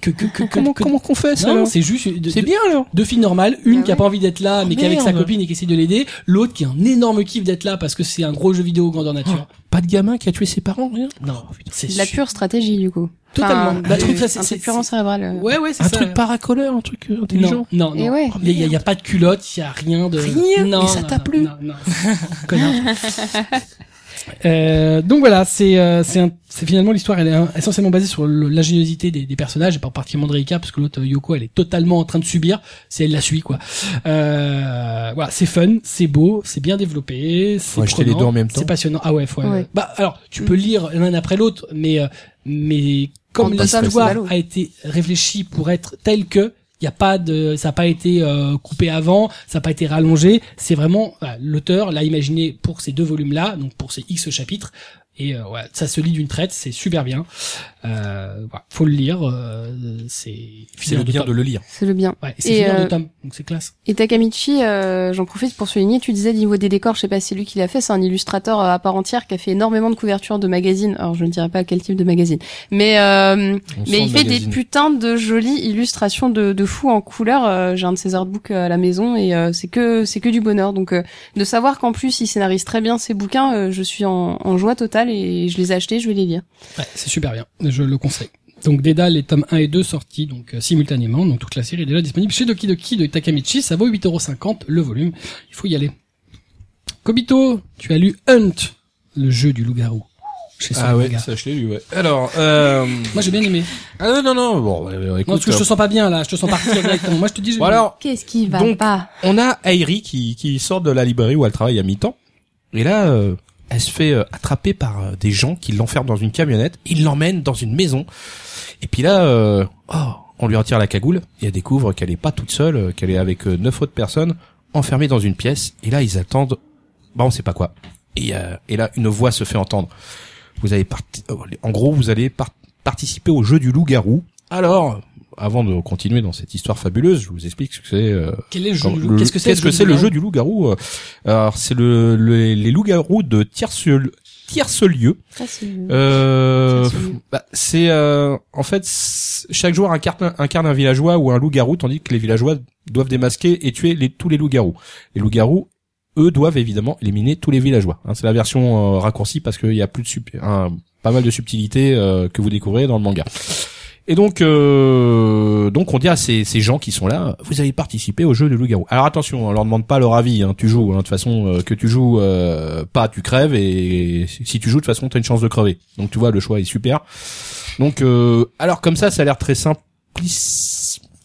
Que, que, que, que-
comment,
que-
comment qu'on fait ça
non,
alors
c'est juste de-
C'est
de-
bien alors.
deux filles normales, une
Ah
qui a
ouais.
pas envie d'être là,
Ah,
mais qui est avec sa
merde.
copine et qui essaie de l'aider, l'autre qui a un énorme kiff d'être là parce que c'est un gros jeu vidéo grandeur nature.
Pas de gamin qui a tué ses parents, rien.
Non, c'est
De la
su-
pure stratégie du coup.
Totalement.
Enfin,
Bah,
de-
truc, ça, c'est-
un
c'est-
truc purement cérébral. euh.
Ouais, ouais, c'est
Un
ça.
truc paracoleur, un truc euh,
non,
intelligent.
non,
Et
non.
ouais.
Il y, a- il y a pas de culotte, il y a rien de.
Rien,
non,
mais ça
non,
t'a
non,
plu.
non, *laughs* non. Connard. Euh, donc voilà, c'est euh, c'est un- c'est finalement l'histoire, elle est hein, essentiellement basée sur le- l'ingéniosité des, des personnages, et pas particulièrement de Reika, parce que l'autre euh, Yoko, elle est totalement en train de subir, c'est elle la suit quoi. Euh, voilà, c'est fun, c'est beau, c'est bien développé, c'est
Faut acheter les
prenant,
deux en même temps.
c'est passionnant. Ah ouais, faut,
Ouais.
bah alors tu
Mm.
peux lire l'un après l'autre, mais euh, mais
En
comme
deux heures,
l'histoire
c'est ballot.
a été réfléchie pour être telle que il y a pas de ça a pas été euh, coupé avant, ça a pas été rallongé, c'est vraiment voilà, l'auteur l'a imaginé pour ces deux volumes là, donc pour ces X chapitres et euh, ouais, ça se lit d'une traite, c'est super bien. Euh, voilà, faut le lire, euh, c'est
C'est le
de
bien
tome.
de le lire.
C'est le bien.
Ouais, c'est
Et,
finir de
euh,
tome, donc c'est classe.
Et Takamichi, euh, j'en profite pour souligner, tu disais niveau des décors, je sais pas si c'est lui qui l'a fait, c'est un illustrateur euh, à part entière qui a fait énormément de couvertures de magazines. Alors je ne dirais pas quel type de magazine, mais euh,
On sent
mais il
le
fait des
magazine.
putains de jolies illustrations de, de fou en couleur. Euh, J'ai un de ses artbooks à la maison et euh, c'est que c'est que du bonheur. Donc euh, de savoir qu'en plus il scénarise très bien ses bouquins, euh, je suis en, en joie totale et je les ai achetés, je vais les lire.
Ouais, c'est super bien, je le conseille. Donc Dédale les tomes 1 et 2 sortis donc euh, simultanément, donc toute la série est déjà disponible chez Doki Doki de Takamichi, ça vaut 8,50€ le volume, il faut y aller. Kobito, tu as lu Hunt, le jeu du loup-garou. Chez
Ah ouais,
Soromaga.
ça je l'ai lu, ouais. Alors, euh...
Moi j'ai bien aimé.
Ah non, non, non, bon, euh, écoute,
Non, parce que je te sens pas bien là, je te sens
*laughs*
partir directement. Moi je te dis j'ai
Bon, alors,
Qu'est-ce qui
va Donc-
pas
on a Airi qui, qui sort de la librairie où elle travaille à mi-temps. Et là, euh, elle se fait euh, attraper par euh, des gens qui l'enferment dans une camionnette. Ils l'emmènent dans une maison. Et puis là, euh, oh, on lui retire la cagoule et elle découvre qu'elle n'est pas toute seule, euh, qu'elle est avec euh, neuf autres personnes enfermées dans une pièce. Et là, ils attendent, bah on sait pas quoi. Et, euh, et là, une voix se fait entendre. Vous allez parti- euh, en gros, vous allez par- participer au jeu du loup-garou. Alors, avant de continuer dans cette histoire fabuleuse, je vous explique ce que c'est euh,
quel est le jeu
alors,
du
le-
loup Qu'est-ce que c'est
le jeu du loup-garou euh, Alors c'est le, le- les loups-garous de Tiercelieu. Tiercelieu.
Mmh.
Euh, bah, c'est euh, en fait c'est- chaque joueur incarne, incarne un villageois ou un loup-garou, tandis que les villageois doivent démasquer et tuer les, tous les loups-garous. Les loups-garous, eux, doivent évidemment éliminer tous les villageois. hein. c'est la version euh, raccourcie parce qu'il y a plus de sub- un- pas mal de subtilités euh, que vous découvrez dans le manga. Et donc, euh, donc on dit à ces, ces gens qui sont là, vous avez participé au jeu de loup-garou. Alors attention, on leur demande pas leur avis. Hein, tu joues, hein, de toute façon, euh, que tu joues euh, pas, tu crèves. Et si si tu joues, de toute façon, t'as une chance de crever. Donc tu vois, le choix est super. Donc, euh, alors comme ça, ça a l'air très simple,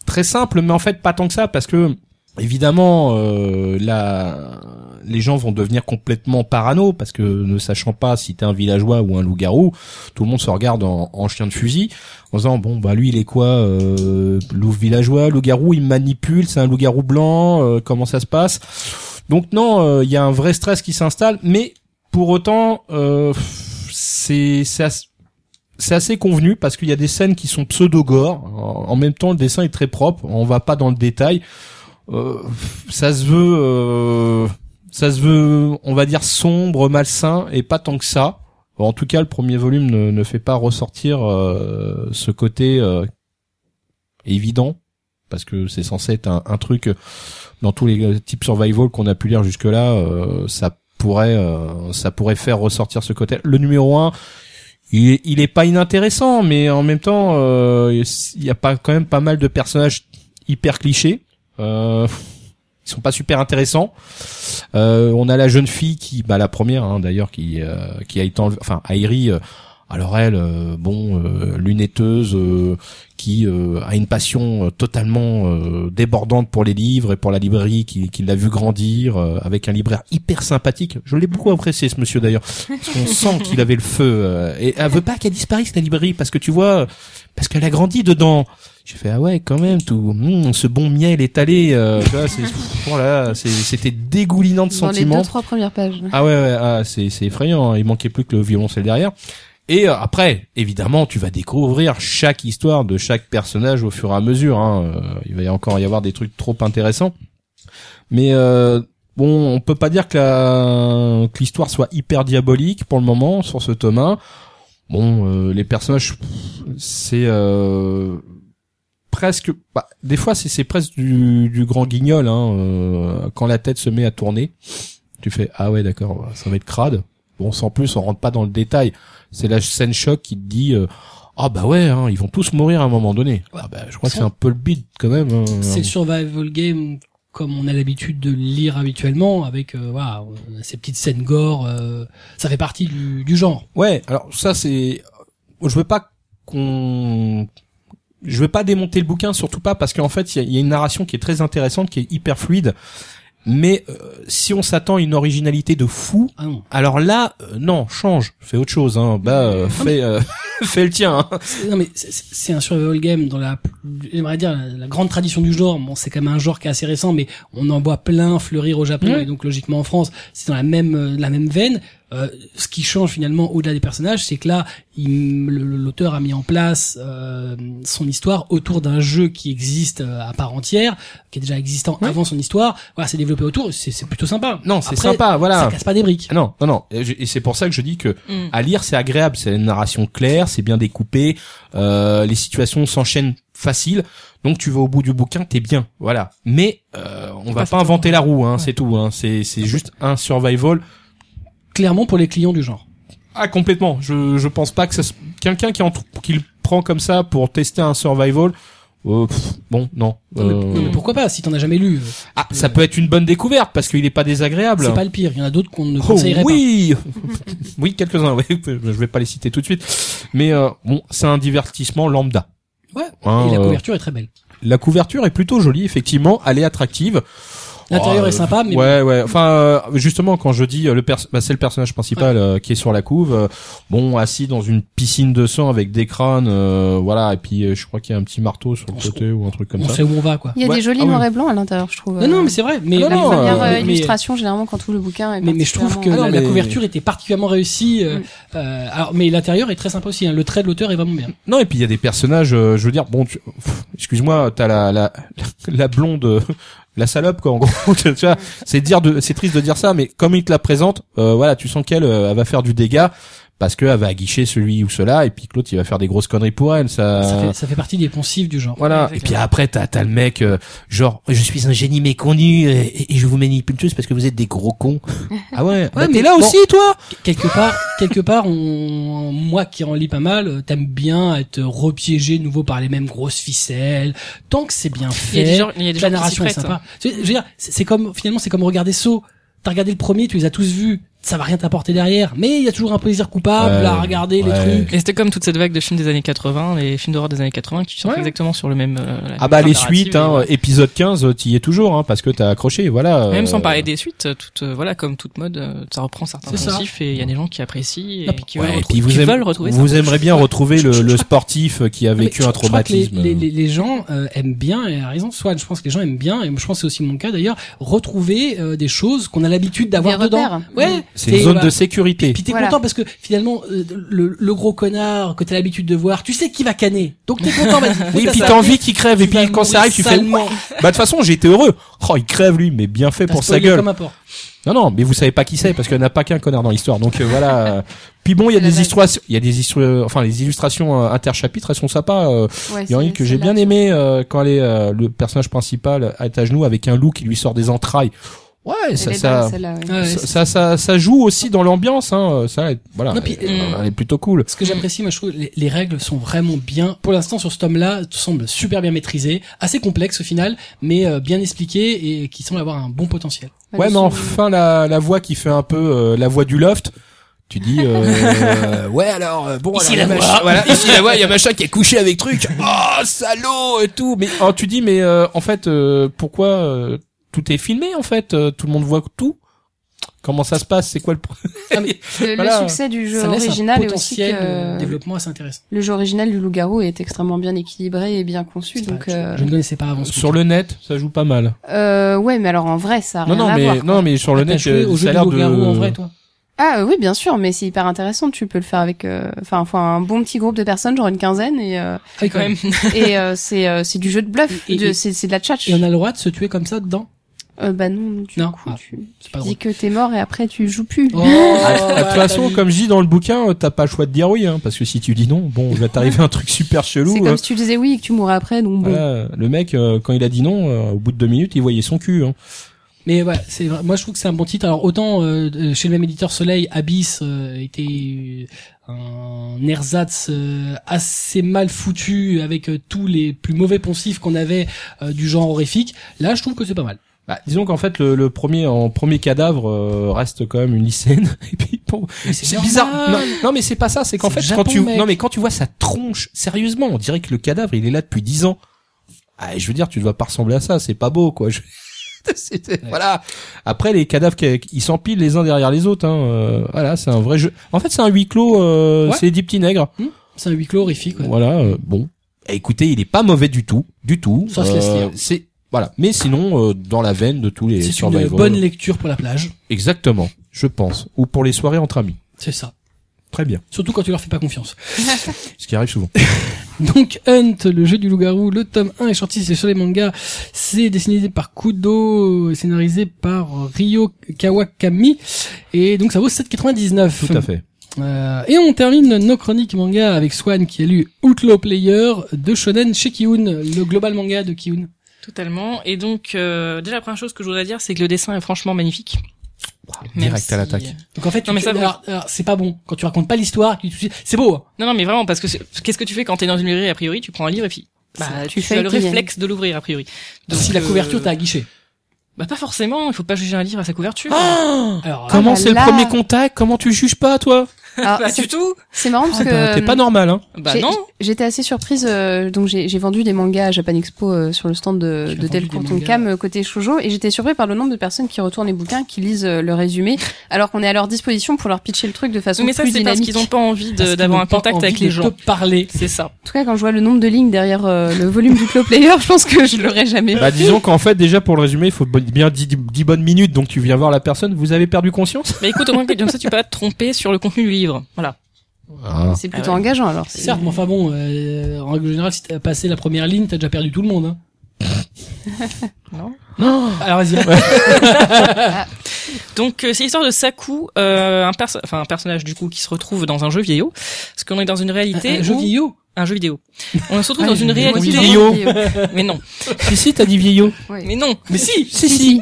très simple, mais en fait pas tant que ça parce que évidemment, euh, la, les gens vont devenir complètement parano parce que ne sachant pas si t'es un villageois ou un loup-garou, tout le monde se regarde en, en chien de fusil en se disant bon bah lui il est quoi, euh, loup villageois, loup-garou, il me manipule, c'est un loup-garou blanc, euh, comment ça se passe Donc non, euh, il y a un vrai stress qui s'installe, mais pour autant, euh, c'est c'est assez- c'est assez convenu parce qu'il y a des scènes qui sont pseudo gore. En en même temps, le dessin est très propre. On va pas dans le détail. Euh, ça se veut, euh, ça se veut, on va dire sombre, malsain et pas tant que ça. En tout cas, le premier volume ne, ne fait pas ressortir euh, ce côté euh, évident parce que c'est censé être un, un truc euh, dans tous les euh, types survival qu'on a pu lire jusque là. ça pourrait, euh, ça pourrait faire ressortir ce côté. Le numéro un il est, il est pas inintéressant, mais en même temps, euh, il y a pas quand même pas mal de personnages hyper clichés. Euh, ils sont pas super intéressants. Euh, on a la jeune fille qui, bah la première hein, d'ailleurs, qui euh, qui a été enlevée, enfin Airi. euh, alors elle, euh, bon, euh, lunetteuse, euh, qui euh, a une passion euh, totalement euh, débordante pour les livres et pour la librairie, qui, qui l'a vu grandir, euh, avec un libraire hyper sympathique. Je l'ai beaucoup apprécié
*laughs*
ce monsieur d'ailleurs. Parce qu'on sent qu'il avait le feu. euh, et elle veut pas qu'elle disparaisse la librairie parce que tu vois, parce qu'elle a grandi dedans. J'ai fait ah ouais quand même tout hmm, ce bon miel étalé euh, tu vois, c'est *laughs* voilà, c'est- c'était dégoulinant de
Dans les deux
sentiments.
trois premières pages.
Ah ouais, ouais ah, c'est c'est effrayant. hein. Il manquait plus que le violoncelle derrière. Et euh, après, évidemment, tu vas découvrir chaque histoire de chaque personnage au fur et à mesure. hein. Euh, Il va y encore y avoir des trucs trop intéressants. Mais euh, bon, on peut pas dire que la- que l'histoire soit hyper diabolique pour le moment sur ce tome 1. Bon, euh, les personnages, pff, c'est euh, presque. bah, des fois, c'est c'est presque du, du grand guignol. Hein, euh, quand la tête se met à tourner, tu fais ah ouais d'accord, ça va être crade. Bon, sans plus, on rentre pas dans le détail. C'est la scène choc qui te dit. euh, ah bah ouais, hein, ils vont tous mourir à un moment donné. Ah bah, je crois que c'est un peu le bide quand même. hein.
C'est le survival game comme on a l'habitude de le lire habituellement, avec euh, voilà, on a ces petites scènes gore, euh, ça fait partie du, du genre.
Ouais, alors ça c'est je veux pas qu'on je veux pas démonter le bouquin surtout pas parce qu'en fait il y a- il y, a une narration qui est très intéressante qui est hyper fluide mais euh, si on s'attend à une originalité de fou
Ah non,
alors là euh, non change fais autre chose hein bah euh, fais euh, *laughs* fais le tien hein.
c'est- non mais c'est- c'est c'est un survival game dans la, plus- j'aimerais dire la, la grande tradition du genre. Bon, c'est quand même un genre qui est assez récent, mais on en voit plein fleurir au Japon
Ouais.
et donc logiquement en France, c'est dans la même euh, la même veine. Euh, ce qui change finalement au-delà des personnages, c'est que là, il- le- le- l'auteur a mis en place euh, son histoire autour d'un jeu qui existe euh, à part entière, qui est déjà existant
Ouais.
avant son histoire. Voilà, c'est développé autour, c'est c'est plutôt sympa.
non c'est
Après,
sympa
Ça
voilà
casse pas des briques.
non non non et je- et c'est pour ça que je dis que
Mm.
à lire c'est agréable c'est une narration claire c'est bien découpé euh, les situations s'enchaînent facile donc tu vas au bout du bouquin t'es bien voilà mais euh, on va pas
Ah, c'est
inventer
tout.
la roue hein,
Ouais.
c'est tout hein. c'est
Ah
c'est juste un survival
Clairement pour les clients du genre.
ah complètement je je pense pas que ça se- quelqu'un qui en trou- qui le prend comme ça pour tester un survival euh, pff, bon non,
Non, mais-
Euh,
non, mais pourquoi pas si t'en as jamais lu. euh,
ah, ça peut être une bonne découverte parce qu'il est pas désagréable
C'est pas le pire. Il y en a d'autres qu'on ne
Oh,
conseillerait
oui, *laughs* oui, quelques-uns. Oui, je vais pas les citer tout de suite, mais euh, bon, c'est un divertissement lambda.
pas. Ouais.
Hein,
Et la
euh,
couverture est très belle.
La couverture est plutôt jolie, effectivement, elle est attractive.
L'intérieur
Oh,
est sympa, mais
Ouais, ouais. Enfin, euh, justement, quand je dis euh, le pers- bah, c'est le personnage principal euh, qui est sur la couve, euh, bon, assis dans une piscine de sang avec des crânes, euh, voilà. Et puis, euh, je crois qu'il y a un petit marteau sur le
On se-
côté ou un truc comme
on
ça.
sait où on va quoi.
Il y a
Ouais,
des jolis
ah ouais.
noirs et blancs à l'intérieur, je trouve.
Non, non, mais c'est vrai. Mais
Non,
la
non,
première
euh,
euh,
mais-
illustration généralement quand tout le bouquin est
Mais, mais je trouve que
particulièrement- euh,
Ah non,
la, la
mais-
couverture était particulièrement réussie. euh,
Mm.
euh, alors, mais l'intérieur est très sympa aussi. hein. Le trait de l'auteur est vraiment bien.
Non, et puis il y a des personnages, euh, je veux dire, bon, tu- pff, excuse-moi, t'as la, la, *laughs* la blonde, euh, la salope, quoi, en gros, *laughs* tu vois, c'est dire de, c'est triste de dire ça, mais comme il te la présente, euh, voilà, tu sens qu'elle, euh, elle va faire du dégât, parce qu'elle va aguicher celui ou cela, et puis Claude, il va faire des grosses conneries pour elle, ça...
Ça, fait, ça fait partie des poncifs du genre.
Voilà.
Ouais,
Et puis après, t'as t'as le mec, euh, genre, je suis un génie méconnu, euh, et, et je vous manipule tous parce que vous êtes des gros
*laughs*
cons. ah ouais, bah,
mais
t'es là
bon.
aussi, toi
Quelque part, quelque part, on, moi qui en lis pas mal, euh, t'aimes bien être repiégé de nouveau par les mêmes grosses ficelles. Tant que c'est bien
Il y a
fait,
des gens, il y a des
que
gens
la
qui s'y
narration est
prêtent,
sympa. Tu sais, Je veux dire, c'est c'est comme finalement, c'est comme regarder Saw. T'as regardé le premier, tu les as tous vus. Ça va rien t'apporter derrière, mais il y a toujours un plaisir coupable
Ouais,
à regarder
Euh, ouais.
les trucs.
Et c'était comme toute cette vague de films des années 80, les films d'horreur des années 80 qui sortent
Ouais.
exactement sur le même. euh, la
Ah bah
même
les
narrative,
suites, hein,
et-
épisode 15, t'y es toujours, hein, parce que t'as accroché, voilà.
Même
euh,
sans parler des suites, euh, toute, euh, voilà, comme toute mode, euh, ça reprend certains
C'est ça.
motifs et il y a des gens qui apprécient et
Ah,
qui
Ouais,
veulent,
et
retrou-
puis vous
qui
aime-
veulent retrouver ça.
vous aimeriez bien retrouver le,
Je- je-
le
je-
sportif qui a
Mais
vécu
je- je
un
crois que les-
traumatisme.
Les, les- les gens euh, aiment bien, et à raison, soit je pense que les gens aiment bien, et je pense que c'est aussi mon cas d'ailleurs, retrouver euh, des choses qu'on a l'habitude d'avoir
Des
dedans.
repères.
Mm.
Ouais,
C'est une
Et
zone
voilà.
de sécurité.
Puis t'es
Voilà.
content parce que finalement euh, le, le gros connard que t'as l'habitude de voir, tu sais qui va canner. Donc t'es content, vas-y. fais
Oui,
ta
puis
salle.
t'as envie qu'il crève, et
Tu vas
puis quand
mourir
ça arrive, tu fais... Bah
salement.
de toute façon, j'étais heureux. Oh, il crève lui, mais bien fait
T'as
pour sa
spoilé
gueule.
Comme un porc.
Non, non, mais vous savez pas qui c'est parce qu'il n'y en a pas qu'un connard dans l'histoire. Donc euh, voilà. Puis bon, il y a
C'est la
des
vague.
histoires, il y a des histoires, enfin les illustrations euh, interchapitres, elles sont sympas. euh.
Ouais,
Il y en a
c'est-
une que
c'est
j'ai
là.
bien aimée euh, quand elle est euh, le personnage principal est à genoux avec un loup qui lui sort des entrailles. Ouais,
Elle
ça
est
ça,
dingue, celle-là, ouais.
Ouais,
ça, ça, ça- ça joue aussi dans l'ambiance. Hein. euh, Ça, elle- voilà,
Non, puis- euh,
elle, elle est plutôt cool.
Ce que j'apprécie, moi, je trouve, les, les règles sont vraiment bien. Pour l'instant, sur ce tome-là, tout semble super bien maîtrisé, assez complexe au final, mais euh, bien expliqué et qui semble avoir un bon
*laughs*
potentiel.
Ouais,
le
mais
son-
enfin la, la voix qui fait un peu euh, la voix du loft. Tu dis
*laughs*
euh, ouais alors euh, bon
Ici, la
alors, il y a
voix. *laughs*
machin- voilà, ici la voix il y a machin qui est couché avec truc oh salaud et tout mais oh, tu dis mais euh, en fait euh, pourquoi euh, tout est filmé en fait euh, tout le monde voit tout Comment ça se passe C'est quoi le pro-
Le, Ah, le
Voilà.
succès du jeu
ça laisse
original
un
est aussi
potentiel euh,
que
développement assez intéressant.
le jeu original du loup-garou est extrêmement bien équilibré et bien conçu.
C'est
Donc,
vrai,
euh,
je, je ne connaissais pas avant. ce
Sur le net, ça joue pas mal.
euh, ouais, mais alors en vrai, ça a Ah, rien
Non, non,
à
mais,
voir. quoi.
non, mais sur le
Ah, T'as
net,
joué
euh,
au
ça
jeu
a l'air
vidéo
de...
Garou en vrai, toi
Ah euh, oui, bien sûr, mais c'est hyper intéressant. Tu peux le faire avec, euh, enfin, enfin, un bon petit groupe de personnes, genre une quinzaine, et euh,
Ah, oui,
quand même.
et euh, c'est euh, c'est du jeu de bluff,
Et- et-
de- c'est c'est de la tchatche.
Et on a le droit de se tuer comme ça dedans
Euh, bah non, du
Non.
coup,
Ah.
tu
C'est
*laughs*
pas
dis
drôle.
que t'es mort et après tu joues plus.
Oh,
De toute
ouais, t'as
façon,
vu.
comme je dis dans le bouquin, euh, t'as pas le choix de dire oui, hein, parce que si tu dis non, bon, il va t'arriver un truc super
c'est
chelou.
comme
hein.
si tu disais oui et que tu mourrais après, donc bon.
Voilà, le mec, euh, quand il a dit non, euh, au bout de deux minutes, il voyait son cul. Hein.
Mais ouais, c'est vrai. moi je trouve que c'est un bon titre. Alors autant euh, euh, chez le même éditeur Soleil, Abyss euh, était euh, un ersatz euh, assez mal foutu avec euh, tous les plus mauvais poncifs qu'on avait euh, du genre horrifique. Là, je trouve que c'est pas mal.
Bah, disons qu'en fait, le, le premier, en premier cadavre euh, reste quand même une lycéenne. *laughs* Et puis, bon,
Mais
c'est
normal.
bizarre. Non, non, mais c'est pas ça. C'est qu'en
C'est
fait,
le
quand
Japon,
tu,
mec.
non, mais quand tu vois sa tronche, sérieusement, on dirait que le cadavre, il est là depuis dix ans. Ah, je veux dire, tu ne vas pas ressembler à ça. C'est pas beau, quoi. *laughs* Je- c'est- c'est- Voilà. Après, les cadavres, qui- ils s'empilent les uns derrière les autres. Hein. Euh, voilà, c'est un vrai jeu. En fait, c'est un huis clos. euh,
Ouais.
C'est des petits nègres.
C'est un huis clos horrifique. ouais.
Voilà, euh, bon. Eh, écoutez, il est pas mauvais du tout, du tout.
Ça se laisse
Euh,
lire.
C'est voilà, mais sinon euh, dans la veine de tous les
C'est une
survivors. euh,
bonne lecture pour la plage.
Exactement, je pense. Ou pour les soirées entre amis.
C'est ça.
Très bien.
Surtout quand tu leur fais pas confiance.
Ce qui
*laughs*
arrive souvent.
Donc Hunt, le jeu du loup-garou, le tome 1 est sorti c'est sur les mangas. C'est dessiné par Kudo, et scénarisé par Ryo Kawakami. Et donc ça vaut 7,99.
Tout à fait.
Euh, et on termine nos chroniques manga avec Swan qui a lu Outlaw Player de Shonen chez Kiun, le global manga de Kiun.
Totalement. Et donc, euh, déjà, la première chose que je voudrais dire, c'est que le dessin est franchement magnifique. Même
Direct à
si-
l'attaque.
Donc en fait, tu-
Non, mais ça va.
alors- alors, c'est pas bon. Quand tu racontes pas l'histoire, tu- tu- c'est beau. hein.
Non, non, mais vraiment, parce que c'est- qu'est-ce que tu fais quand t'es dans une librairie A priori, tu prends un livre et puis bah,
C'est- tu
tu, as
fais
le
qu'il y a-
réflexe de l'ouvrir, a priori. Donc,
si la
euh,
couverture t'a guiché.
Bah pas forcément, il faut pas juger un livre à sa couverture.
Ah, Alors, hein,
Comment
là
c'est
là.
le premier contact Comment tu juges pas toi
*laughs*
Alors,
ah,
pas
Ah, c'est-
du tout
c'est marrant parce
Ah, bah,
que
T'es pas normal hein.
Bah
J'ai-
non
J'étais assez surprise, euh, donc j'ai j'ai vendu des mangas à Japan Expo euh, sur le stand
Tu as
de, de
vendu
Delcourt
des
Tonkam euh, côté shoujo, et j'étais surpris par le nombre de personnes qui retournent les bouquins, qui lisent euh, le résumé, alors qu'on est à leur disposition pour leur pitcher le truc de façon
Mais ça,
plus
c'est parce
dynamique.
qu'ils ont pas envie de-
Parce qu'ils
d'avoir
n'ont
un
pas
contact
envie
avec les
de
gens.
Te parler.
C'est ça.
En tout cas, quand je vois le nombre de lignes derrière euh, le volume du Claw Player, *laughs* je pense que je l'aurais jamais.
Bah disons qu'en fait déjà pour le résumer, il faut bon- bien 10, bonnes minutes donc tu viens voir la personne, vous avez perdu conscience
Mais écoute, au moins, comme ça, tu peux pas te tromper sur le contenu du livre. Voilà.
C'est plutôt
Ah ouais.
engageant alors. c'est-
Certes, mais enfin bon, euh, en règle générale, si t'as passé la première ligne, t'as déjà perdu tout le monde.
*laughs*
Hein.
Non.
Alors vas-y.
Donc, euh, c'est l'histoire de Saku, euh, un, perso- enfin, un personnage du coup qui se retrouve dans un jeu vidéo. Parce qu'on est dans une réalité.
Un jeu
où-
vidéo.
Un jeu vidéo. On se retrouve
Ah,
dans
je-
une
moi
réalité.
aussi,
Vidéo.
Mais non.
Si si t'as dit vieillot.
euh, Ouais.
Mais non.
Mais si,
*laughs* Si si.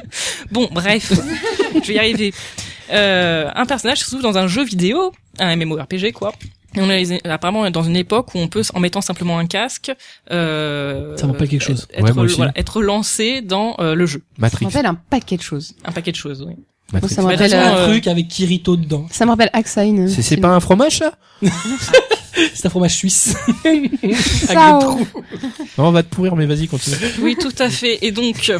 Bon, bref, *laughs* je vais y arriver. Euh, un personnage se trouve dans un jeu vidéo, un MMORPG quoi. Et on est apparemment dans une époque où on peut, en mettant simplement un casque, euh,
*laughs* Ça m'appelle quelque chose.
Être,
Ouais, moi aussi.
voilà, être lancé dans euh, le jeu.
Ça me
Matrix.
rappelle un paquet de choses.
Un paquet de choses. Oui.
Moi,
Matrix.
ça me
Mais
rappelle,
de toute façon,
euh,
un
euh,
truc avec Kirito dedans.
ça me rappelle Axine.
C'est c'est pas un fromage ça
C'est un fromage suisse.
ça.
des
oh.
Non, on va te pourrir mais vas-y continue.
*laughs* oui, tout à fait. Et donc. euh,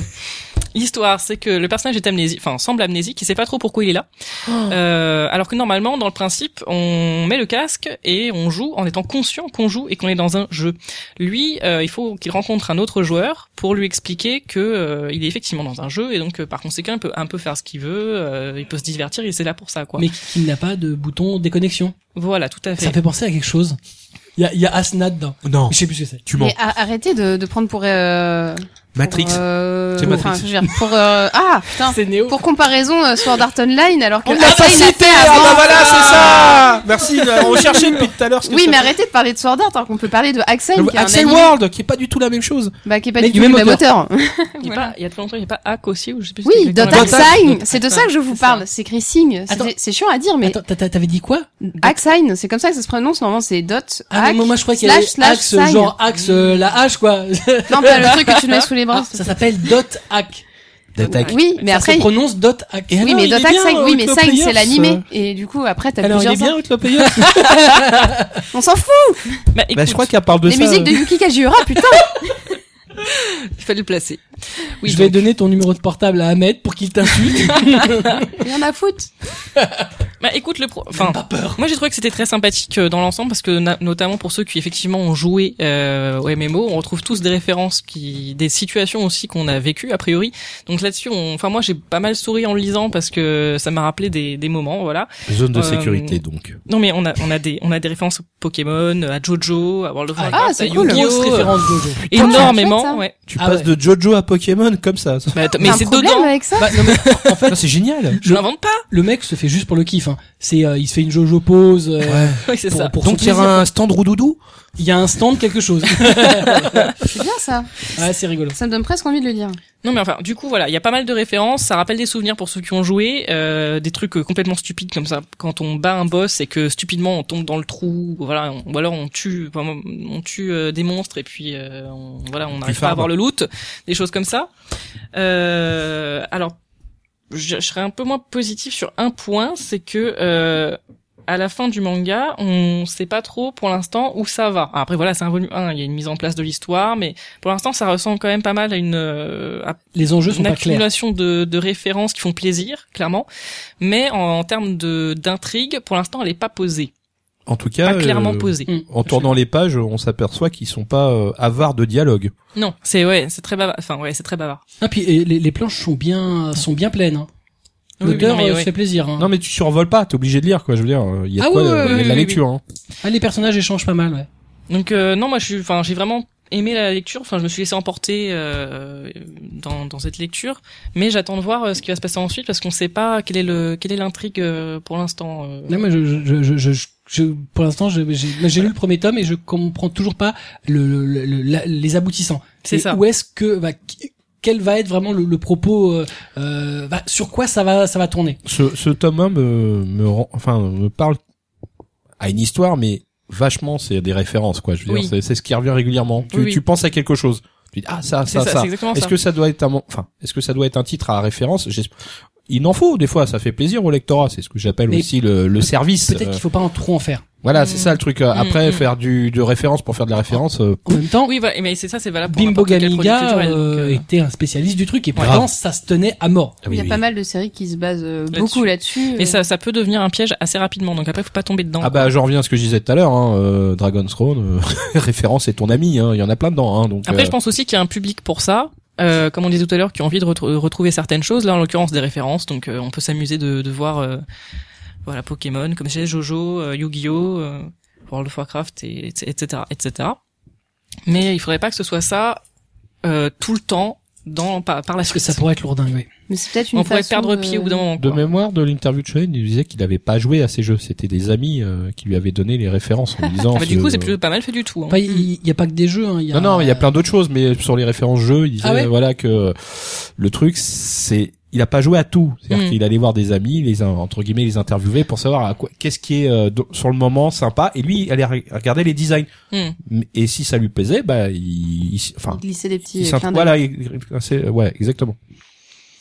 L'histoire, c'est que le personnage est amnésique, enfin semble amnésique, il sait pas trop pourquoi il est là. Euh, alors que normalement, dans le principe, on met le casque et on joue en étant conscient qu'on joue et qu'on est dans un jeu. Lui, euh, il faut qu'il rencontre un autre joueur pour lui expliquer que euh, il est effectivement dans un jeu et donc euh, par conséquent, il peut un peu faire ce qu'il veut, euh, il peut se divertir et c'est là pour ça quoi.
Mais qui qui n'a pas de bouton déconnexion.
Voilà, tout à fait.
Ça fait penser à quelque chose. Il y a, il y a Asna dedans.
*gasps* Non,
Je sais plus ce que c'est.
tu mens.
Mais a- arrêtez de, de prendre pour. Euh,
Matrix.
pour, euh,
C'est Matrix.
enfin, je veux dire, pour euh, ah putain.
C'est Néo.
Pour comparaison, euh, Sword Art Online, alors que
On l'a pas
Arcane a
cité
fait
Ah
avant.
bah voilà, c'est ça Merci, on recherchait depuis tout à l'heure. ce que
Oui,
ça-
mais arrêtez de parler de Sword Art, alors qu'on peut parler de Axel, qui est
Axel
un anime,
World, qui est pas du tout la même chose.
bah, qui est pas
Mais
du tout le même auteur.
Il y a
Voilà.
pas- il y a très longtemps, il n'y a pas Hack aussi ou je sais plus.
Oui,
c'était
Dot
exactement la même chose.
Axine,
Dot
c'est de
Axine,
ça que je vous
c'est ça.
parle. C'est Crissing,
Attends.
c'est chiant à dire, mais
Attends, t'as- t'avais dit quoi
Axine, c'est comme ça que ça se prononce. Normalement, c'est Dot
Ah, mais
Hack.
moi, moi, je crois qu'il y avait
slash, slash,
axe,
sign.
genre axe, euh, la hache, quoi.
Non, pas le truc que tu mets sous les bras.
Ah, ça s'appelle dot hack.
D'attaque.
Oui, mais
ça
après.
se prononce dot hack.
Oui, mais Dot Axine, oui, mais Sign, c'est l'animé.
ça.
Et du coup, après, t'as
Alors, il est
plusieurs.
bien, Outlaw Player
On s'en fout.
Bah,
Bah,
écoute,
je crois qu'elle parle de
Les
ça.
musiques de
euh,
Yuki Kajiura, putain.
il fallait le placer. Oui,
je vais
donc-
donner ton numéro de portable à Ahmed pour qu'il t'insulte.
Rien à foutre.
Bah écoute le pro... enfin moi j'ai trouvé que c'était très sympathique euh, dans l'ensemble parce que na- notamment pour ceux qui effectivement ont joué euh, au MMO, on retrouve tous des références qui des situations aussi qu'on a vécues a priori. Donc là-dessus on enfin moi j'ai pas mal souri en le lisant parce que ça m'a rappelé des, des moments voilà.
Zone de
Euh,
sécurité, donc.
Non mais on a on a des on a des références au Pokémon, à Jojo, à World of Warcraft,
Ah, c'est
à
cool.
Yu-Gi-Oh,
Grosse référence Jojo.
Putain,
énormément
c'est chouette, ça.
ouais.
Tu
Ah
passes de Jojo à Pokémon comme ça. ça.
Mais, attends,
Mais
mais
un
c'est
problème
dedans.
avec ça.
Bah, non, mais en fait,
Ça, c'est génial.
Je l'invente pas.
le mec se fait juste pour le kiff. Hein. C'est, euh, il se fait une Jojo pause. euh,
*laughs* Oui, c'est
Pour-
ça.
pour-
Donc, il y aura un stand roudoudou
Il y a un stand quelque chose.
C'est bien ça.
ouais, c'est rigolo.
Ça me donne presque envie de le dire.
Non mais enfin, du coup voilà, il y a pas mal de références, ça rappelle des souvenirs pour ceux qui ont joué, euh, des trucs euh, complètement stupides comme ça, quand on bat un boss et que stupidement on tombe dans le trou, voilà, on- ou alors on tue, enfin, on tue euh, des monstres et puis euh, on, voilà, on n'arrive pas à
farbe.
avoir le loot, des choses comme ça. Euh, alors, je, je serais un peu moins positif sur un point, c'est que euh, à la fin du manga, on sait pas trop pour l'instant où ça va. Après voilà, c'est un volume 1, il y a une mise en place de l'histoire, mais pour l'instant ça ressemble quand même pas mal à une euh, à
Les enjeux sont
une
pas clairs.
accumulation de, de références qui font plaisir, clairement, mais en, en termes de d'intrigue, pour l'instant, elle est pas posée,
En tout
pas
Ah,
cas,
clairement
euh,
posée.
en tournant les pages, on s'aperçoit qu'ils sont pas euh, avares de dialogue.
Non, c'est ouais, c'est très bavard. Enfin ouais, c'est très bavard.
Ah, puis et les, les planches sont bien, sont bien pleines. Hein.
Oui,
L'auteur
oui, non, mais
euh,
ouais.
se fait plaisir. Hein.
Non, mais tu survoles pas, t'es obligé de lire, quoi. Je veux dire, euh, il y a de
Ah
quoi,
oui,
euh,
oui,
il y a
oui,
de la
oui,
lecture, hein.
Ah, les personnages échangent pas mal. Ouais.
Donc euh, non, moi je suis, enfin j'ai vraiment aimé la lecture. Enfin, je me suis laissé emporter euh, dans, dans cette lecture, mais j'attends de voir euh, ce qui va se passer ensuite parce qu'on sait pas quelle est le quelle est l'intrigue euh, pour l'instant. euh.
Non, mais je, je, je, je, je- je- pour l'instant, je- j'ai j'ai lu le premier tome et je comprends toujours pas le, le- le- la- les aboutissants.
C'est
Et
ça.
Où est-ce que, bah, qui- quel va être vraiment le, le propos euh, euh, bah, Sur quoi ça va, ça va tourner
Ce, ce tome 1 me, me rend- enfin, me parle à une histoire, mais vachement, c'est des références, quoi. Je veux
Oui.
dire, c'est- c'est ce qui revient régulièrement. Tu,
Oui, oui.
tu penses à quelque chose. Tu dis, ah, ça,
C'est
ça,
ça,
ça.
c'est exactement
Est-ce
ça.
que ça doit être un, mon- enfin, est-ce que ça doit être un titre à référence? J'esp- Il en faut, des fois, ça fait plaisir au lectorat. C'est ce que j'appelle
Mais
aussi le, le service.
Peut-être
Euh,
qu'il faut pas en trop en faire.
Voilà, c'est ça le truc. euh, Après,
Mm, mm.
faire du, de référence pour faire de la référence, euh,
En même temps,
Oui, voilà, mais c'est ça, c'est valable pour
Bimbo
n'importe quel produit
Gamiga
culturel, donc,
euh,
euh,
était un spécialiste du truc et
Ouais.
pourtant ça se tenait à mort.
Ah
Il y a pas mal de séries qui se basent euh, beaucoup là-dessus.
Mais
euh.
ça, ça peut devenir un piège assez rapidement, donc après faut pas tomber dedans.
Ah bah je reviens à ce que je disais tout à l'heure, hein, euh, Dragon's Throne, euh, *laughs* référence est ton ami, hein, il y en a plein dedans. Hein, donc,
Après,
euh,
je pense aussi qu'il y a un public pour ça. Euh, comme on disait tout à l'heure, qui ont envie de retru- retrouver certaines choses, là en l'occurrence des références, donc euh, on peut s'amuser de, de voir euh, voilà Pokémon, comme je disais, Jojo, euh, Yu-Gi-Oh, euh, World of Warcraft, et, et- etc., etc. Mais il faudrait pas que ce soit ça euh, tout le temps dans par, par la
Parce que
suite.
ça pourrait être lourdingue,
Oh.
oui.
Mais c'est peut-être une
on pourrait
façon
perdre
de-
pied au bout d'un moment.
De
quoi.
mémoire de l'interview de Shonen, il disait qu'il n'avait pas joué à ces jeux, c'était des amis euh, qui lui avaient donné les références
*laughs*
en lui disant.
Ah bah, du
ce-
coup, c'est plutôt pas mal fait du tout. hein.
Pas- Il n'y a pas que des jeux. Hein, il y a,
Non non,
euh,
mais il y a plein d'autres choses, mais sur les références jeux, il disait
Ah ouais
voilà que le truc c'est il a pas joué à tout, c'est-à-dire
Mm.
qu'il allait voir des amis, les in- entre guillemets les interviewer pour savoir à quoi qu'est-ce qui est euh, do- sur le moment sympa, et lui il allait re- regarder les designs.
Hmm.
Et si ça lui plaisait, bah il, il- enfin
Glisser des petits
Il
euh,
s'int-
clins d'œil.
voilà, il- c'est- ouais, exactement.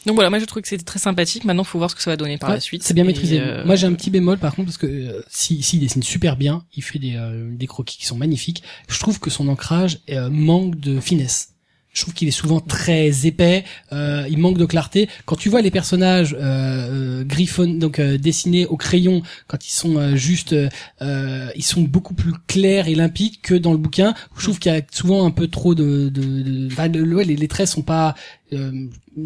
Donc voilà, moi je trouve que c'était très sympathique. Maintenant, faut voir ce que ça va donner par
Ouais,
la suite.
C'est bien
Et,
maîtrisé.
euh,
Moi, j'ai un petit bémol, par contre, parce que euh, si, si il dessine super bien, il fait des, euh, des croquis qui sont magnifiques. Je trouve que son ancrage euh, manque de finesse. Je trouve qu'il est souvent très épais. euh, il manque de clarté. Quand tu vois les personnages euh, euh, Griffon, donc euh, dessinés au crayon, quand ils sont euh, juste, euh, euh, ils sont beaucoup plus clairs et limpides que dans le bouquin. Où je trouve qu'il y a souvent un peu trop de, de, de- enfin, de- ouais, les, les traits sont pas euh,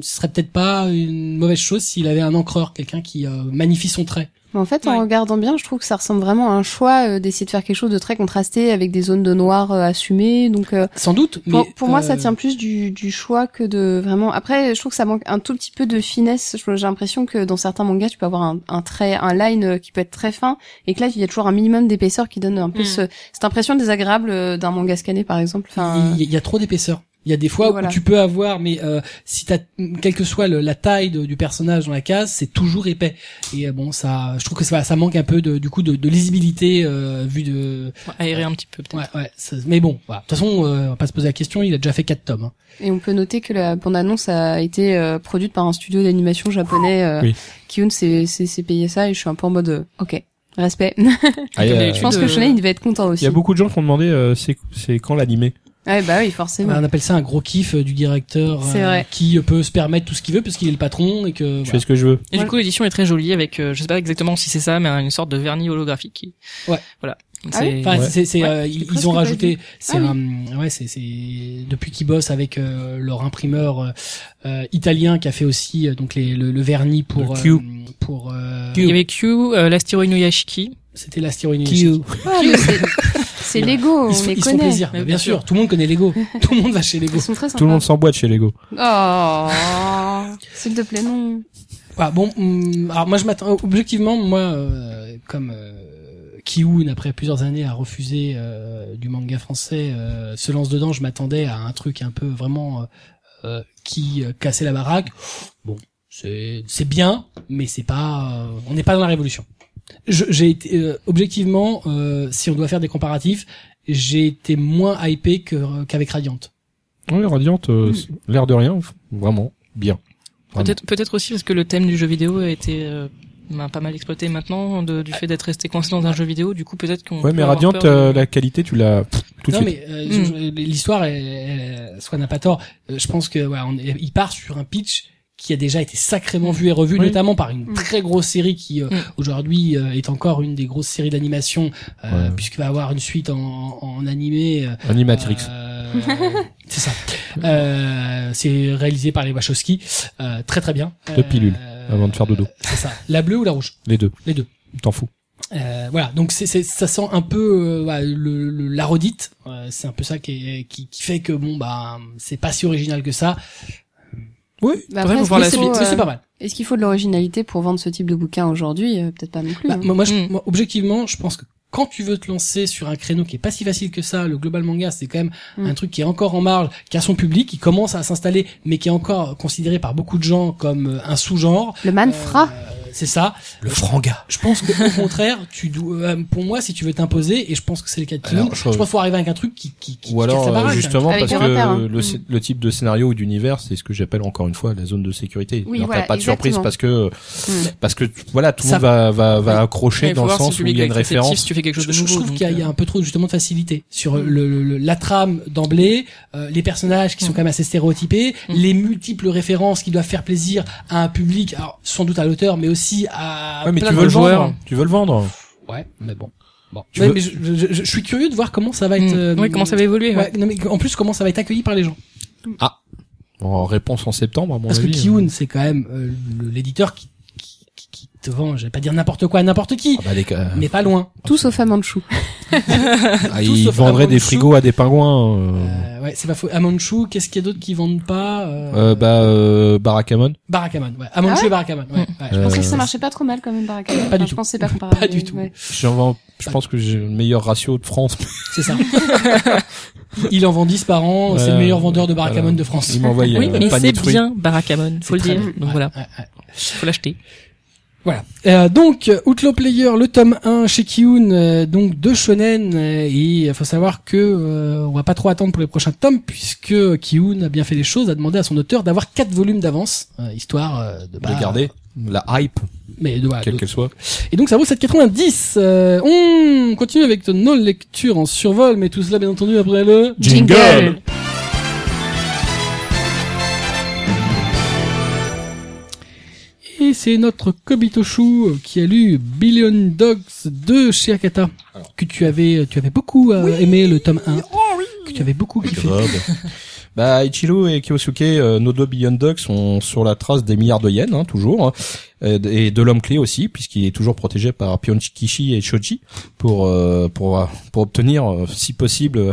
ce serait peut-être pas une mauvaise chose s'il avait un encreur, quelqu'un qui euh, magnifie son trait.
Mais en fait, en
Ouais.
regardant bien, je trouve que ça ressemble vraiment à un choix euh, d'essayer de faire quelque chose de très contrasté avec des zones de noir euh, assumées. Donc, euh,
Sans doute, mais
pour, pour moi, ça
euh,
tient plus du, du choix que de vraiment. Après, je trouve que ça manque un tout petit peu de finesse. Je- J'ai l'impression que dans certains mangas, tu peux avoir un, un trait, un line euh, qui peut être très fin, et que là, il y a toujours un minimum d'épaisseur qui donne un peu
Mm.
ce- cette impression désagréable euh, d'un manga scanné, par exemple. Enfin,
il y, il y a trop d'épaisseur. Il y a des fois
Voilà.
où tu peux avoir, mais euh, si t'as quelle que soit le- la taille de- du personnage dans la case, c'est toujours épais. Et euh, bon, ça, je trouve que ça, ça manque un peu de, du coup de, de lisibilité euh, vu de.
aérer un petit peu peut-être.
Ouais, ouais. ça- mais bon, voilà. de toute façon, euh, on va pas se poser la question. Il a déjà fait quatre tomes. hein.
Et on peut noter que la bande-annonce a été euh, produite par un studio d'animation japonais. Euh,
Oui.
Kyun s'est- s'est s'est payé ça et je suis un peu en mode euh, ok, respect. *laughs*
Ah, il y a-
d'habitude.
je pense que
Euh,
Shonen il devait être content
il
aussi.
y a beaucoup de gens qui ont demandé euh, c'est c'est quand l'animé.
Ouais, bah oui, forcément.
On appelle ça un gros kiff euh, du directeur
C'est vrai.
qui peut se permettre tout ce qu'il veut parce qu'il est le patron et que.
Je
voilà.
fais ce que je veux.
Et
Voilà.
du coup, l'édition est très jolie avec, euh, je sais pas exactement si c'est ça, mais une sorte de vernis holographique. qui-
Ouais.
Voilà. Donc
Ah oui
c'est-
Enfin,
Ouais.
c'est, c'est,
Ouais,
euh,
j'ai
ils,
presque
ont
pas
rajouté.
vu.
C'est
Ah
un- ouais, c'est, c'est depuis qu'ils bossent avec euh, leur imprimeur euh, euh, italien qui a fait aussi euh, donc les, le, le vernis pour
Le Q.
euh, pour. euh,
Il y avait Q, euh, l'astéro Inuyashiki.
C'était l'astéroïde Inuyashiki.
Ah, mais c'est- C'est Lego,
Ils,
on
se font-
les
ils se font
connaît.
plaisir,
Mais
bien,
bien
sûr.
sûr.
Tout le monde connaît
*laughs*
Lego. tout le monde va chez Lego.
Ils sont très sympas.
Tout le monde s'emboîte chez Lego.
Oh, s'il te plaît, non.
Ah, bon, hum, alors moi je m'attends. Objectivement, moi, euh, comme euh, Kihoon, après plusieurs années à refuser euh, du manga français, euh, se lance dedans, je m'attendais à un truc un peu vraiment euh, euh, qui euh, cassait la baraque. Bon, c'est c'est bien, mais c'est pas. euh, on n'est pas dans la révolution. Je- J'ai été euh, objectivement, euh, si on doit faire des comparatifs, j'ai été moins hypé que- euh, qu'avec Radiant.
Oui, Radiant, euh,
Mm.
c'est- l'air de rien, vraiment bien. Vraiment.
Peut-être, peut-être aussi parce que le thème du jeu vidéo a été euh, ben, pas mal exploité maintenant de- du fait d'être resté coincé dans un jeu vidéo. Du coup, peut-être qu'on.
Ouais,
peut
mais
avoir
Radiant,
peur de-
euh, la qualité, tu l'as pff, tout de
non,
suite.
mais euh, je- je- l'histoire, elle- elle- soit n'a pas tort. Euh, Je pense que ouais, on est- il part sur un pitch qui a déjà été sacrément vu et revu,
Oui.
notamment par une
Mm.
très grosse série qui euh,
Mm.
aujourd'hui euh, est encore une des grosses séries d'animation, euh,
Ouais.
puisqu'il va avoir une suite en, en animé. euh,
Animatrix.
euh, c'est ça. Euh, c'est réalisé par les Wachowski, euh, très très bien. Euh,
Deux pilules, avant de faire dodo.
C'est ça. La bleue ou la rouge
Les deux.
Les deux.
T'en fous.
euh, voilà, donc c'est, c'est- ça sent un peu euh, bah, le, le- la redite. Euh, c'est un peu ça qui, est- qui, qui fait que bon bah c'est pas si original que ça.
Oui.
Bah,
Faudrait
après,
vous voir
mais
la
est-ce
c'est,
qu'il
suite.
faut,
mais c'est
euh,
pas mal.
Est-ce qu'il faut de l'originalité pour vendre ce type de bouquin aujourd'hui Euh, Peut-être pas non plus.
Bah,
hein.
moi, moi, je-
Mm.
moi, objectivement, je pense que quand tu veux te lancer sur un créneau qui est pas si facile que ça, le global manga, c'est quand même
Mm.
un truc qui est encore en marge, qui a son public, qui commence à s'installer, mais qui est encore considéré par beaucoup de gens comme euh, un sous-genre.
Le Manfra
Euh, c'est ça.
Le franga.
Je pense que au contraire, tu dois, euh, pour moi, si tu veux t'imposer, et je pense que c'est le cas de tout le
Alors,
monde, je
je-
pense qu'il faut arriver avec un truc qui, qui, qui
Ou alors,
casse la
euh,
baraque, hein.
justement,
Avec
parce
des
que
repères, hein.
le, sc- le type de scénario ou d'univers, c'est ce que j'appelle encore une fois la zone de sécurité.
Oui,
Alors,
voilà,
t'as pas de surprise
exactement.
parce que,
Hmm.
parce que, voilà, tout le
Ça-
monde va, va, va
Oui.
accrocher
Ouais, il
dans
faut
le
voir si
sens où
public
il y a
est
une
réceptif,
référence.
Si tu fais quelque chose
Je,
de
je
nouveau.
trouve
donc, euh,
qu'il y, a- il y a un peu trop justement de facilité sur le, le- le- la trame d'emblée, euh, les personnages qui sont
Mm.
quand même assez stéréotypés,
Mm.
les multiples références qui doivent faire plaisir à un public, alors, sans doute à l'auteur, mais aussi à
Ouais, mais
plein
tu
de
veux le
gens.
joueur. Tu veux le vendre.
Ouais, mais bon. Bon.
Tu
Ouais,
veux-
mais je, je- je- je suis curieux de voir comment ça va
euh,
être.
hmm.
euh,
Ouais, comment ça va évoluer ouais.
ouais, non, mais en plus comment ça va être accueilli par les gens.
En réponse en septembre, à mon
Parce que
avis. hein.
Kiun, c'est quand même euh, le- l'éditeur qui, qui, qui- qui te vend, je vais pas dire n'importe quoi à n'importe qui,
Ah bah,
*laughs*
les gars,
mais pas loin.
Tout sauf à Manchou.
Euh,
ah,
tout
ils
sauf
vendraient des
Amandou.
frigos à des pingouins. euh.
Euh, ouais, c'est pas faux. Amanchou, qu'est-ce qu'il y a d'autre qui vendent pas euh,
Euh, bah, euh, Barakamon.
Barakamon, ouais. Amanchou
Ah ouais
et Barakamon, ouais. ouais.
Hmm.
Je pensais
Euh,
que ça marchait pas trop mal quand même, Baraka.
Pas
Enfin,
du
Je
tout.
pensais pas
*laughs*
comparable.
Pas du tout.
ouais.
Je vends- je pense que j'ai le meilleur ratio de France.
C'est
*laughs*
ça. Il en vend 10 par an, c'est le
Ouais,
meilleur vendeur de Barakamon
voilà.
de France. *laughs*
Il m'envoie euh,
Oui,
un
mais
panier
c'est
de fruits.
bien Barakamon, faut le
C'est
dire.
très
Donc
bien. Ouais,
voilà,
ouais, ouais.
faut l'acheter.
Voilà. Euh, donc Outlaw Player, le tome 1 chez Kiun, euh, donc de shonen. euh, et il faut savoir que euh, on va pas trop attendre pour les prochains tomes puisque Kiun a bien fait les choses, a demandé à son auteur d'avoir quatre volumes d'avance, euh, histoire euh, de
De
pas
garder la hype,
Mais de, voilà,
quelle
de-
qu'elle soit.
Et donc ça vaut 7,90. Euh, on continue avec nos lectures en survol, mais tout cela bien entendu après le.
Jingle
Et c'est notre Kobitoshu euh, qui a lu Billion Dogs de chez Akata, que tu avais, tu avais beaucoup euh, aimé le tome 1, que tu avais beaucoup kiffé.
*laughs* Bah, Ichiro et Kiyosuke, euh, nos deux Billion Ducks sont sur la trace des milliards de yens, hein, toujours, hein, et de- et de l'homme clé aussi, puisqu'il est toujours protégé par Pionchikishi et Shoji pour euh, pour euh, pour obtenir, euh, si possible, euh,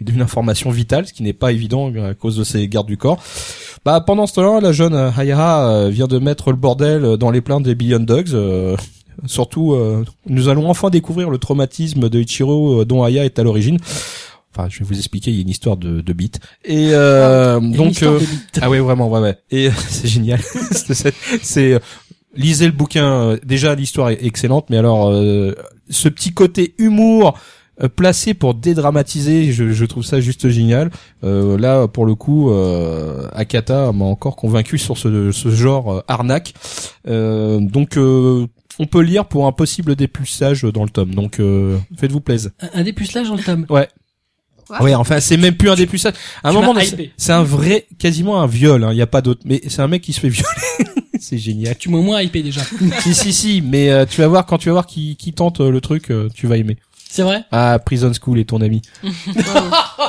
une information vitale, ce qui n'est pas évident euh, à cause de ses gardes du corps. Bah, pendant ce temps-là, la jeune euh, Hayara euh, vient de mettre le bordel euh, dans les plaintes des Billion Dogs. euh, surtout, euh, nous allons enfin découvrir le traumatisme de Ichiro euh, dont Aya est à l'origine. Enfin, je vais vous expliquer, il y a une histoire de, de bite. Et euh,
Ah, Une
donc...
histoire
euh,
de bite.
ah ouais, vraiment, ouais, ouais. Et *laughs* c'est génial. C'est- c'est- c'est euh, lisez le bouquin. euh, Déjà, l'histoire est excellente, mais alors euh, ce petit côté humour euh, placé pour dédramatiser, je, je trouve ça juste génial. Euh, là, pour le coup, euh, Akata m'a encore convaincu sur ce, ce genre euh, arnaque. Euh, donc, euh, on peut lire pour un possible dépulsage dans le tome. Donc, euh, faites-vous plaisir.
Un, un dépucelage dans le tome.
Ouais.
l'histoire.
Ouais, enfin, c'est même plus un des plus sages. À un
Ah. tu
moment,
m'as
donné,
hypé.
c'est c'est un vrai, quasiment un viol. Il hein, n'y a pas d'autre. Mais c'est un mec qui se fait violer. *laughs* c'est
*laughs*
génial.
Tu m'as moins hypé déjà.
si, si, si. Mais euh, tu vas voir quand tu vas voir qui, qui tente euh, le truc, euh, tu vas aimer.
C'est
*laughs*
vrai
Ah, Prison School est ton ami.
Oh
Ah.
là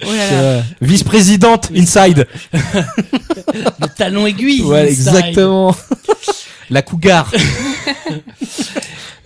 C'est,
là.
euh, Vice-présidente Inside.
Le talon aiguille.
Ouais,
inside. *laughs*
exactement. La cougar.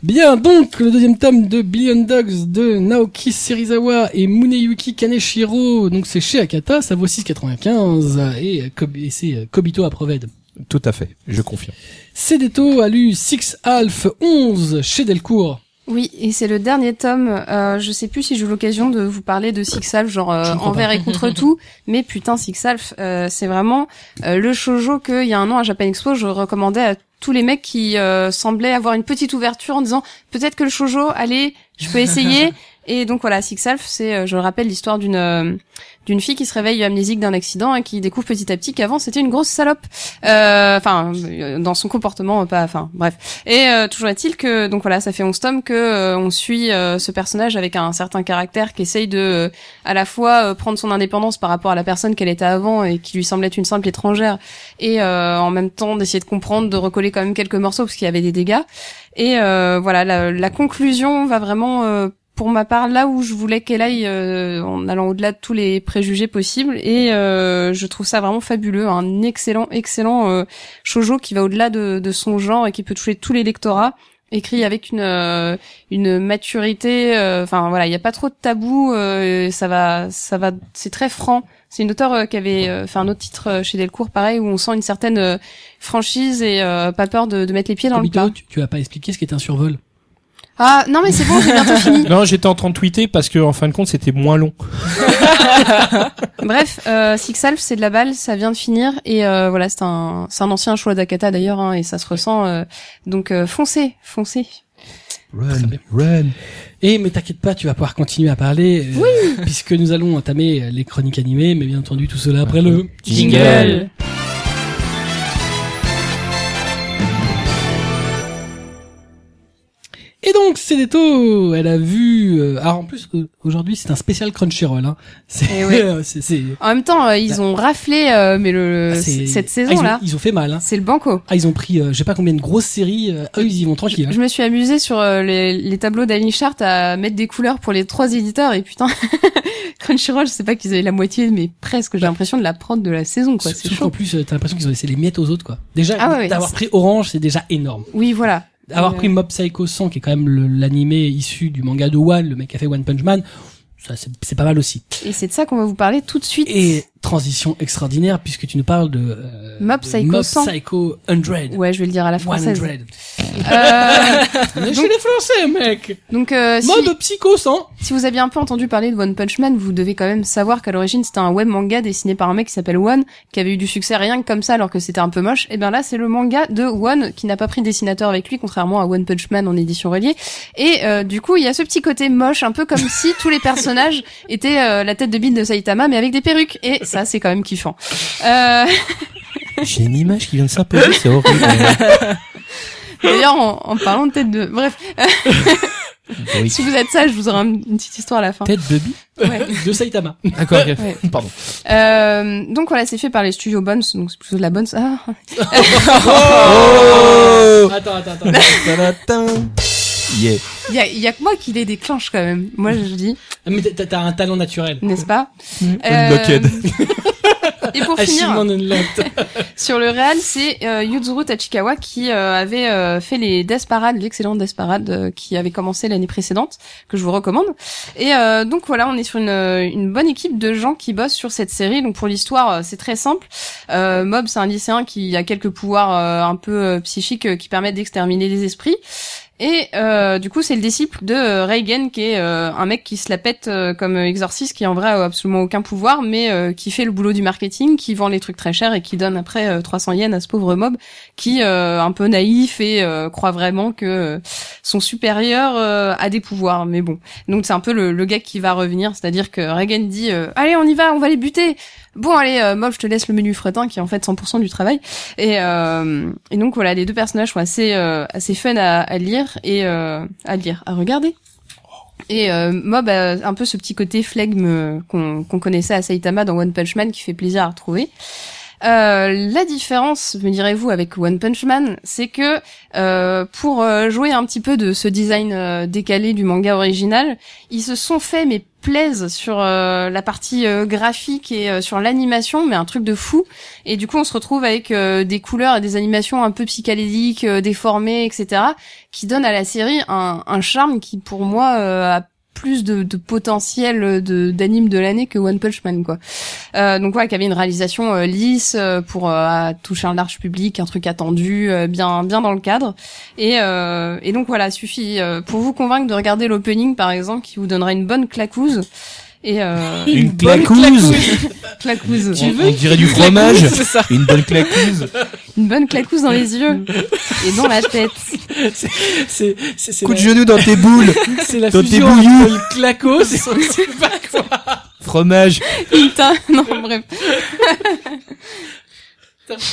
Bien, donc, le deuxième tome de Billion Dogs de Naoki Serizawa et Muneyuki Kaneshiro. Donc, c'est chez Akata, ça vaut 6,95. Et, euh, Kob- et c'est euh, Kobito à Proved.
Tout à fait.
*laughs*
Je confirme.
Cedeto a lu Six Half 11 chez Delcourt.
Oui, et c'est le dernier tome. Euh, je sais plus si j'ai eu l'occasion de vous parler de Six Half, genre euh,
Je ne crois
envers
pas.
et
*laughs*
contre tout, mais putain, Six Half, euh, c'est vraiment euh, le shoujo que il y a un an à Japan Expo, je recommandais à tous les mecs qui euh, semblaient avoir une petite ouverture en disant peut-être que le shoujo, allez, je
*laughs*
peux essayer. et donc voilà, Six Half, c'est, euh, je le rappelle, l'histoire d'une euh, d'une fille qui se réveille amnésique d'un accident et qui découvre petit à petit qu'avant c'était une grosse salope. Euh, Enfin, euh, dans son comportement, pas. Enfin, bref. Et euh, toujours est-il que donc voilà, ça fait 11 tomes que euh, on suit euh, ce personnage avec un certain caractère qui essaye de euh, à la fois euh, prendre son indépendance par rapport à la personne qu'elle était avant et qui lui semblait être une simple étrangère et euh, en même temps d'essayer de comprendre, de recoller quand même quelques morceaux parce qu'il y avait des dégâts. Et euh, voilà, la, la conclusion va vraiment euh, pour ma part, là où je voulais qu'elle aille, euh, en allant au-delà de tous les préjugés possibles, et euh, je trouve ça vraiment fabuleux, un excellent, excellent euh, shoujo qui va au-delà de, de son genre et qui peut toucher tous les lectorats écrit avec une euh, une maturité euh, enfin voilà il n'y a pas trop de tabou euh, ça va ça va c'est très franc c'est une auteure euh, qui avait euh, fait un autre titre euh, chez Delcourt pareil où on sent une certaine euh, franchise et euh, pas peur de, de mettre les pieds dans le
Kobito,
plat
tu, tu as pas expliqué ce qu'est un survol.
ah non mais c'est
*laughs*
bon j'ai bientôt fini
Non, j'étais en train de tweeter parce que en fin de compte, c'était moins long.
Bref, euh, Six Half, c'est de la balle, ça vient de finir et euh, voilà, c'est un, c'est un ancien choix d'Akata d'ailleurs hein, et ça se ressent. euh, donc euh, foncez, foncez.
Run,
bien.
run.
Et Eh, mais t'inquiète pas, tu vas pouvoir continuer à parler, euh, *laughs* puisque nous allons entamer euh, les chroniques animées, mais bien entendu tout cela après le.
Jingle.
Et donc Cédéto, elle a vu. euh, alors en plus euh, aujourd'hui c'est un spécial Crunchyroll. Hein. C'est
Eh ouais.
euh, *laughs* c'est- c'est-
En même temps, euh, ils ont raflé, euh, mais le
Bah. ah, c'est-
cette
ah,
saison là,
ils, ont- ils ont fait mal. Hein.
c'est le banco.
Ah ils ont pris, euh, je sais pas combien de grosses séries. euh, ah, eux, ils y vont tranquille. hein.
Je me suis amusée sur euh, les, les tableaux d'Annie Chart à mettre des couleurs pour les trois éditeurs et putain, *laughs* Crunchyroll, je sais pas qu'ils avaient la moitié, mais presque. J'ai l'impression de la prendre de la saison quoi. C'est
Bah. Surtout qu'en
chaud.
plus euh, t'as l'impression qu'ils ont laissé les miettes aux autres quoi. Déjà
Ah ouais, ouais.
d'avoir pris Orange c'est déjà énorme.
Oui, voilà.
Avoir
Euh,
pris Mob Psycho 100, qui est quand même le- l'animé issu du manga de One, le mec qui a fait One Punch Man, ça c'est c'est pas mal aussi.
Et c'est de ça qu'on va vous parler tout de suite.
Et transition extraordinaire puisque tu nous parles de euh,
Mob Psycho
Mob
100.
Psycho 100.
Ouais, je vais le dire à la
100.
française. Euh,
On est chez les Français, mec.
donc euh, si,
Mob Psycho 100.
si vous aviez un peu entendu parler de One Punch Man, vous devez quand même savoir qu'à l'origine c'était un web manga dessiné par un mec qui s'appelle One, qui avait eu du succès rien que comme ça alors que c'était un peu moche. Et bien là c'est le manga de One qui n'a pas pris de dessinateur avec lui, contrairement à One Punch Man en édition reliée. Et euh, du coup il y a ce petit côté moche, un peu comme
*laughs*
si tous les personnages étaient euh, la tête de bite de Saitama mais avec des perruques. Et ça c'est quand même kiffant. Euh, *laughs*
J'ai une image qui vient de s'imposer,
*laughs*
c'est horrible.
D'ailleurs en, en parlant de tête de... Bref, si vous êtes sage je vous aurai un- une petite histoire à la fin.
Tête de bi
Ouais.
de Saitama.
D'accord, ok.
Ouais.
pardon.
Euh, donc voilà, c'est fait par les studios Bones, donc c'est plutôt de la bonne. Ah.
Oh
Oh
Oh.
Attends, attends,
*laughs*
attends.
Yeah.
Il y a, il y a que moi qui les déclenche quand même. Moi je dis,
Mais t'as- t'as un talent naturel.
n'est-ce pas Euh,
Unlocked.
*laughs* Et pour
Achievement
finir,
*laughs* unlocked.
*laughs* sur le réel, c'est euh, Yuzuru Tachikawa qui euh, avait euh, fait les Death Parade, l'excellent Death Parade euh, qui avait commencé l'année précédente, que je vous recommande. Et euh, donc voilà, on est sur une, euh, une bonne équipe de gens qui bossent sur cette série. Donc pour l'histoire, euh, c'est très simple. Euh, Mob, c'est un lycéen qui a quelques pouvoirs euh, un peu euh, psychiques euh, qui permettent d'exterminer les esprits. Et euh, du coup, c'est le disciple de euh, Reigen, qui est euh, un mec qui se la pète euh, comme exorciste, qui en vrai a absolument aucun pouvoir, mais euh, qui fait le boulot du marketing, qui vend les trucs très chers et qui donne après euh, 300 yens à ce pauvre mob, qui euh, un peu naïf et euh, croit vraiment que euh, son supérieur euh, a des pouvoirs. Mais bon, donc c'est un peu le, le gars qui va revenir, c'est-à-dire que Reigen dit euh, allez, on y va, on va les buter. Bon, allez, euh, mob, je te laisse le menu fretin, qui est en fait 100% du travail. Et, euh, et donc voilà, les deux personnages sont assez euh, assez fun à, à lire et euh, à lire, à regarder. Et euh, moi, bah, un peu ce petit côté flegme euh, qu'on qu'on connaissait à Saitama dans One Punch Man qui fait plaisir à retrouver. Euh, la différence, me direz-vous, avec One Punch Man, c'est que euh, pour euh, jouer un petit peu de ce design euh, décalé du manga original, ils se sont fait mais plaisent sur euh, la partie euh, graphique et euh, sur l'animation, mais un truc de fou. Et du coup, on se retrouve avec euh, des couleurs et des animations un peu psychédéliques, euh, déformées, etc qui donne à la série un, un charme qui pour moi euh, a plus de, de potentiel de d'anime de l'année que One Punch Man quoi. Euh, donc voilà, qui avait une réalisation euh, lisse euh, pour euh, toucher un large public, un truc attendu, euh, bien bien dans le cadre. Et, euh, et donc voilà, suffit euh, pour vous convaincre de regarder l'opening par exemple, qui vous donnera une bonne claquouse. Et euh,
Une
bonne
claquouse.
claquouse.
On, on dirait du fromage.
C'est ça.
Une bonne claquouse.
une bonne claquouse dans les yeux et dans la *laughs* tête.
C'est c'est c'est
Coup de
la,
genou dans tes boules.
c'est la
dans tes
fusion
bouillons.
entre le claco, c'est *laughs* c'est pas quoi.
Fromage.
Putain, non bref.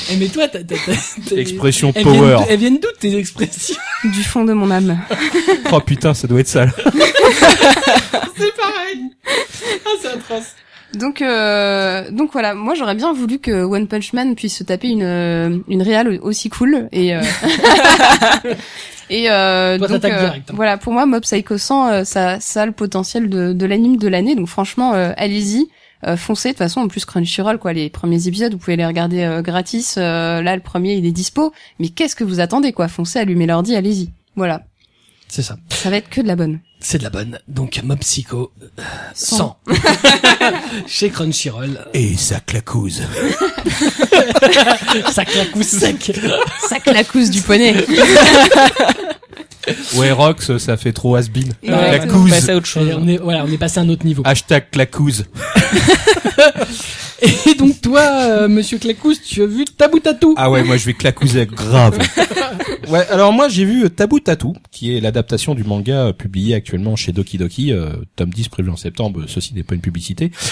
Eh, mais toi, t'as t'as- t'as- t'as-
Expression
elles viennent
power.
d'où- Elles viennent d'où tes expressions
Du fond de mon âme.
Oh putain, ça doit être sale.
*laughs* C'est pareil. Ah, c'est atroce.
Donc, euh, donc voilà, moi j'aurais bien voulu que One Punch Man puisse se taper une euh, une réal aussi cool et *laughs* euh, et euh,
Toi,
donc
t'attaques
euh,
direct, hein.
voilà pour moi Mob Psycho 100 euh, ça ça a le potentiel de de l'anime de l'année donc franchement euh, allez-y euh, foncez de toute façon en plus Crunchyroll quoi les premiers épisodes vous pouvez les regarder euh, gratis Euh, là le premier il est dispo mais qu'est-ce que vous attendez quoi foncez allumez l'ordi allez-y voilà
C'est ça.
ça va être que de la bonne
C'est de la bonne. Donc, Mob Psycho euh, *laughs* 100. Chez Crunchyroll.
Et ça claquouse.
Ça claque ou *laughs* sec.
ça clacousse du
*laughs*
poney
Ouais, Rox, ça fait trop has-been.
Ouais,
On
claquouse.
passe à autre chose.
On est, voilà, on est passé à un autre niveau.
Hashtag claquouse.
Et donc, toi, euh, monsieur Clacous, tu as vu Tabou Tatou.
Ah ouais, moi je vais clacouser grave. *laughs* ouais, alors moi j'ai vu Tabou Tatou, qui est l'adaptation du manga euh, publié actuellement chez Doki Doki, euh, tome 10 prévu en septembre, ceci n'est pas une publicité.
est-ce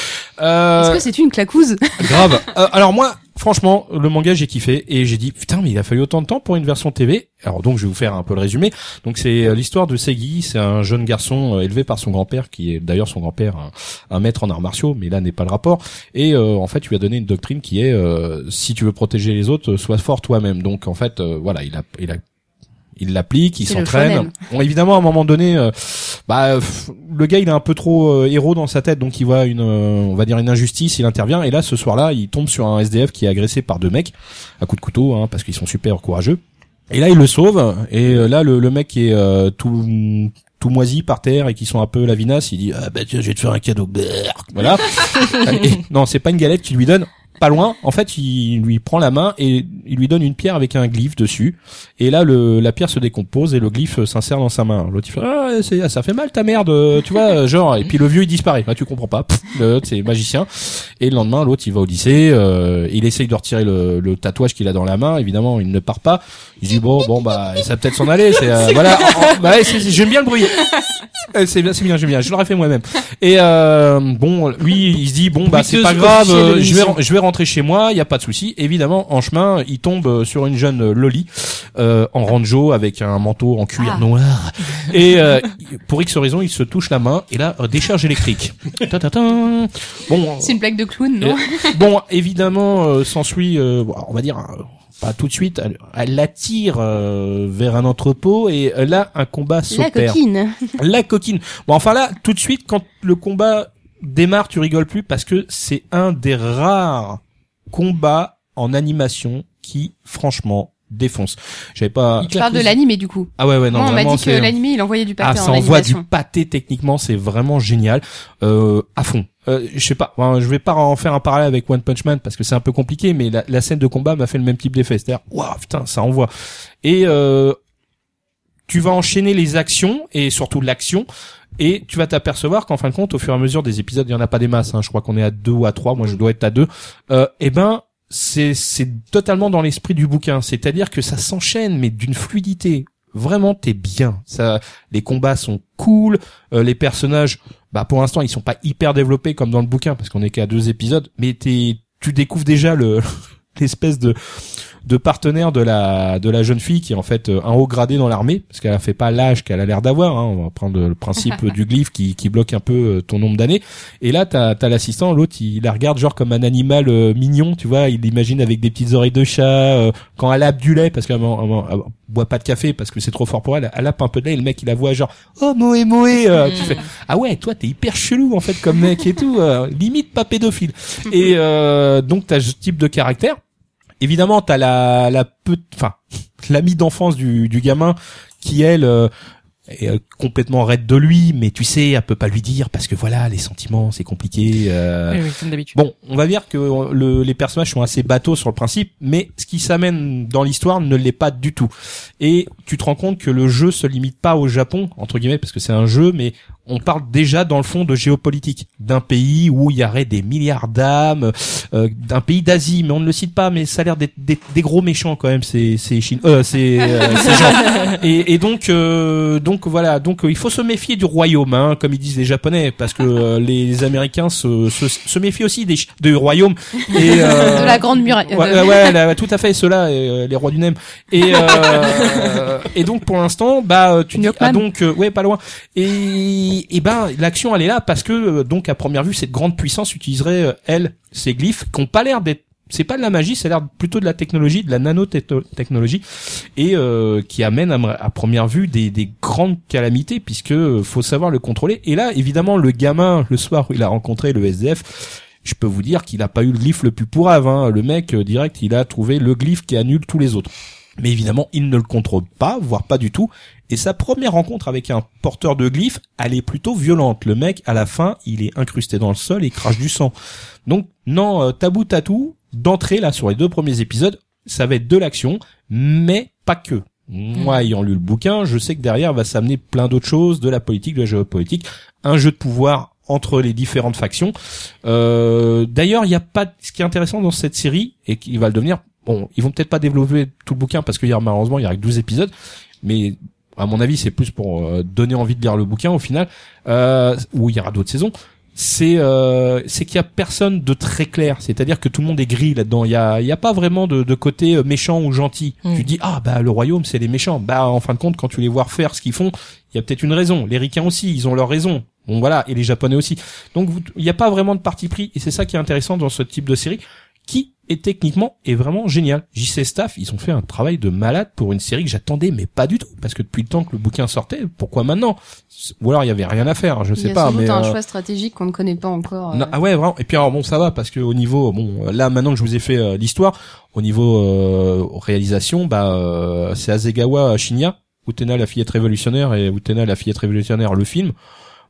Euh,
que c'est une clacouse
grave. Euh, alors moi, franchement, le manga j'ai kiffé et j'ai dit putain mais il a fallu autant de temps pour une version TV. Alors donc je vais vous faire un peu le résumé. Donc c'est euh, l'histoire de Segi, c'est un jeune garçon euh, élevé par son grand-père qui est d'ailleurs son grand-père un, un maître en arts martiaux, mais là n'est pas le rapport. Et euh, en fait, tu lui as donné une doctrine qui est euh, si tu veux protéger les autres, euh, sois fort toi-même. Donc en fait, euh, voilà, il a, il a il l'applique, il
C'est le
s'entraîne.
shonen.
Bon, évidemment, à un moment donné, euh, bah, pff, le gars, il est un peu trop euh, héros dans sa tête, donc il voit une, euh, on va dire une injustice, il intervient. Et là, ce soir-là, il tombe sur un SDF qui est agressé par deux mecs à coups de couteau, hein, parce qu'ils sont super courageux. Et là, il le sauve. Et euh, là, le, le mec qui est euh, tout tout moisi par terre et qui sont un peu la vinasse, il dit ah bah tiens je vais te faire un cadeau voilà Et- non c'est pas une galette qu'il lui donne pas loin en fait il lui prend la main et il lui donne une pierre avec un glyphe dessus et là le la pierre se décompose et le glyphe euh, s'insère dans sa main l'autre il fait ah c'est- ah, ça fait mal ta merde euh, tu vois euh, genre et puis le vieux il disparaît Là, tu comprends pas Pff, le- c'est magicien et le lendemain l'autre il va au lycée euh, il essaye de retirer le, le tatouage qu'il a dans la main évidemment il ne part pas il dit bon bon bah ça va peut-être s'en aller c'est euh, voilà Oh, bah, ouais, c'est- c'est- j'aime bien le bruit euh, c'est bien, c'est bien, j'aime bien. Je l'aurais fait moi-même. Et euh, bon, lui, il se dit bon bah c'est
Bruiteuse
pas grave,
officielle de
euh, je vais
l'émission.
je vais rentrer chez moi, il y a pas de souci. Évidemment, en chemin, il tombe euh, sur une jeune euh, loli euh, en ranjo avec un manteau en cuir
Ah.
noir. Et euh, pour X raison, il se touche la main et là euh, décharge électrique. Ta ta ta. Bon,
c'est une plaque de clown non
euh, bon, évidemment, euh, s'ensuit, euh, bon, on va dire, euh, pas tout de suite, elle- elle l'attire euh, vers un entrepôt et euh, là, un combat
La
s'opère
coquine.
la coquine. Bon, enfin là, tout de suite, quand le combat démarre, tu rigoles plus parce que c'est un des rares combats en animation qui, franchement, défonce. J'avais pas.
Je parle de l'animé du coup.
Ah ouais, ouais, non,
Moi, on m'a
vraiment,
dit que
c'est-
l'animé, il envoyait du
ah,
papier
ça
en
envoie du
animation.
pâté techniquement, c'est vraiment génial, euh, à fond. Euh, je sais pas, hein, je vais pas en faire un parallèle avec One Punch Man parce que c'est un peu compliqué, mais la, la scène de combat m'a fait le même type d'effet. C'est-à-dire, waouh, putain, ça envoie. Et euh, tu vas enchaîner les actions et surtout l'action. Et tu vas t'apercevoir qu'en fin de compte, au fur et à mesure des épisodes, il y en a pas des masses. hein, je crois qu'on est à deux ou à trois. Moi, je dois être à deux. Euh, eh ben, c'est c'est totalement dans l'esprit du bouquin. C'est-à-dire que ça s'enchaîne, mais d'une fluidité. Vraiment, t'es bien. Ça, les combats sont cool. euh, les personnages, bah pour l'instant, ils sont pas hyper développés comme dans le bouquin parce qu'on est qu'à deux épisodes. Mais t'es, tu découvres déjà le *laughs* l'espèce de de partenaire de la de la jeune fille qui est en fait euh, un haut gradé dans l'armée parce qu'elle fait pas l'âge qu'elle a l'air d'avoir. hein. On va prendre le principe du glyphe qui qui bloque un peu euh, ton nombre d'années. Et là t'as t'as l'assistant, l'autre il la regarde genre comme un animal euh, mignon, tu vois, il l'imagine avec des petites oreilles de chat. euh, quand elle a du lait parce qu'elle m'en- elle m'en- elle boit pas de café parce que c'est trop fort pour elle, elle a un peu de lait. Et le mec il la voit genre oh moé moé. euh, tu fais ah ouais toi t'es hyper chelou en fait comme mec et tout, euh, limite pas pédophile. Et euh, donc t'as ce type de caractère. Évidemment, t'as la la peu- enfin *laughs* l'ami d'enfance du du gamin qui elle euh, est euh, complètement raide de lui, mais tu sais, elle peut pas lui dire parce que voilà, les sentiments, c'est compliqué. euh,
Oui, oui, comme d'habitude.
Bon, on va dire que euh, le- les personnages sont assez bateaux sur le principe, mais ce qui s'amène dans l'histoire ne l'est pas du tout. Et tu te rends compte que le jeu se limite pas au Japon, entre guillemets, parce que c'est un jeu, mais on parle déjà dans le fond de géopolitique, d'un pays où il y aurait des milliards d'âmes, euh, d'un pays d'Asie, mais on ne le cite pas, mais ça a l'air d'être des, des gros méchants quand même, c'est c'est Chine, euh, c'est
*laughs*
euh, ces gens. Et, et donc euh, donc voilà, donc euh, il faut se méfier du royaume, hein, comme ils disent les Japonais, parce que euh, les, Américains se, se se méfient aussi des chi- du royaume et euh,
*laughs* De la grande muraille. *laughs*
Ouais,
de-
ouais, ouais, là, tout à fait, ceux-là, euh, les rois du Nem. Et, euh, et donc, pour l'instant, bah, euh, tu dis,
Nyokman.
ah, donc, euh, ouais, pas loin. Et, et ben, l'action, elle est là parce que, euh, donc, à première vue, cette grande puissance utiliserait, euh, elle, ces glyphes qui ont pas l'air d'être c'est pas de la magie, ça a l'air plutôt de la technologie, de la nanotechnologie, et euh, qui amène à, m- à première vue des, des grandes calamités, puisque euh, faut savoir le contrôler. Et là, évidemment, le gamin, le soir où il a rencontré le SDF, je peux vous dire qu'il n'a pas eu le glyphe le plus pourrave. Hein. Le mec, euh, direct, il a trouvé le glyphe qui annule tous les autres. Mais évidemment, il ne le contrôle pas, voire pas du tout. Et sa première rencontre avec un porteur de glyphe, elle est plutôt violente. Le mec, à la fin, il est incrusté dans le sol et crache du sang. Donc, non, euh, tabou tatou, d'entrée, là, sur les deux premiers épisodes, ça va être de l'action, mais pas que. Moi, ayant lu le bouquin, je sais que derrière va s'amener plein d'autres choses, de la politique, de la géopolitique, un jeu de pouvoir entre les différentes factions. Euh, D'ailleurs, il y a pas ce qui est intéressant dans cette série et qui va le devenir. Bon, ils vont peut-être pas développer tout le bouquin parce que hier, malheureusement, il y a que 12 épisodes, mais à mon avis, c'est plus pour euh, donner envie de lire le bouquin au final, euh, où il y aura d'autres saisons. C'est euh, c'est qu'il y a personne de très clair, c'est-à-dire que tout le monde est gris là-dedans. Il y a il y a pas vraiment de, de côté euh, méchant ou gentil.
Mm.
Tu dis ah bah le royaume c'est les méchants. Bah en fin de compte quand tu les vois faire ce qu'ils font, il y a peut-être une raison. Les ricains aussi, ils ont leur raison. Bon voilà et les japonais aussi. Donc vous- il n'y a pas vraiment de parti pris et c'est ça qui est intéressant dans ce type de série qui est techniquement est vraiment génial. JC Staff, ils ont fait un travail de malade pour une série que j'attendais mais pas du tout parce que depuis le temps que le bouquin sortait, pourquoi maintenant Ou alors il y avait rien à faire, je
Il y
sais
a
pas
sans doute
mais
un
euh,
choix stratégique qu'on ne connaît pas encore.
non,
euh.
ah ouais vraiment et puis alors bon ça va parce que au niveau bon là maintenant que je vous ai fait euh, l'histoire au niveau euh, réalisation bah euh, c'est Azegawa Shinya Utena la fillette révolutionnaire et Utena la fillette révolutionnaire le film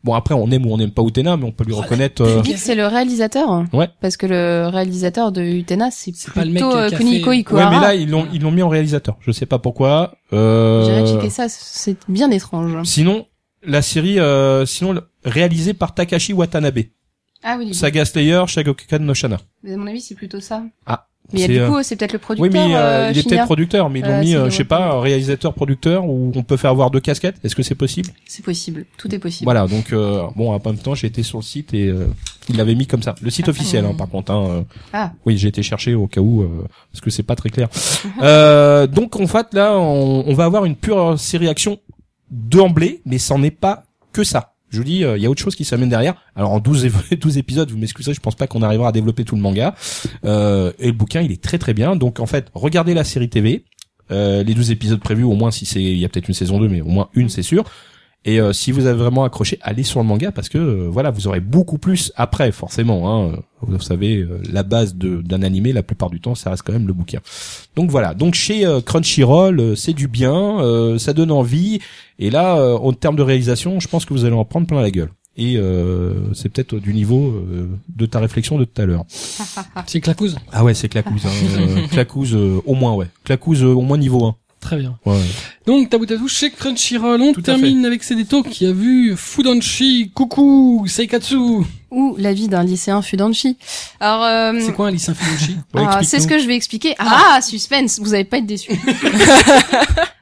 bon après on aime ou on n'aime pas Utena mais on peut lui reconnaître euh,
Tu dis que c'est le réalisateur
Ouais.
Parce que le réalisateur de Utena, c'est
C'est
plutôt
pas le mec qui a
euh,
fait- Ouais,
Kuniko
ouais
Ikuhara.
mais là ils l'ont ils l'ont mis en réalisateur je sais pas pourquoi euh,
J'irai checker ça, c'est bien étrange.
sinon la série euh, sinon le- réalisée par Takashi Watanabe
Ah oui,
Saga Slayer Shagokukan no Shana
mais à mon avis, c'est plutôt ça.
Ah,
Mais
c'est,
du
euh,
coup, c'est peut-être le
Oui,
producteur.
mais euh,
euh,
il est
Shinya.
peut-être producteur, mais ils l'ont
Euh,
mis,
c'est
euh,
le
je sais pas, réalisateur producteur ou on peut faire avoir deux casquettes. Est-ce que c'est possible
C'est possible, tout est possible.
Voilà, donc euh, bon, en même temps, j'ai été sur le site et euh, il l'avait mis comme ça. Le site officiel, hein, par contre. Hein, euh,
Ah.
Oui, j'ai été chercher au cas où euh, parce que c'est pas
*laughs*
très clair. euh, donc en fait, là, on, on va avoir une pure série action d'emblée, mais c'en est pas que ça. Je vous dis, euh, il y a autre chose qui s'amène derrière. Alors en 12, *laughs* é- 12 épisodes, vous m'excuserez, je pense pas qu'on arrivera à développer tout le manga. Euh, et le bouquin, il est très très bien. Donc en fait, regardez la série TV. Euh, les 12 épisodes prévus, au moins si c'est, il y a peut-être une saison 2, mais au moins une, c'est sûr. Et euh, si vous avez vraiment accroché, allez sur le manga parce que euh, voilà, vous aurez beaucoup plus après, forcément. Hein. Vous savez, euh, la base de- d'un animé, la plupart du temps, ça reste quand même le bouquin. Donc voilà. Donc chez euh, Crunchyroll, euh, c'est du bien, euh, ça donne envie. Et là, euh, en termes de réalisation, je pense que vous allez en prendre plein la gueule. Et euh, c'est peut-être du niveau euh, de ta réflexion de tout à l'heure.
C'est Clacouz.
Ah ouais, c'est Clacouze. Hein. *laughs* Euh, Clacouze, euh, au moins, ouais. Clacouze, euh, au moins niveau 1.
Très bien.
Ouais.
Donc, tabou tatou chez Crunchyroll. On
Tout à
Mm.
termine avec Cédéto qui a vu Fudanshi, Coucou, Seikatsu.
ou la vie d'un lycéen Fudanchi. Alors, euh,
C'est quoi un lycée Fudanchi
ah,
Ouais, explique-nous.
c'est ce que je vais expliquer. Ah, suspense, vous n'allez pas être déçus.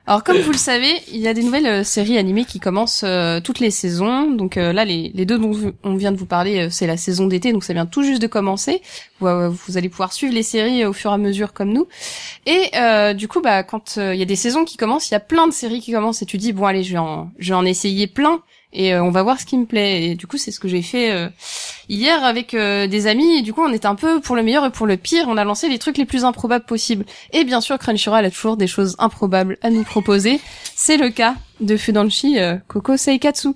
Alors comme vous le savez, il y a des nouvelles euh, séries animées qui commencent euh, toutes les saisons. Donc euh, là, les, les deux dont vous- on vient de vous parler, euh, c'est la saison d'été, donc ça vient tout juste de commencer. Vous, euh, vous allez pouvoir suivre les séries euh, au fur et à mesure comme nous. Et euh, du coup, bah quand euh, il y a des saisons qui commencent, il y a plein de séries qui commencent et tu dis bon allez, je vais en, je vais en essayer plein et euh, on va voir ce qui me plaît. Et du coup, c'est ce que j'ai fait euh, hier avec euh, des amis. Et du coup, on était un peu pour le meilleur et pour le pire. On a lancé les trucs les plus improbables possibles. Et bien sûr, Crunchyroll a toujours des choses improbables à nous proposer. C'est le cas de Fudanshi euh, Koko Seikatsu.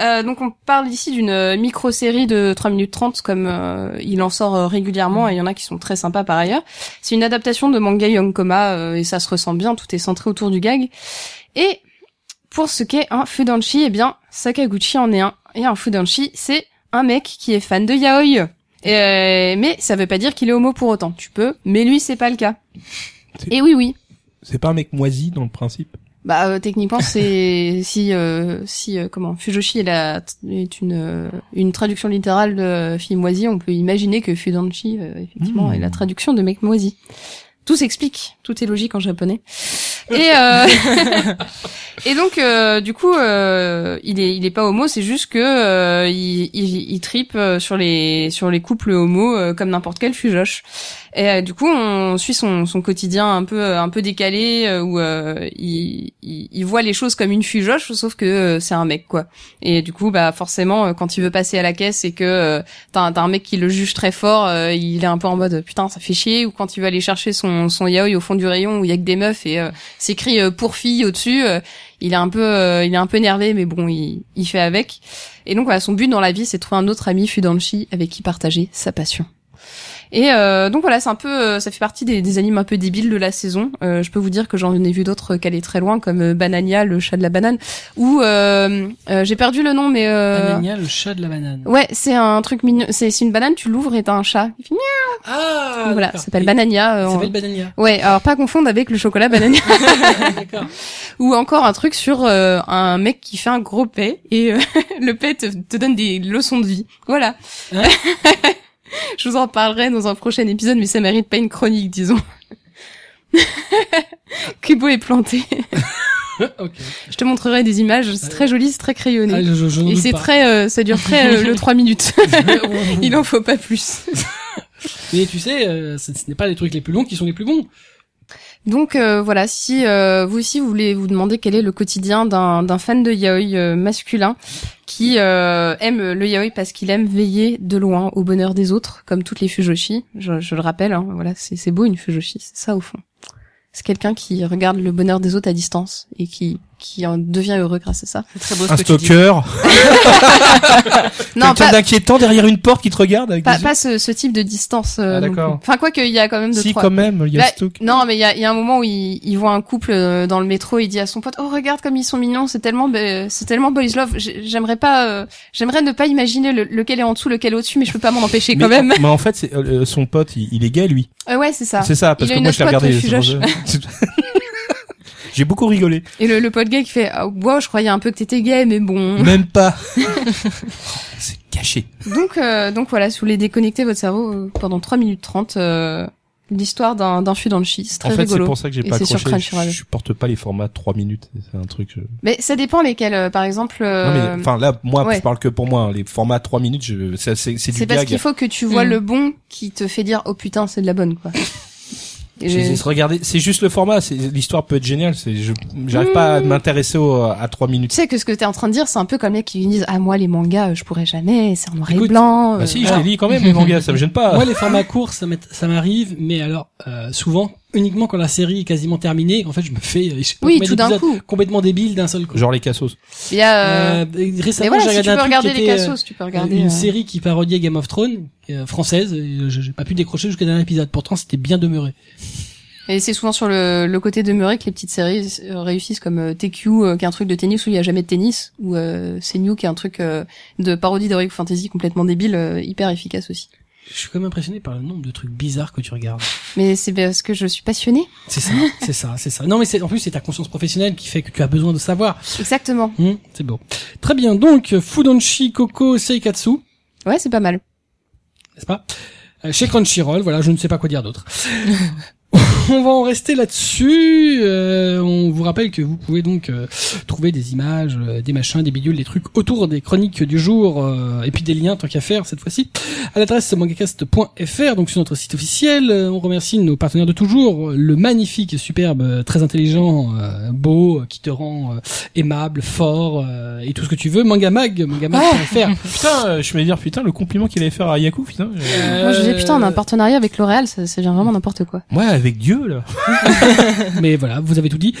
Euh, donc on parle ici d'une euh, micro-série de 3 minutes 30 comme euh, il en sort euh, régulièrement et il y en a qui sont très sympas par ailleurs. C'est une adaptation de manga Yonkoma euh, et ça se ressent bien, tout est centré autour du gag. Et pour ce qu'est un Fudanshi, eh bien Sakaguchi en est un. Et un Fudanshi, c'est un mec qui est fan de yaoi. Et, euh, mais ça veut pas dire qu'il est homo pour autant. Tu peux, mais lui c'est pas le cas.
C'est-
Et oui oui.
C'est pas un mec moisi dans le principe.
Bah euh, techniquement c'est si euh, si euh, comment Fujoshi est, la, est une euh, une traduction littérale de fille moisie, on peut imaginer que Fudanshi euh, effectivement
Mmh.
est la traduction de mec moisi. Tout s'explique, tout est logique en japonais. Et euh, et donc euh, du coup euh, il est il est pas homo, c'est juste que euh, il, il il tripe euh, sur les sur les couples homo euh, comme n'importe quel Fujosh. Et euh, du coup, on suit son, son quotidien un peu un peu décalé euh, où euh, il, il, il voit les choses comme une fujoche, sauf que euh, c'est un mec quoi. Et du coup, bah forcément, euh, quand il veut passer à la caisse et que euh, t'as un- t'as un mec qui le juge très fort, euh, il est un peu en mode putain ça fait chier. Ou quand il veut aller chercher son son yaoi au fond du rayon où il y a que des meufs et euh, c'est écrit euh, pour fille au-dessus, euh, il est un peu euh, il est un peu énervé, mais bon il, il fait avec. Et donc voilà, son but dans la vie, c'est de trouver un autre ami fudanshi avec qui partager sa passion. Et euh, donc voilà, c'est un peu, euh, ça fait partie des, des animes un peu débiles de la saison. Euh, je peux vous dire que j'en ai vu d'autres qui allaient très loin, comme euh, Banania, le chat de la banane, ou euh, euh, j'ai perdu le nom, mais euh,
Banania, le chat de la banane.
ouais, c'est un truc mignon. C'est c'est une banane, tu l'ouvres et t'as un chat. Il fait miaou.
Ah
voilà,
d'accord.
ça s'appelle
Et-
Banania. euh,
Ça
en-
s'appelle Banania. Ah,
Ouais, alors pas confondre avec le
*laughs*
chocolat Banania.
d'accord.
*laughs* ou encore un truc sur euh, un mec qui fait un gros paix et euh, *laughs* le paix te, te donne des leçons de vie. Voilà.
Hein
*laughs* Je vous en parlerai dans un prochain épisode, mais ça mérite pas une chronique, disons. *laughs* Kubo est planté.
Ah, ok.
Je te montrerai des images, c'est très joli, c'est très crayonné.
Ah, je, je, je n'en
et
doute
c'est
*laughs* pas.
très, euh, ça dure très euh, le
*laughs*
3 minutes. Il en faut pas plus.
Mais tu sais, euh, ce, ce n'est pas les trucs les plus longs qui sont les plus bons.
Donc euh, voilà, si euh, vous aussi vous voulez vous demander quel est le quotidien d'un d'un fan de yaoi euh, masculin qui euh, aime le yaoi parce qu'il aime veiller de loin au bonheur des autres, comme toutes les fujoshi. Je, je le rappelle, hein, voilà, c'est c'est beau une fujoshi, c'est ça au fond. C'est quelqu'un qui regarde le bonheur des autres à distance et qui qui en devient heureux grâce à ça.
C'est très beau ce
Un
que tu dis.
stalker.
Non,
Quelqu'un
pas
d'inquiétant derrière une porte qui te regarde avec
pas,
des yeux.
pas ce, ce type de distance. euh,
Ah,
non
d'accord.
plus. Enfin quoi qu'il y a quand même de
Si,
trois.
quand même, il y a
Bah,
ce truc.
Non, mais il y a, il y a un moment où il, il voit un couple euh, dans le métro, il dit à son pote "Oh regarde comme ils sont mignons, c'est tellement be- c'est tellement boys love. J'ai- J'aimerais pas euh, j'aimerais ne pas imaginer le- lequel est en dessous, lequel est au-dessus, mais je peux pas m'en empêcher quand
mais,
même."
mais en fait, c'est, euh, euh, son pote, il, il est gay, lui.
Euh, ouais, c'est ça.
C'est ça, parce
Il a
que
une
moi, je l'ai
autre pote,
regardé.
le fujoche.
*laughs* J'ai beaucoup rigolé.
Et le, le pote gay qui fait Ah, "Wow, je croyais un peu que t'étais gay, mais bon."
Même pas. Oh, c'est caché.
*laughs* Donc euh, donc voilà, si vous voulez déconnecter votre cerveau euh, pendant 3 minutes 30 euh, l'histoire d'un d'un fût dans le chi, c'est très
en fait,
rigolo.
c'est pour ça que j'ai
Et
pas
c'est sur
accroché. Je
Crunchyroll.
supporte pas les formats 3 minutes. C'est un truc. je-
Mais ça dépend lesquels euh, par exemple
Non, mais,
euh,
enfin, là, moi,
ouais.
je parle que pour moi. hein. Les formats 3 minutes, je... c'est, c'est, c'est du
c'est parce
gag. Hmm.
qu'il faut que tu vois
Mm.
le bon qui te fait dire "Oh putain, c'est de la bonne
*laughs*
quoi." Et j'ai-
Jesus, regardez, c'est juste le format. C'est, l'histoire peut être géniale. C'est, je, j'arrive pas
Mm.
à m'intéresser au- à 3 minutes.
Tu sais que ce que t'es en train de dire, c'est un peu comme les mecs qui disent Ah, moi, les mangas, euh, je pourrais jamais, c'est en noir et
Écoute,
blanc. euh.
Bah si, je les lis quand même, les mangas. Ça me gêne pas. *laughs*
Moi, les formats courts, ça m'est- ça m'arrive, mais alors euh, souvent, uniquement quand la série est quasiment terminée, en fait, je me fais euh, je sais pas
Oui,
combien
tout d'un
d'épisodes
coup.
complètement débile d'un seul coup.
Genre les cassos.
Il y a. euh,
Euh, et
mais
récemment,
voilà,
j'ai
si
regardé
tu peux
un truc
regarder
qui
les
était, euh,
cassos, tu peux regarder.
une
euh,
série qui parodiait Game of Thrones euh, française. et, euh, je- J'ai pas pu décrocher jusqu'à dernier épisode. Pourtant, c'était bien demeuré.
Et c'est souvent sur le, le côté demeuré que les petites séries euh, réussissent, comme euh, TQ, euh, qui est un truc de tennis où il y a jamais de tennis, ou euh, C'est New, qui est un truc euh, de parodie d'Heroic Fantasy complètement débile, euh, hyper efficace aussi.
Je suis quand même impressionné par le nombre de trucs bizarres que tu regardes.
Mais c'est parce que je suis passionnée.
C'est ça, c'est ça, c'est ça. Non, mais c'est en plus c'est ta conscience professionnelle qui fait que tu as besoin de savoir.
Exactement.
Hum, c'est bon. Très bien. Donc Fudanshi Koko Seikatsu.
Ouais, c'est pas mal.
n'est-ce pas Euh, Chez Crunchyroll, voilà, je ne sais pas quoi dire d'autre. *laughs* on va en rester là-dessus. Euh, on vous rappelle que vous pouvez donc euh, trouver des images, euh, des machins, des bidules, des trucs autour des chroniques du jour, euh, et puis des liens tant qu'à faire cette fois-ci, à l'adresse mangacast.fr, donc sur notre site officiel. Euh, On remercie nos partenaires de toujours, le magnifique, superbe, euh, très intelligent, euh, beau, euh, qui te rend euh, aimable, fort, euh, et tout ce que tu veux, Mangamag, mangamag.fr.
Putain, euh, je vais dire putain le compliment qu'il allait faire à Yaku, putain. euh,
Ah. Moi, je disais, putain, on a un
Euh,
partenariat avec L'Oréal, ça, ça devient vraiment n'importe quoi.
Ouais, avec Dieu là.
Mais voilà, vous avez tout dit.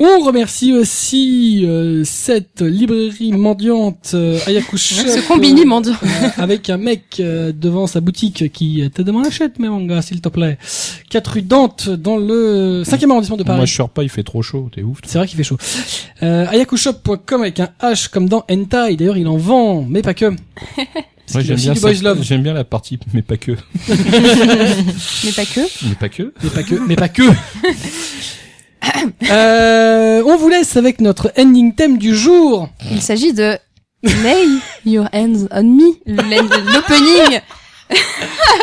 On remercie aussi euh, cette librairie mendiante euh, Ayakush.
Ce combini mendiant.
Euh, avec un mec euh, devant sa boutique qui euh, te demande achète mes mangas s'il te plaît. 4 rue Dante dans le 5e arrondissement de
Moi
Paris.
je sors pas, il fait trop chaud, t'es ouf. toi.
C'est vrai qu'il fait chaud. Euh, ayakushop.com avec un H comme dans hentai. D'ailleurs, il en vend, mais
*laughs*
pas que. Parce
Moi
qu'il a
j'aime
aussi
bien,
du
ça-
boys love.
j'aime bien la partie, mais pas que,
Mais pas que.
mais pas que.
Mais pas que, mais pas que. Euh, on vous laisse avec notre ending thème du jour.
Il s'agit de Lay Your Hands on Me, l'en-
*laughs*
l'opening.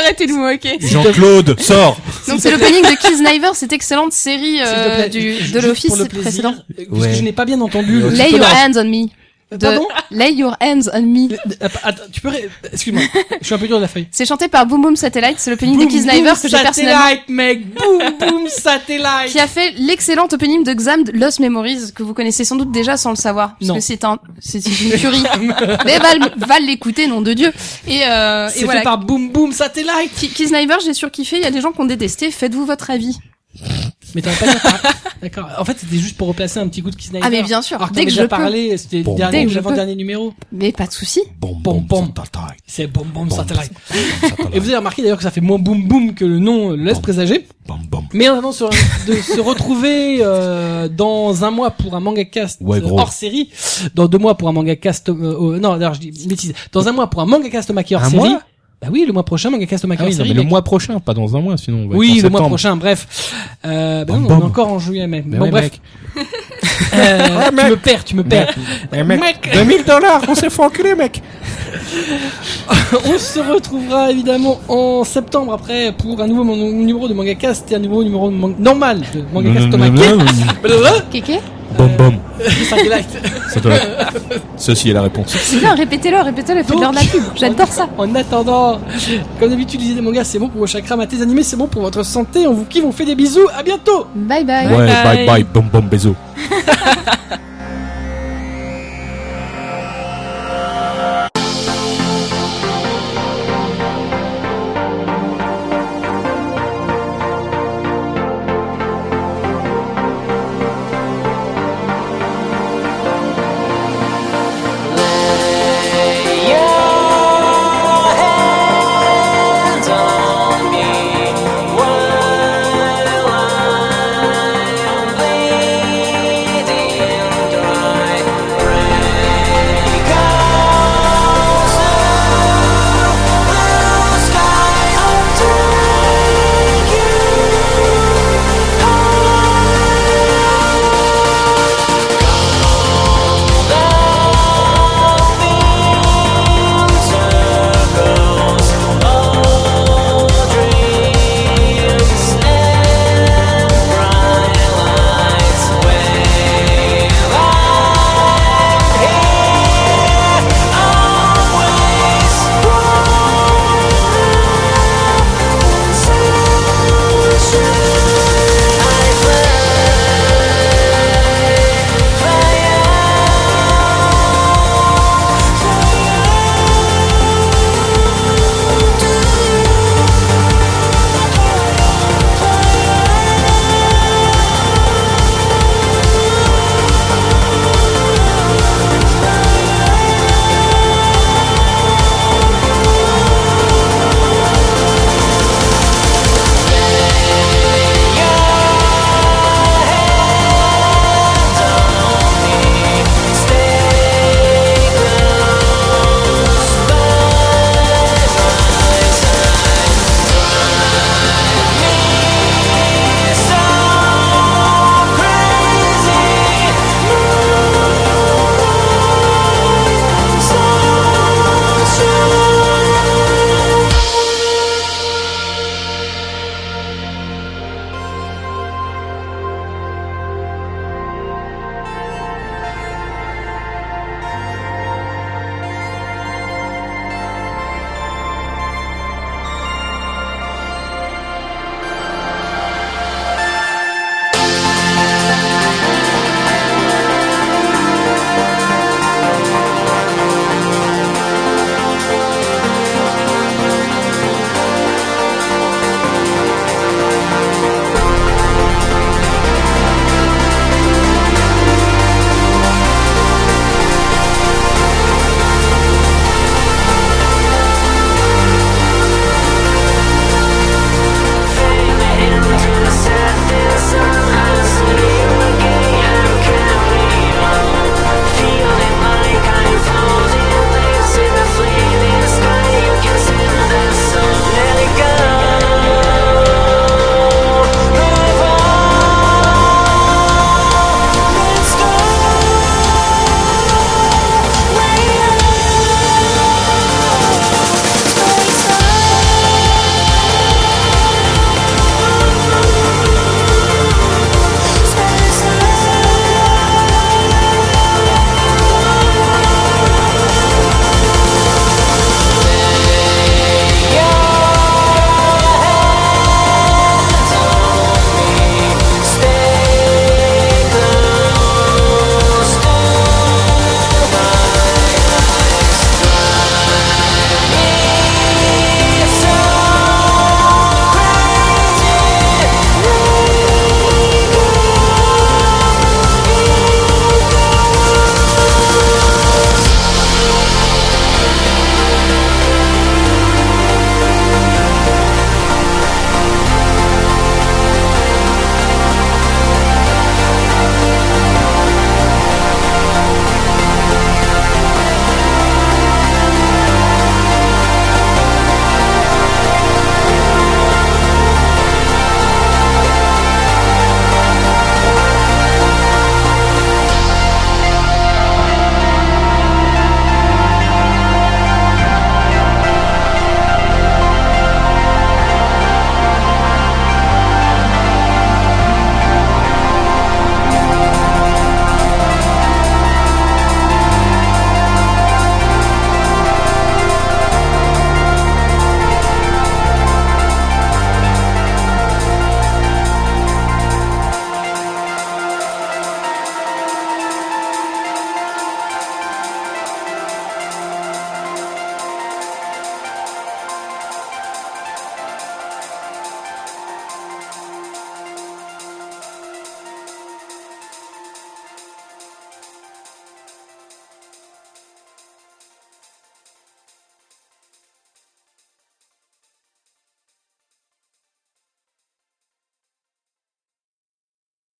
Arrêtez de vous moquer.
*laughs* Jean-Claude, sors.
Donc c'est l'opening de Kiznaiver, cette excellente série
S'il te
euh,
plaît, ju-
du,
juste
de
pour
l'Office
le plaisir,
précédent.
euh, Puisque
Ouais.
je n'ai pas bien entendu. le
Lay
titre.
Your Hands on Me. De
Pardon
Lay Your Hands on Me.
Euh, Attends, tu peux... ré- Excuse-moi, je suis un peu dur de la feuille.
C'est chanté par Boom Boom Satellite, c'est l'opening de
Boom,
Kiznaiver
boom,
que j'ai personnellement
Satellite, mec Boom,
*laughs*
boom, satellite
qui a fait l'excellent opening de Xamd Lost Memories que vous connaissez sans doute déjà sans le savoir parce
Non.
que c'est un
*laughs*
c'est une tuerie mais va, le- va l'écouter nom de dieu et euh,
C'est
et voilà
fait par Boom Boom Satellite
Ki- Kiznaiver, j'ai surkiffé. Il y a des gens qui ont détesté. Faites-vous votre avis. Ah,
Mais t'aurais pas dit... ah, *laughs* D'accord, en fait c'était juste pour replacer un petit coup de Kisnaiver.
Ah mais bien sûr.
Alors,
dès que je
déjà
peux.
parlé, c'était
Bon,
le dernier
dès
ou
que je peux.
l'avant-dernier numéro.
Mais pas de souci.
Bon,
Pom, pom.
satellite.
C'est Boom Boom
Bon,
Satellite.
satellite.
Et vous avez remarqué d'ailleurs que ça fait moins boom boom que le nom le laisse
Bon.
présager.
Bam, bam.
Mais en attendant sur- de se retrouver euh, dans un mois pour un manga cast
Ouais, gros.
hors série, dans deux mois pour un manga cast... euh, euh, non, d'ailleurs je dis une bêtise. Dans un mois pour un manga cast Omaki hors
Un
série.
mois
bah oui, le mois prochain, manga cast Omaki
Ah
hors
oui, non,
série.
mais le
mec.
mois prochain, pas dans un mois, sinon on va
Oui,
être en
le mois
septembre.
prochain, bref. Euh, bah
Bam,
non, on est
bam.
encore en juillet, mec.
Mais
bon,
ouais,
bref.
mec. *laughs*
Euh, tu me perds, tu me perds. Euh,
Eh, mec, 2000 dollars, on s'est fait enculer, mec.
On se retrouvera évidemment en septembre après pour un nouveau mon- numéro de Manga Cast et un nouveau numéro de man- normal de Manga Cast Tomaki.
Bam,
Kéké.
bam.
Satellite.
Satellite. *laughs* Ceci est la réponse.
Bien, répétez-le, répétez-le. Faites-leur de la pub. J'adore ça.
En attendant, comme d'habitude, lisez des mangas, c'est bon pour vos chakras, matez des animés, c'est bon pour votre santé. On vous kiffe, on fait des bisous. À bientôt.
Bye bye.
Ouais,
bye.
bye bye, bam bam, bisous.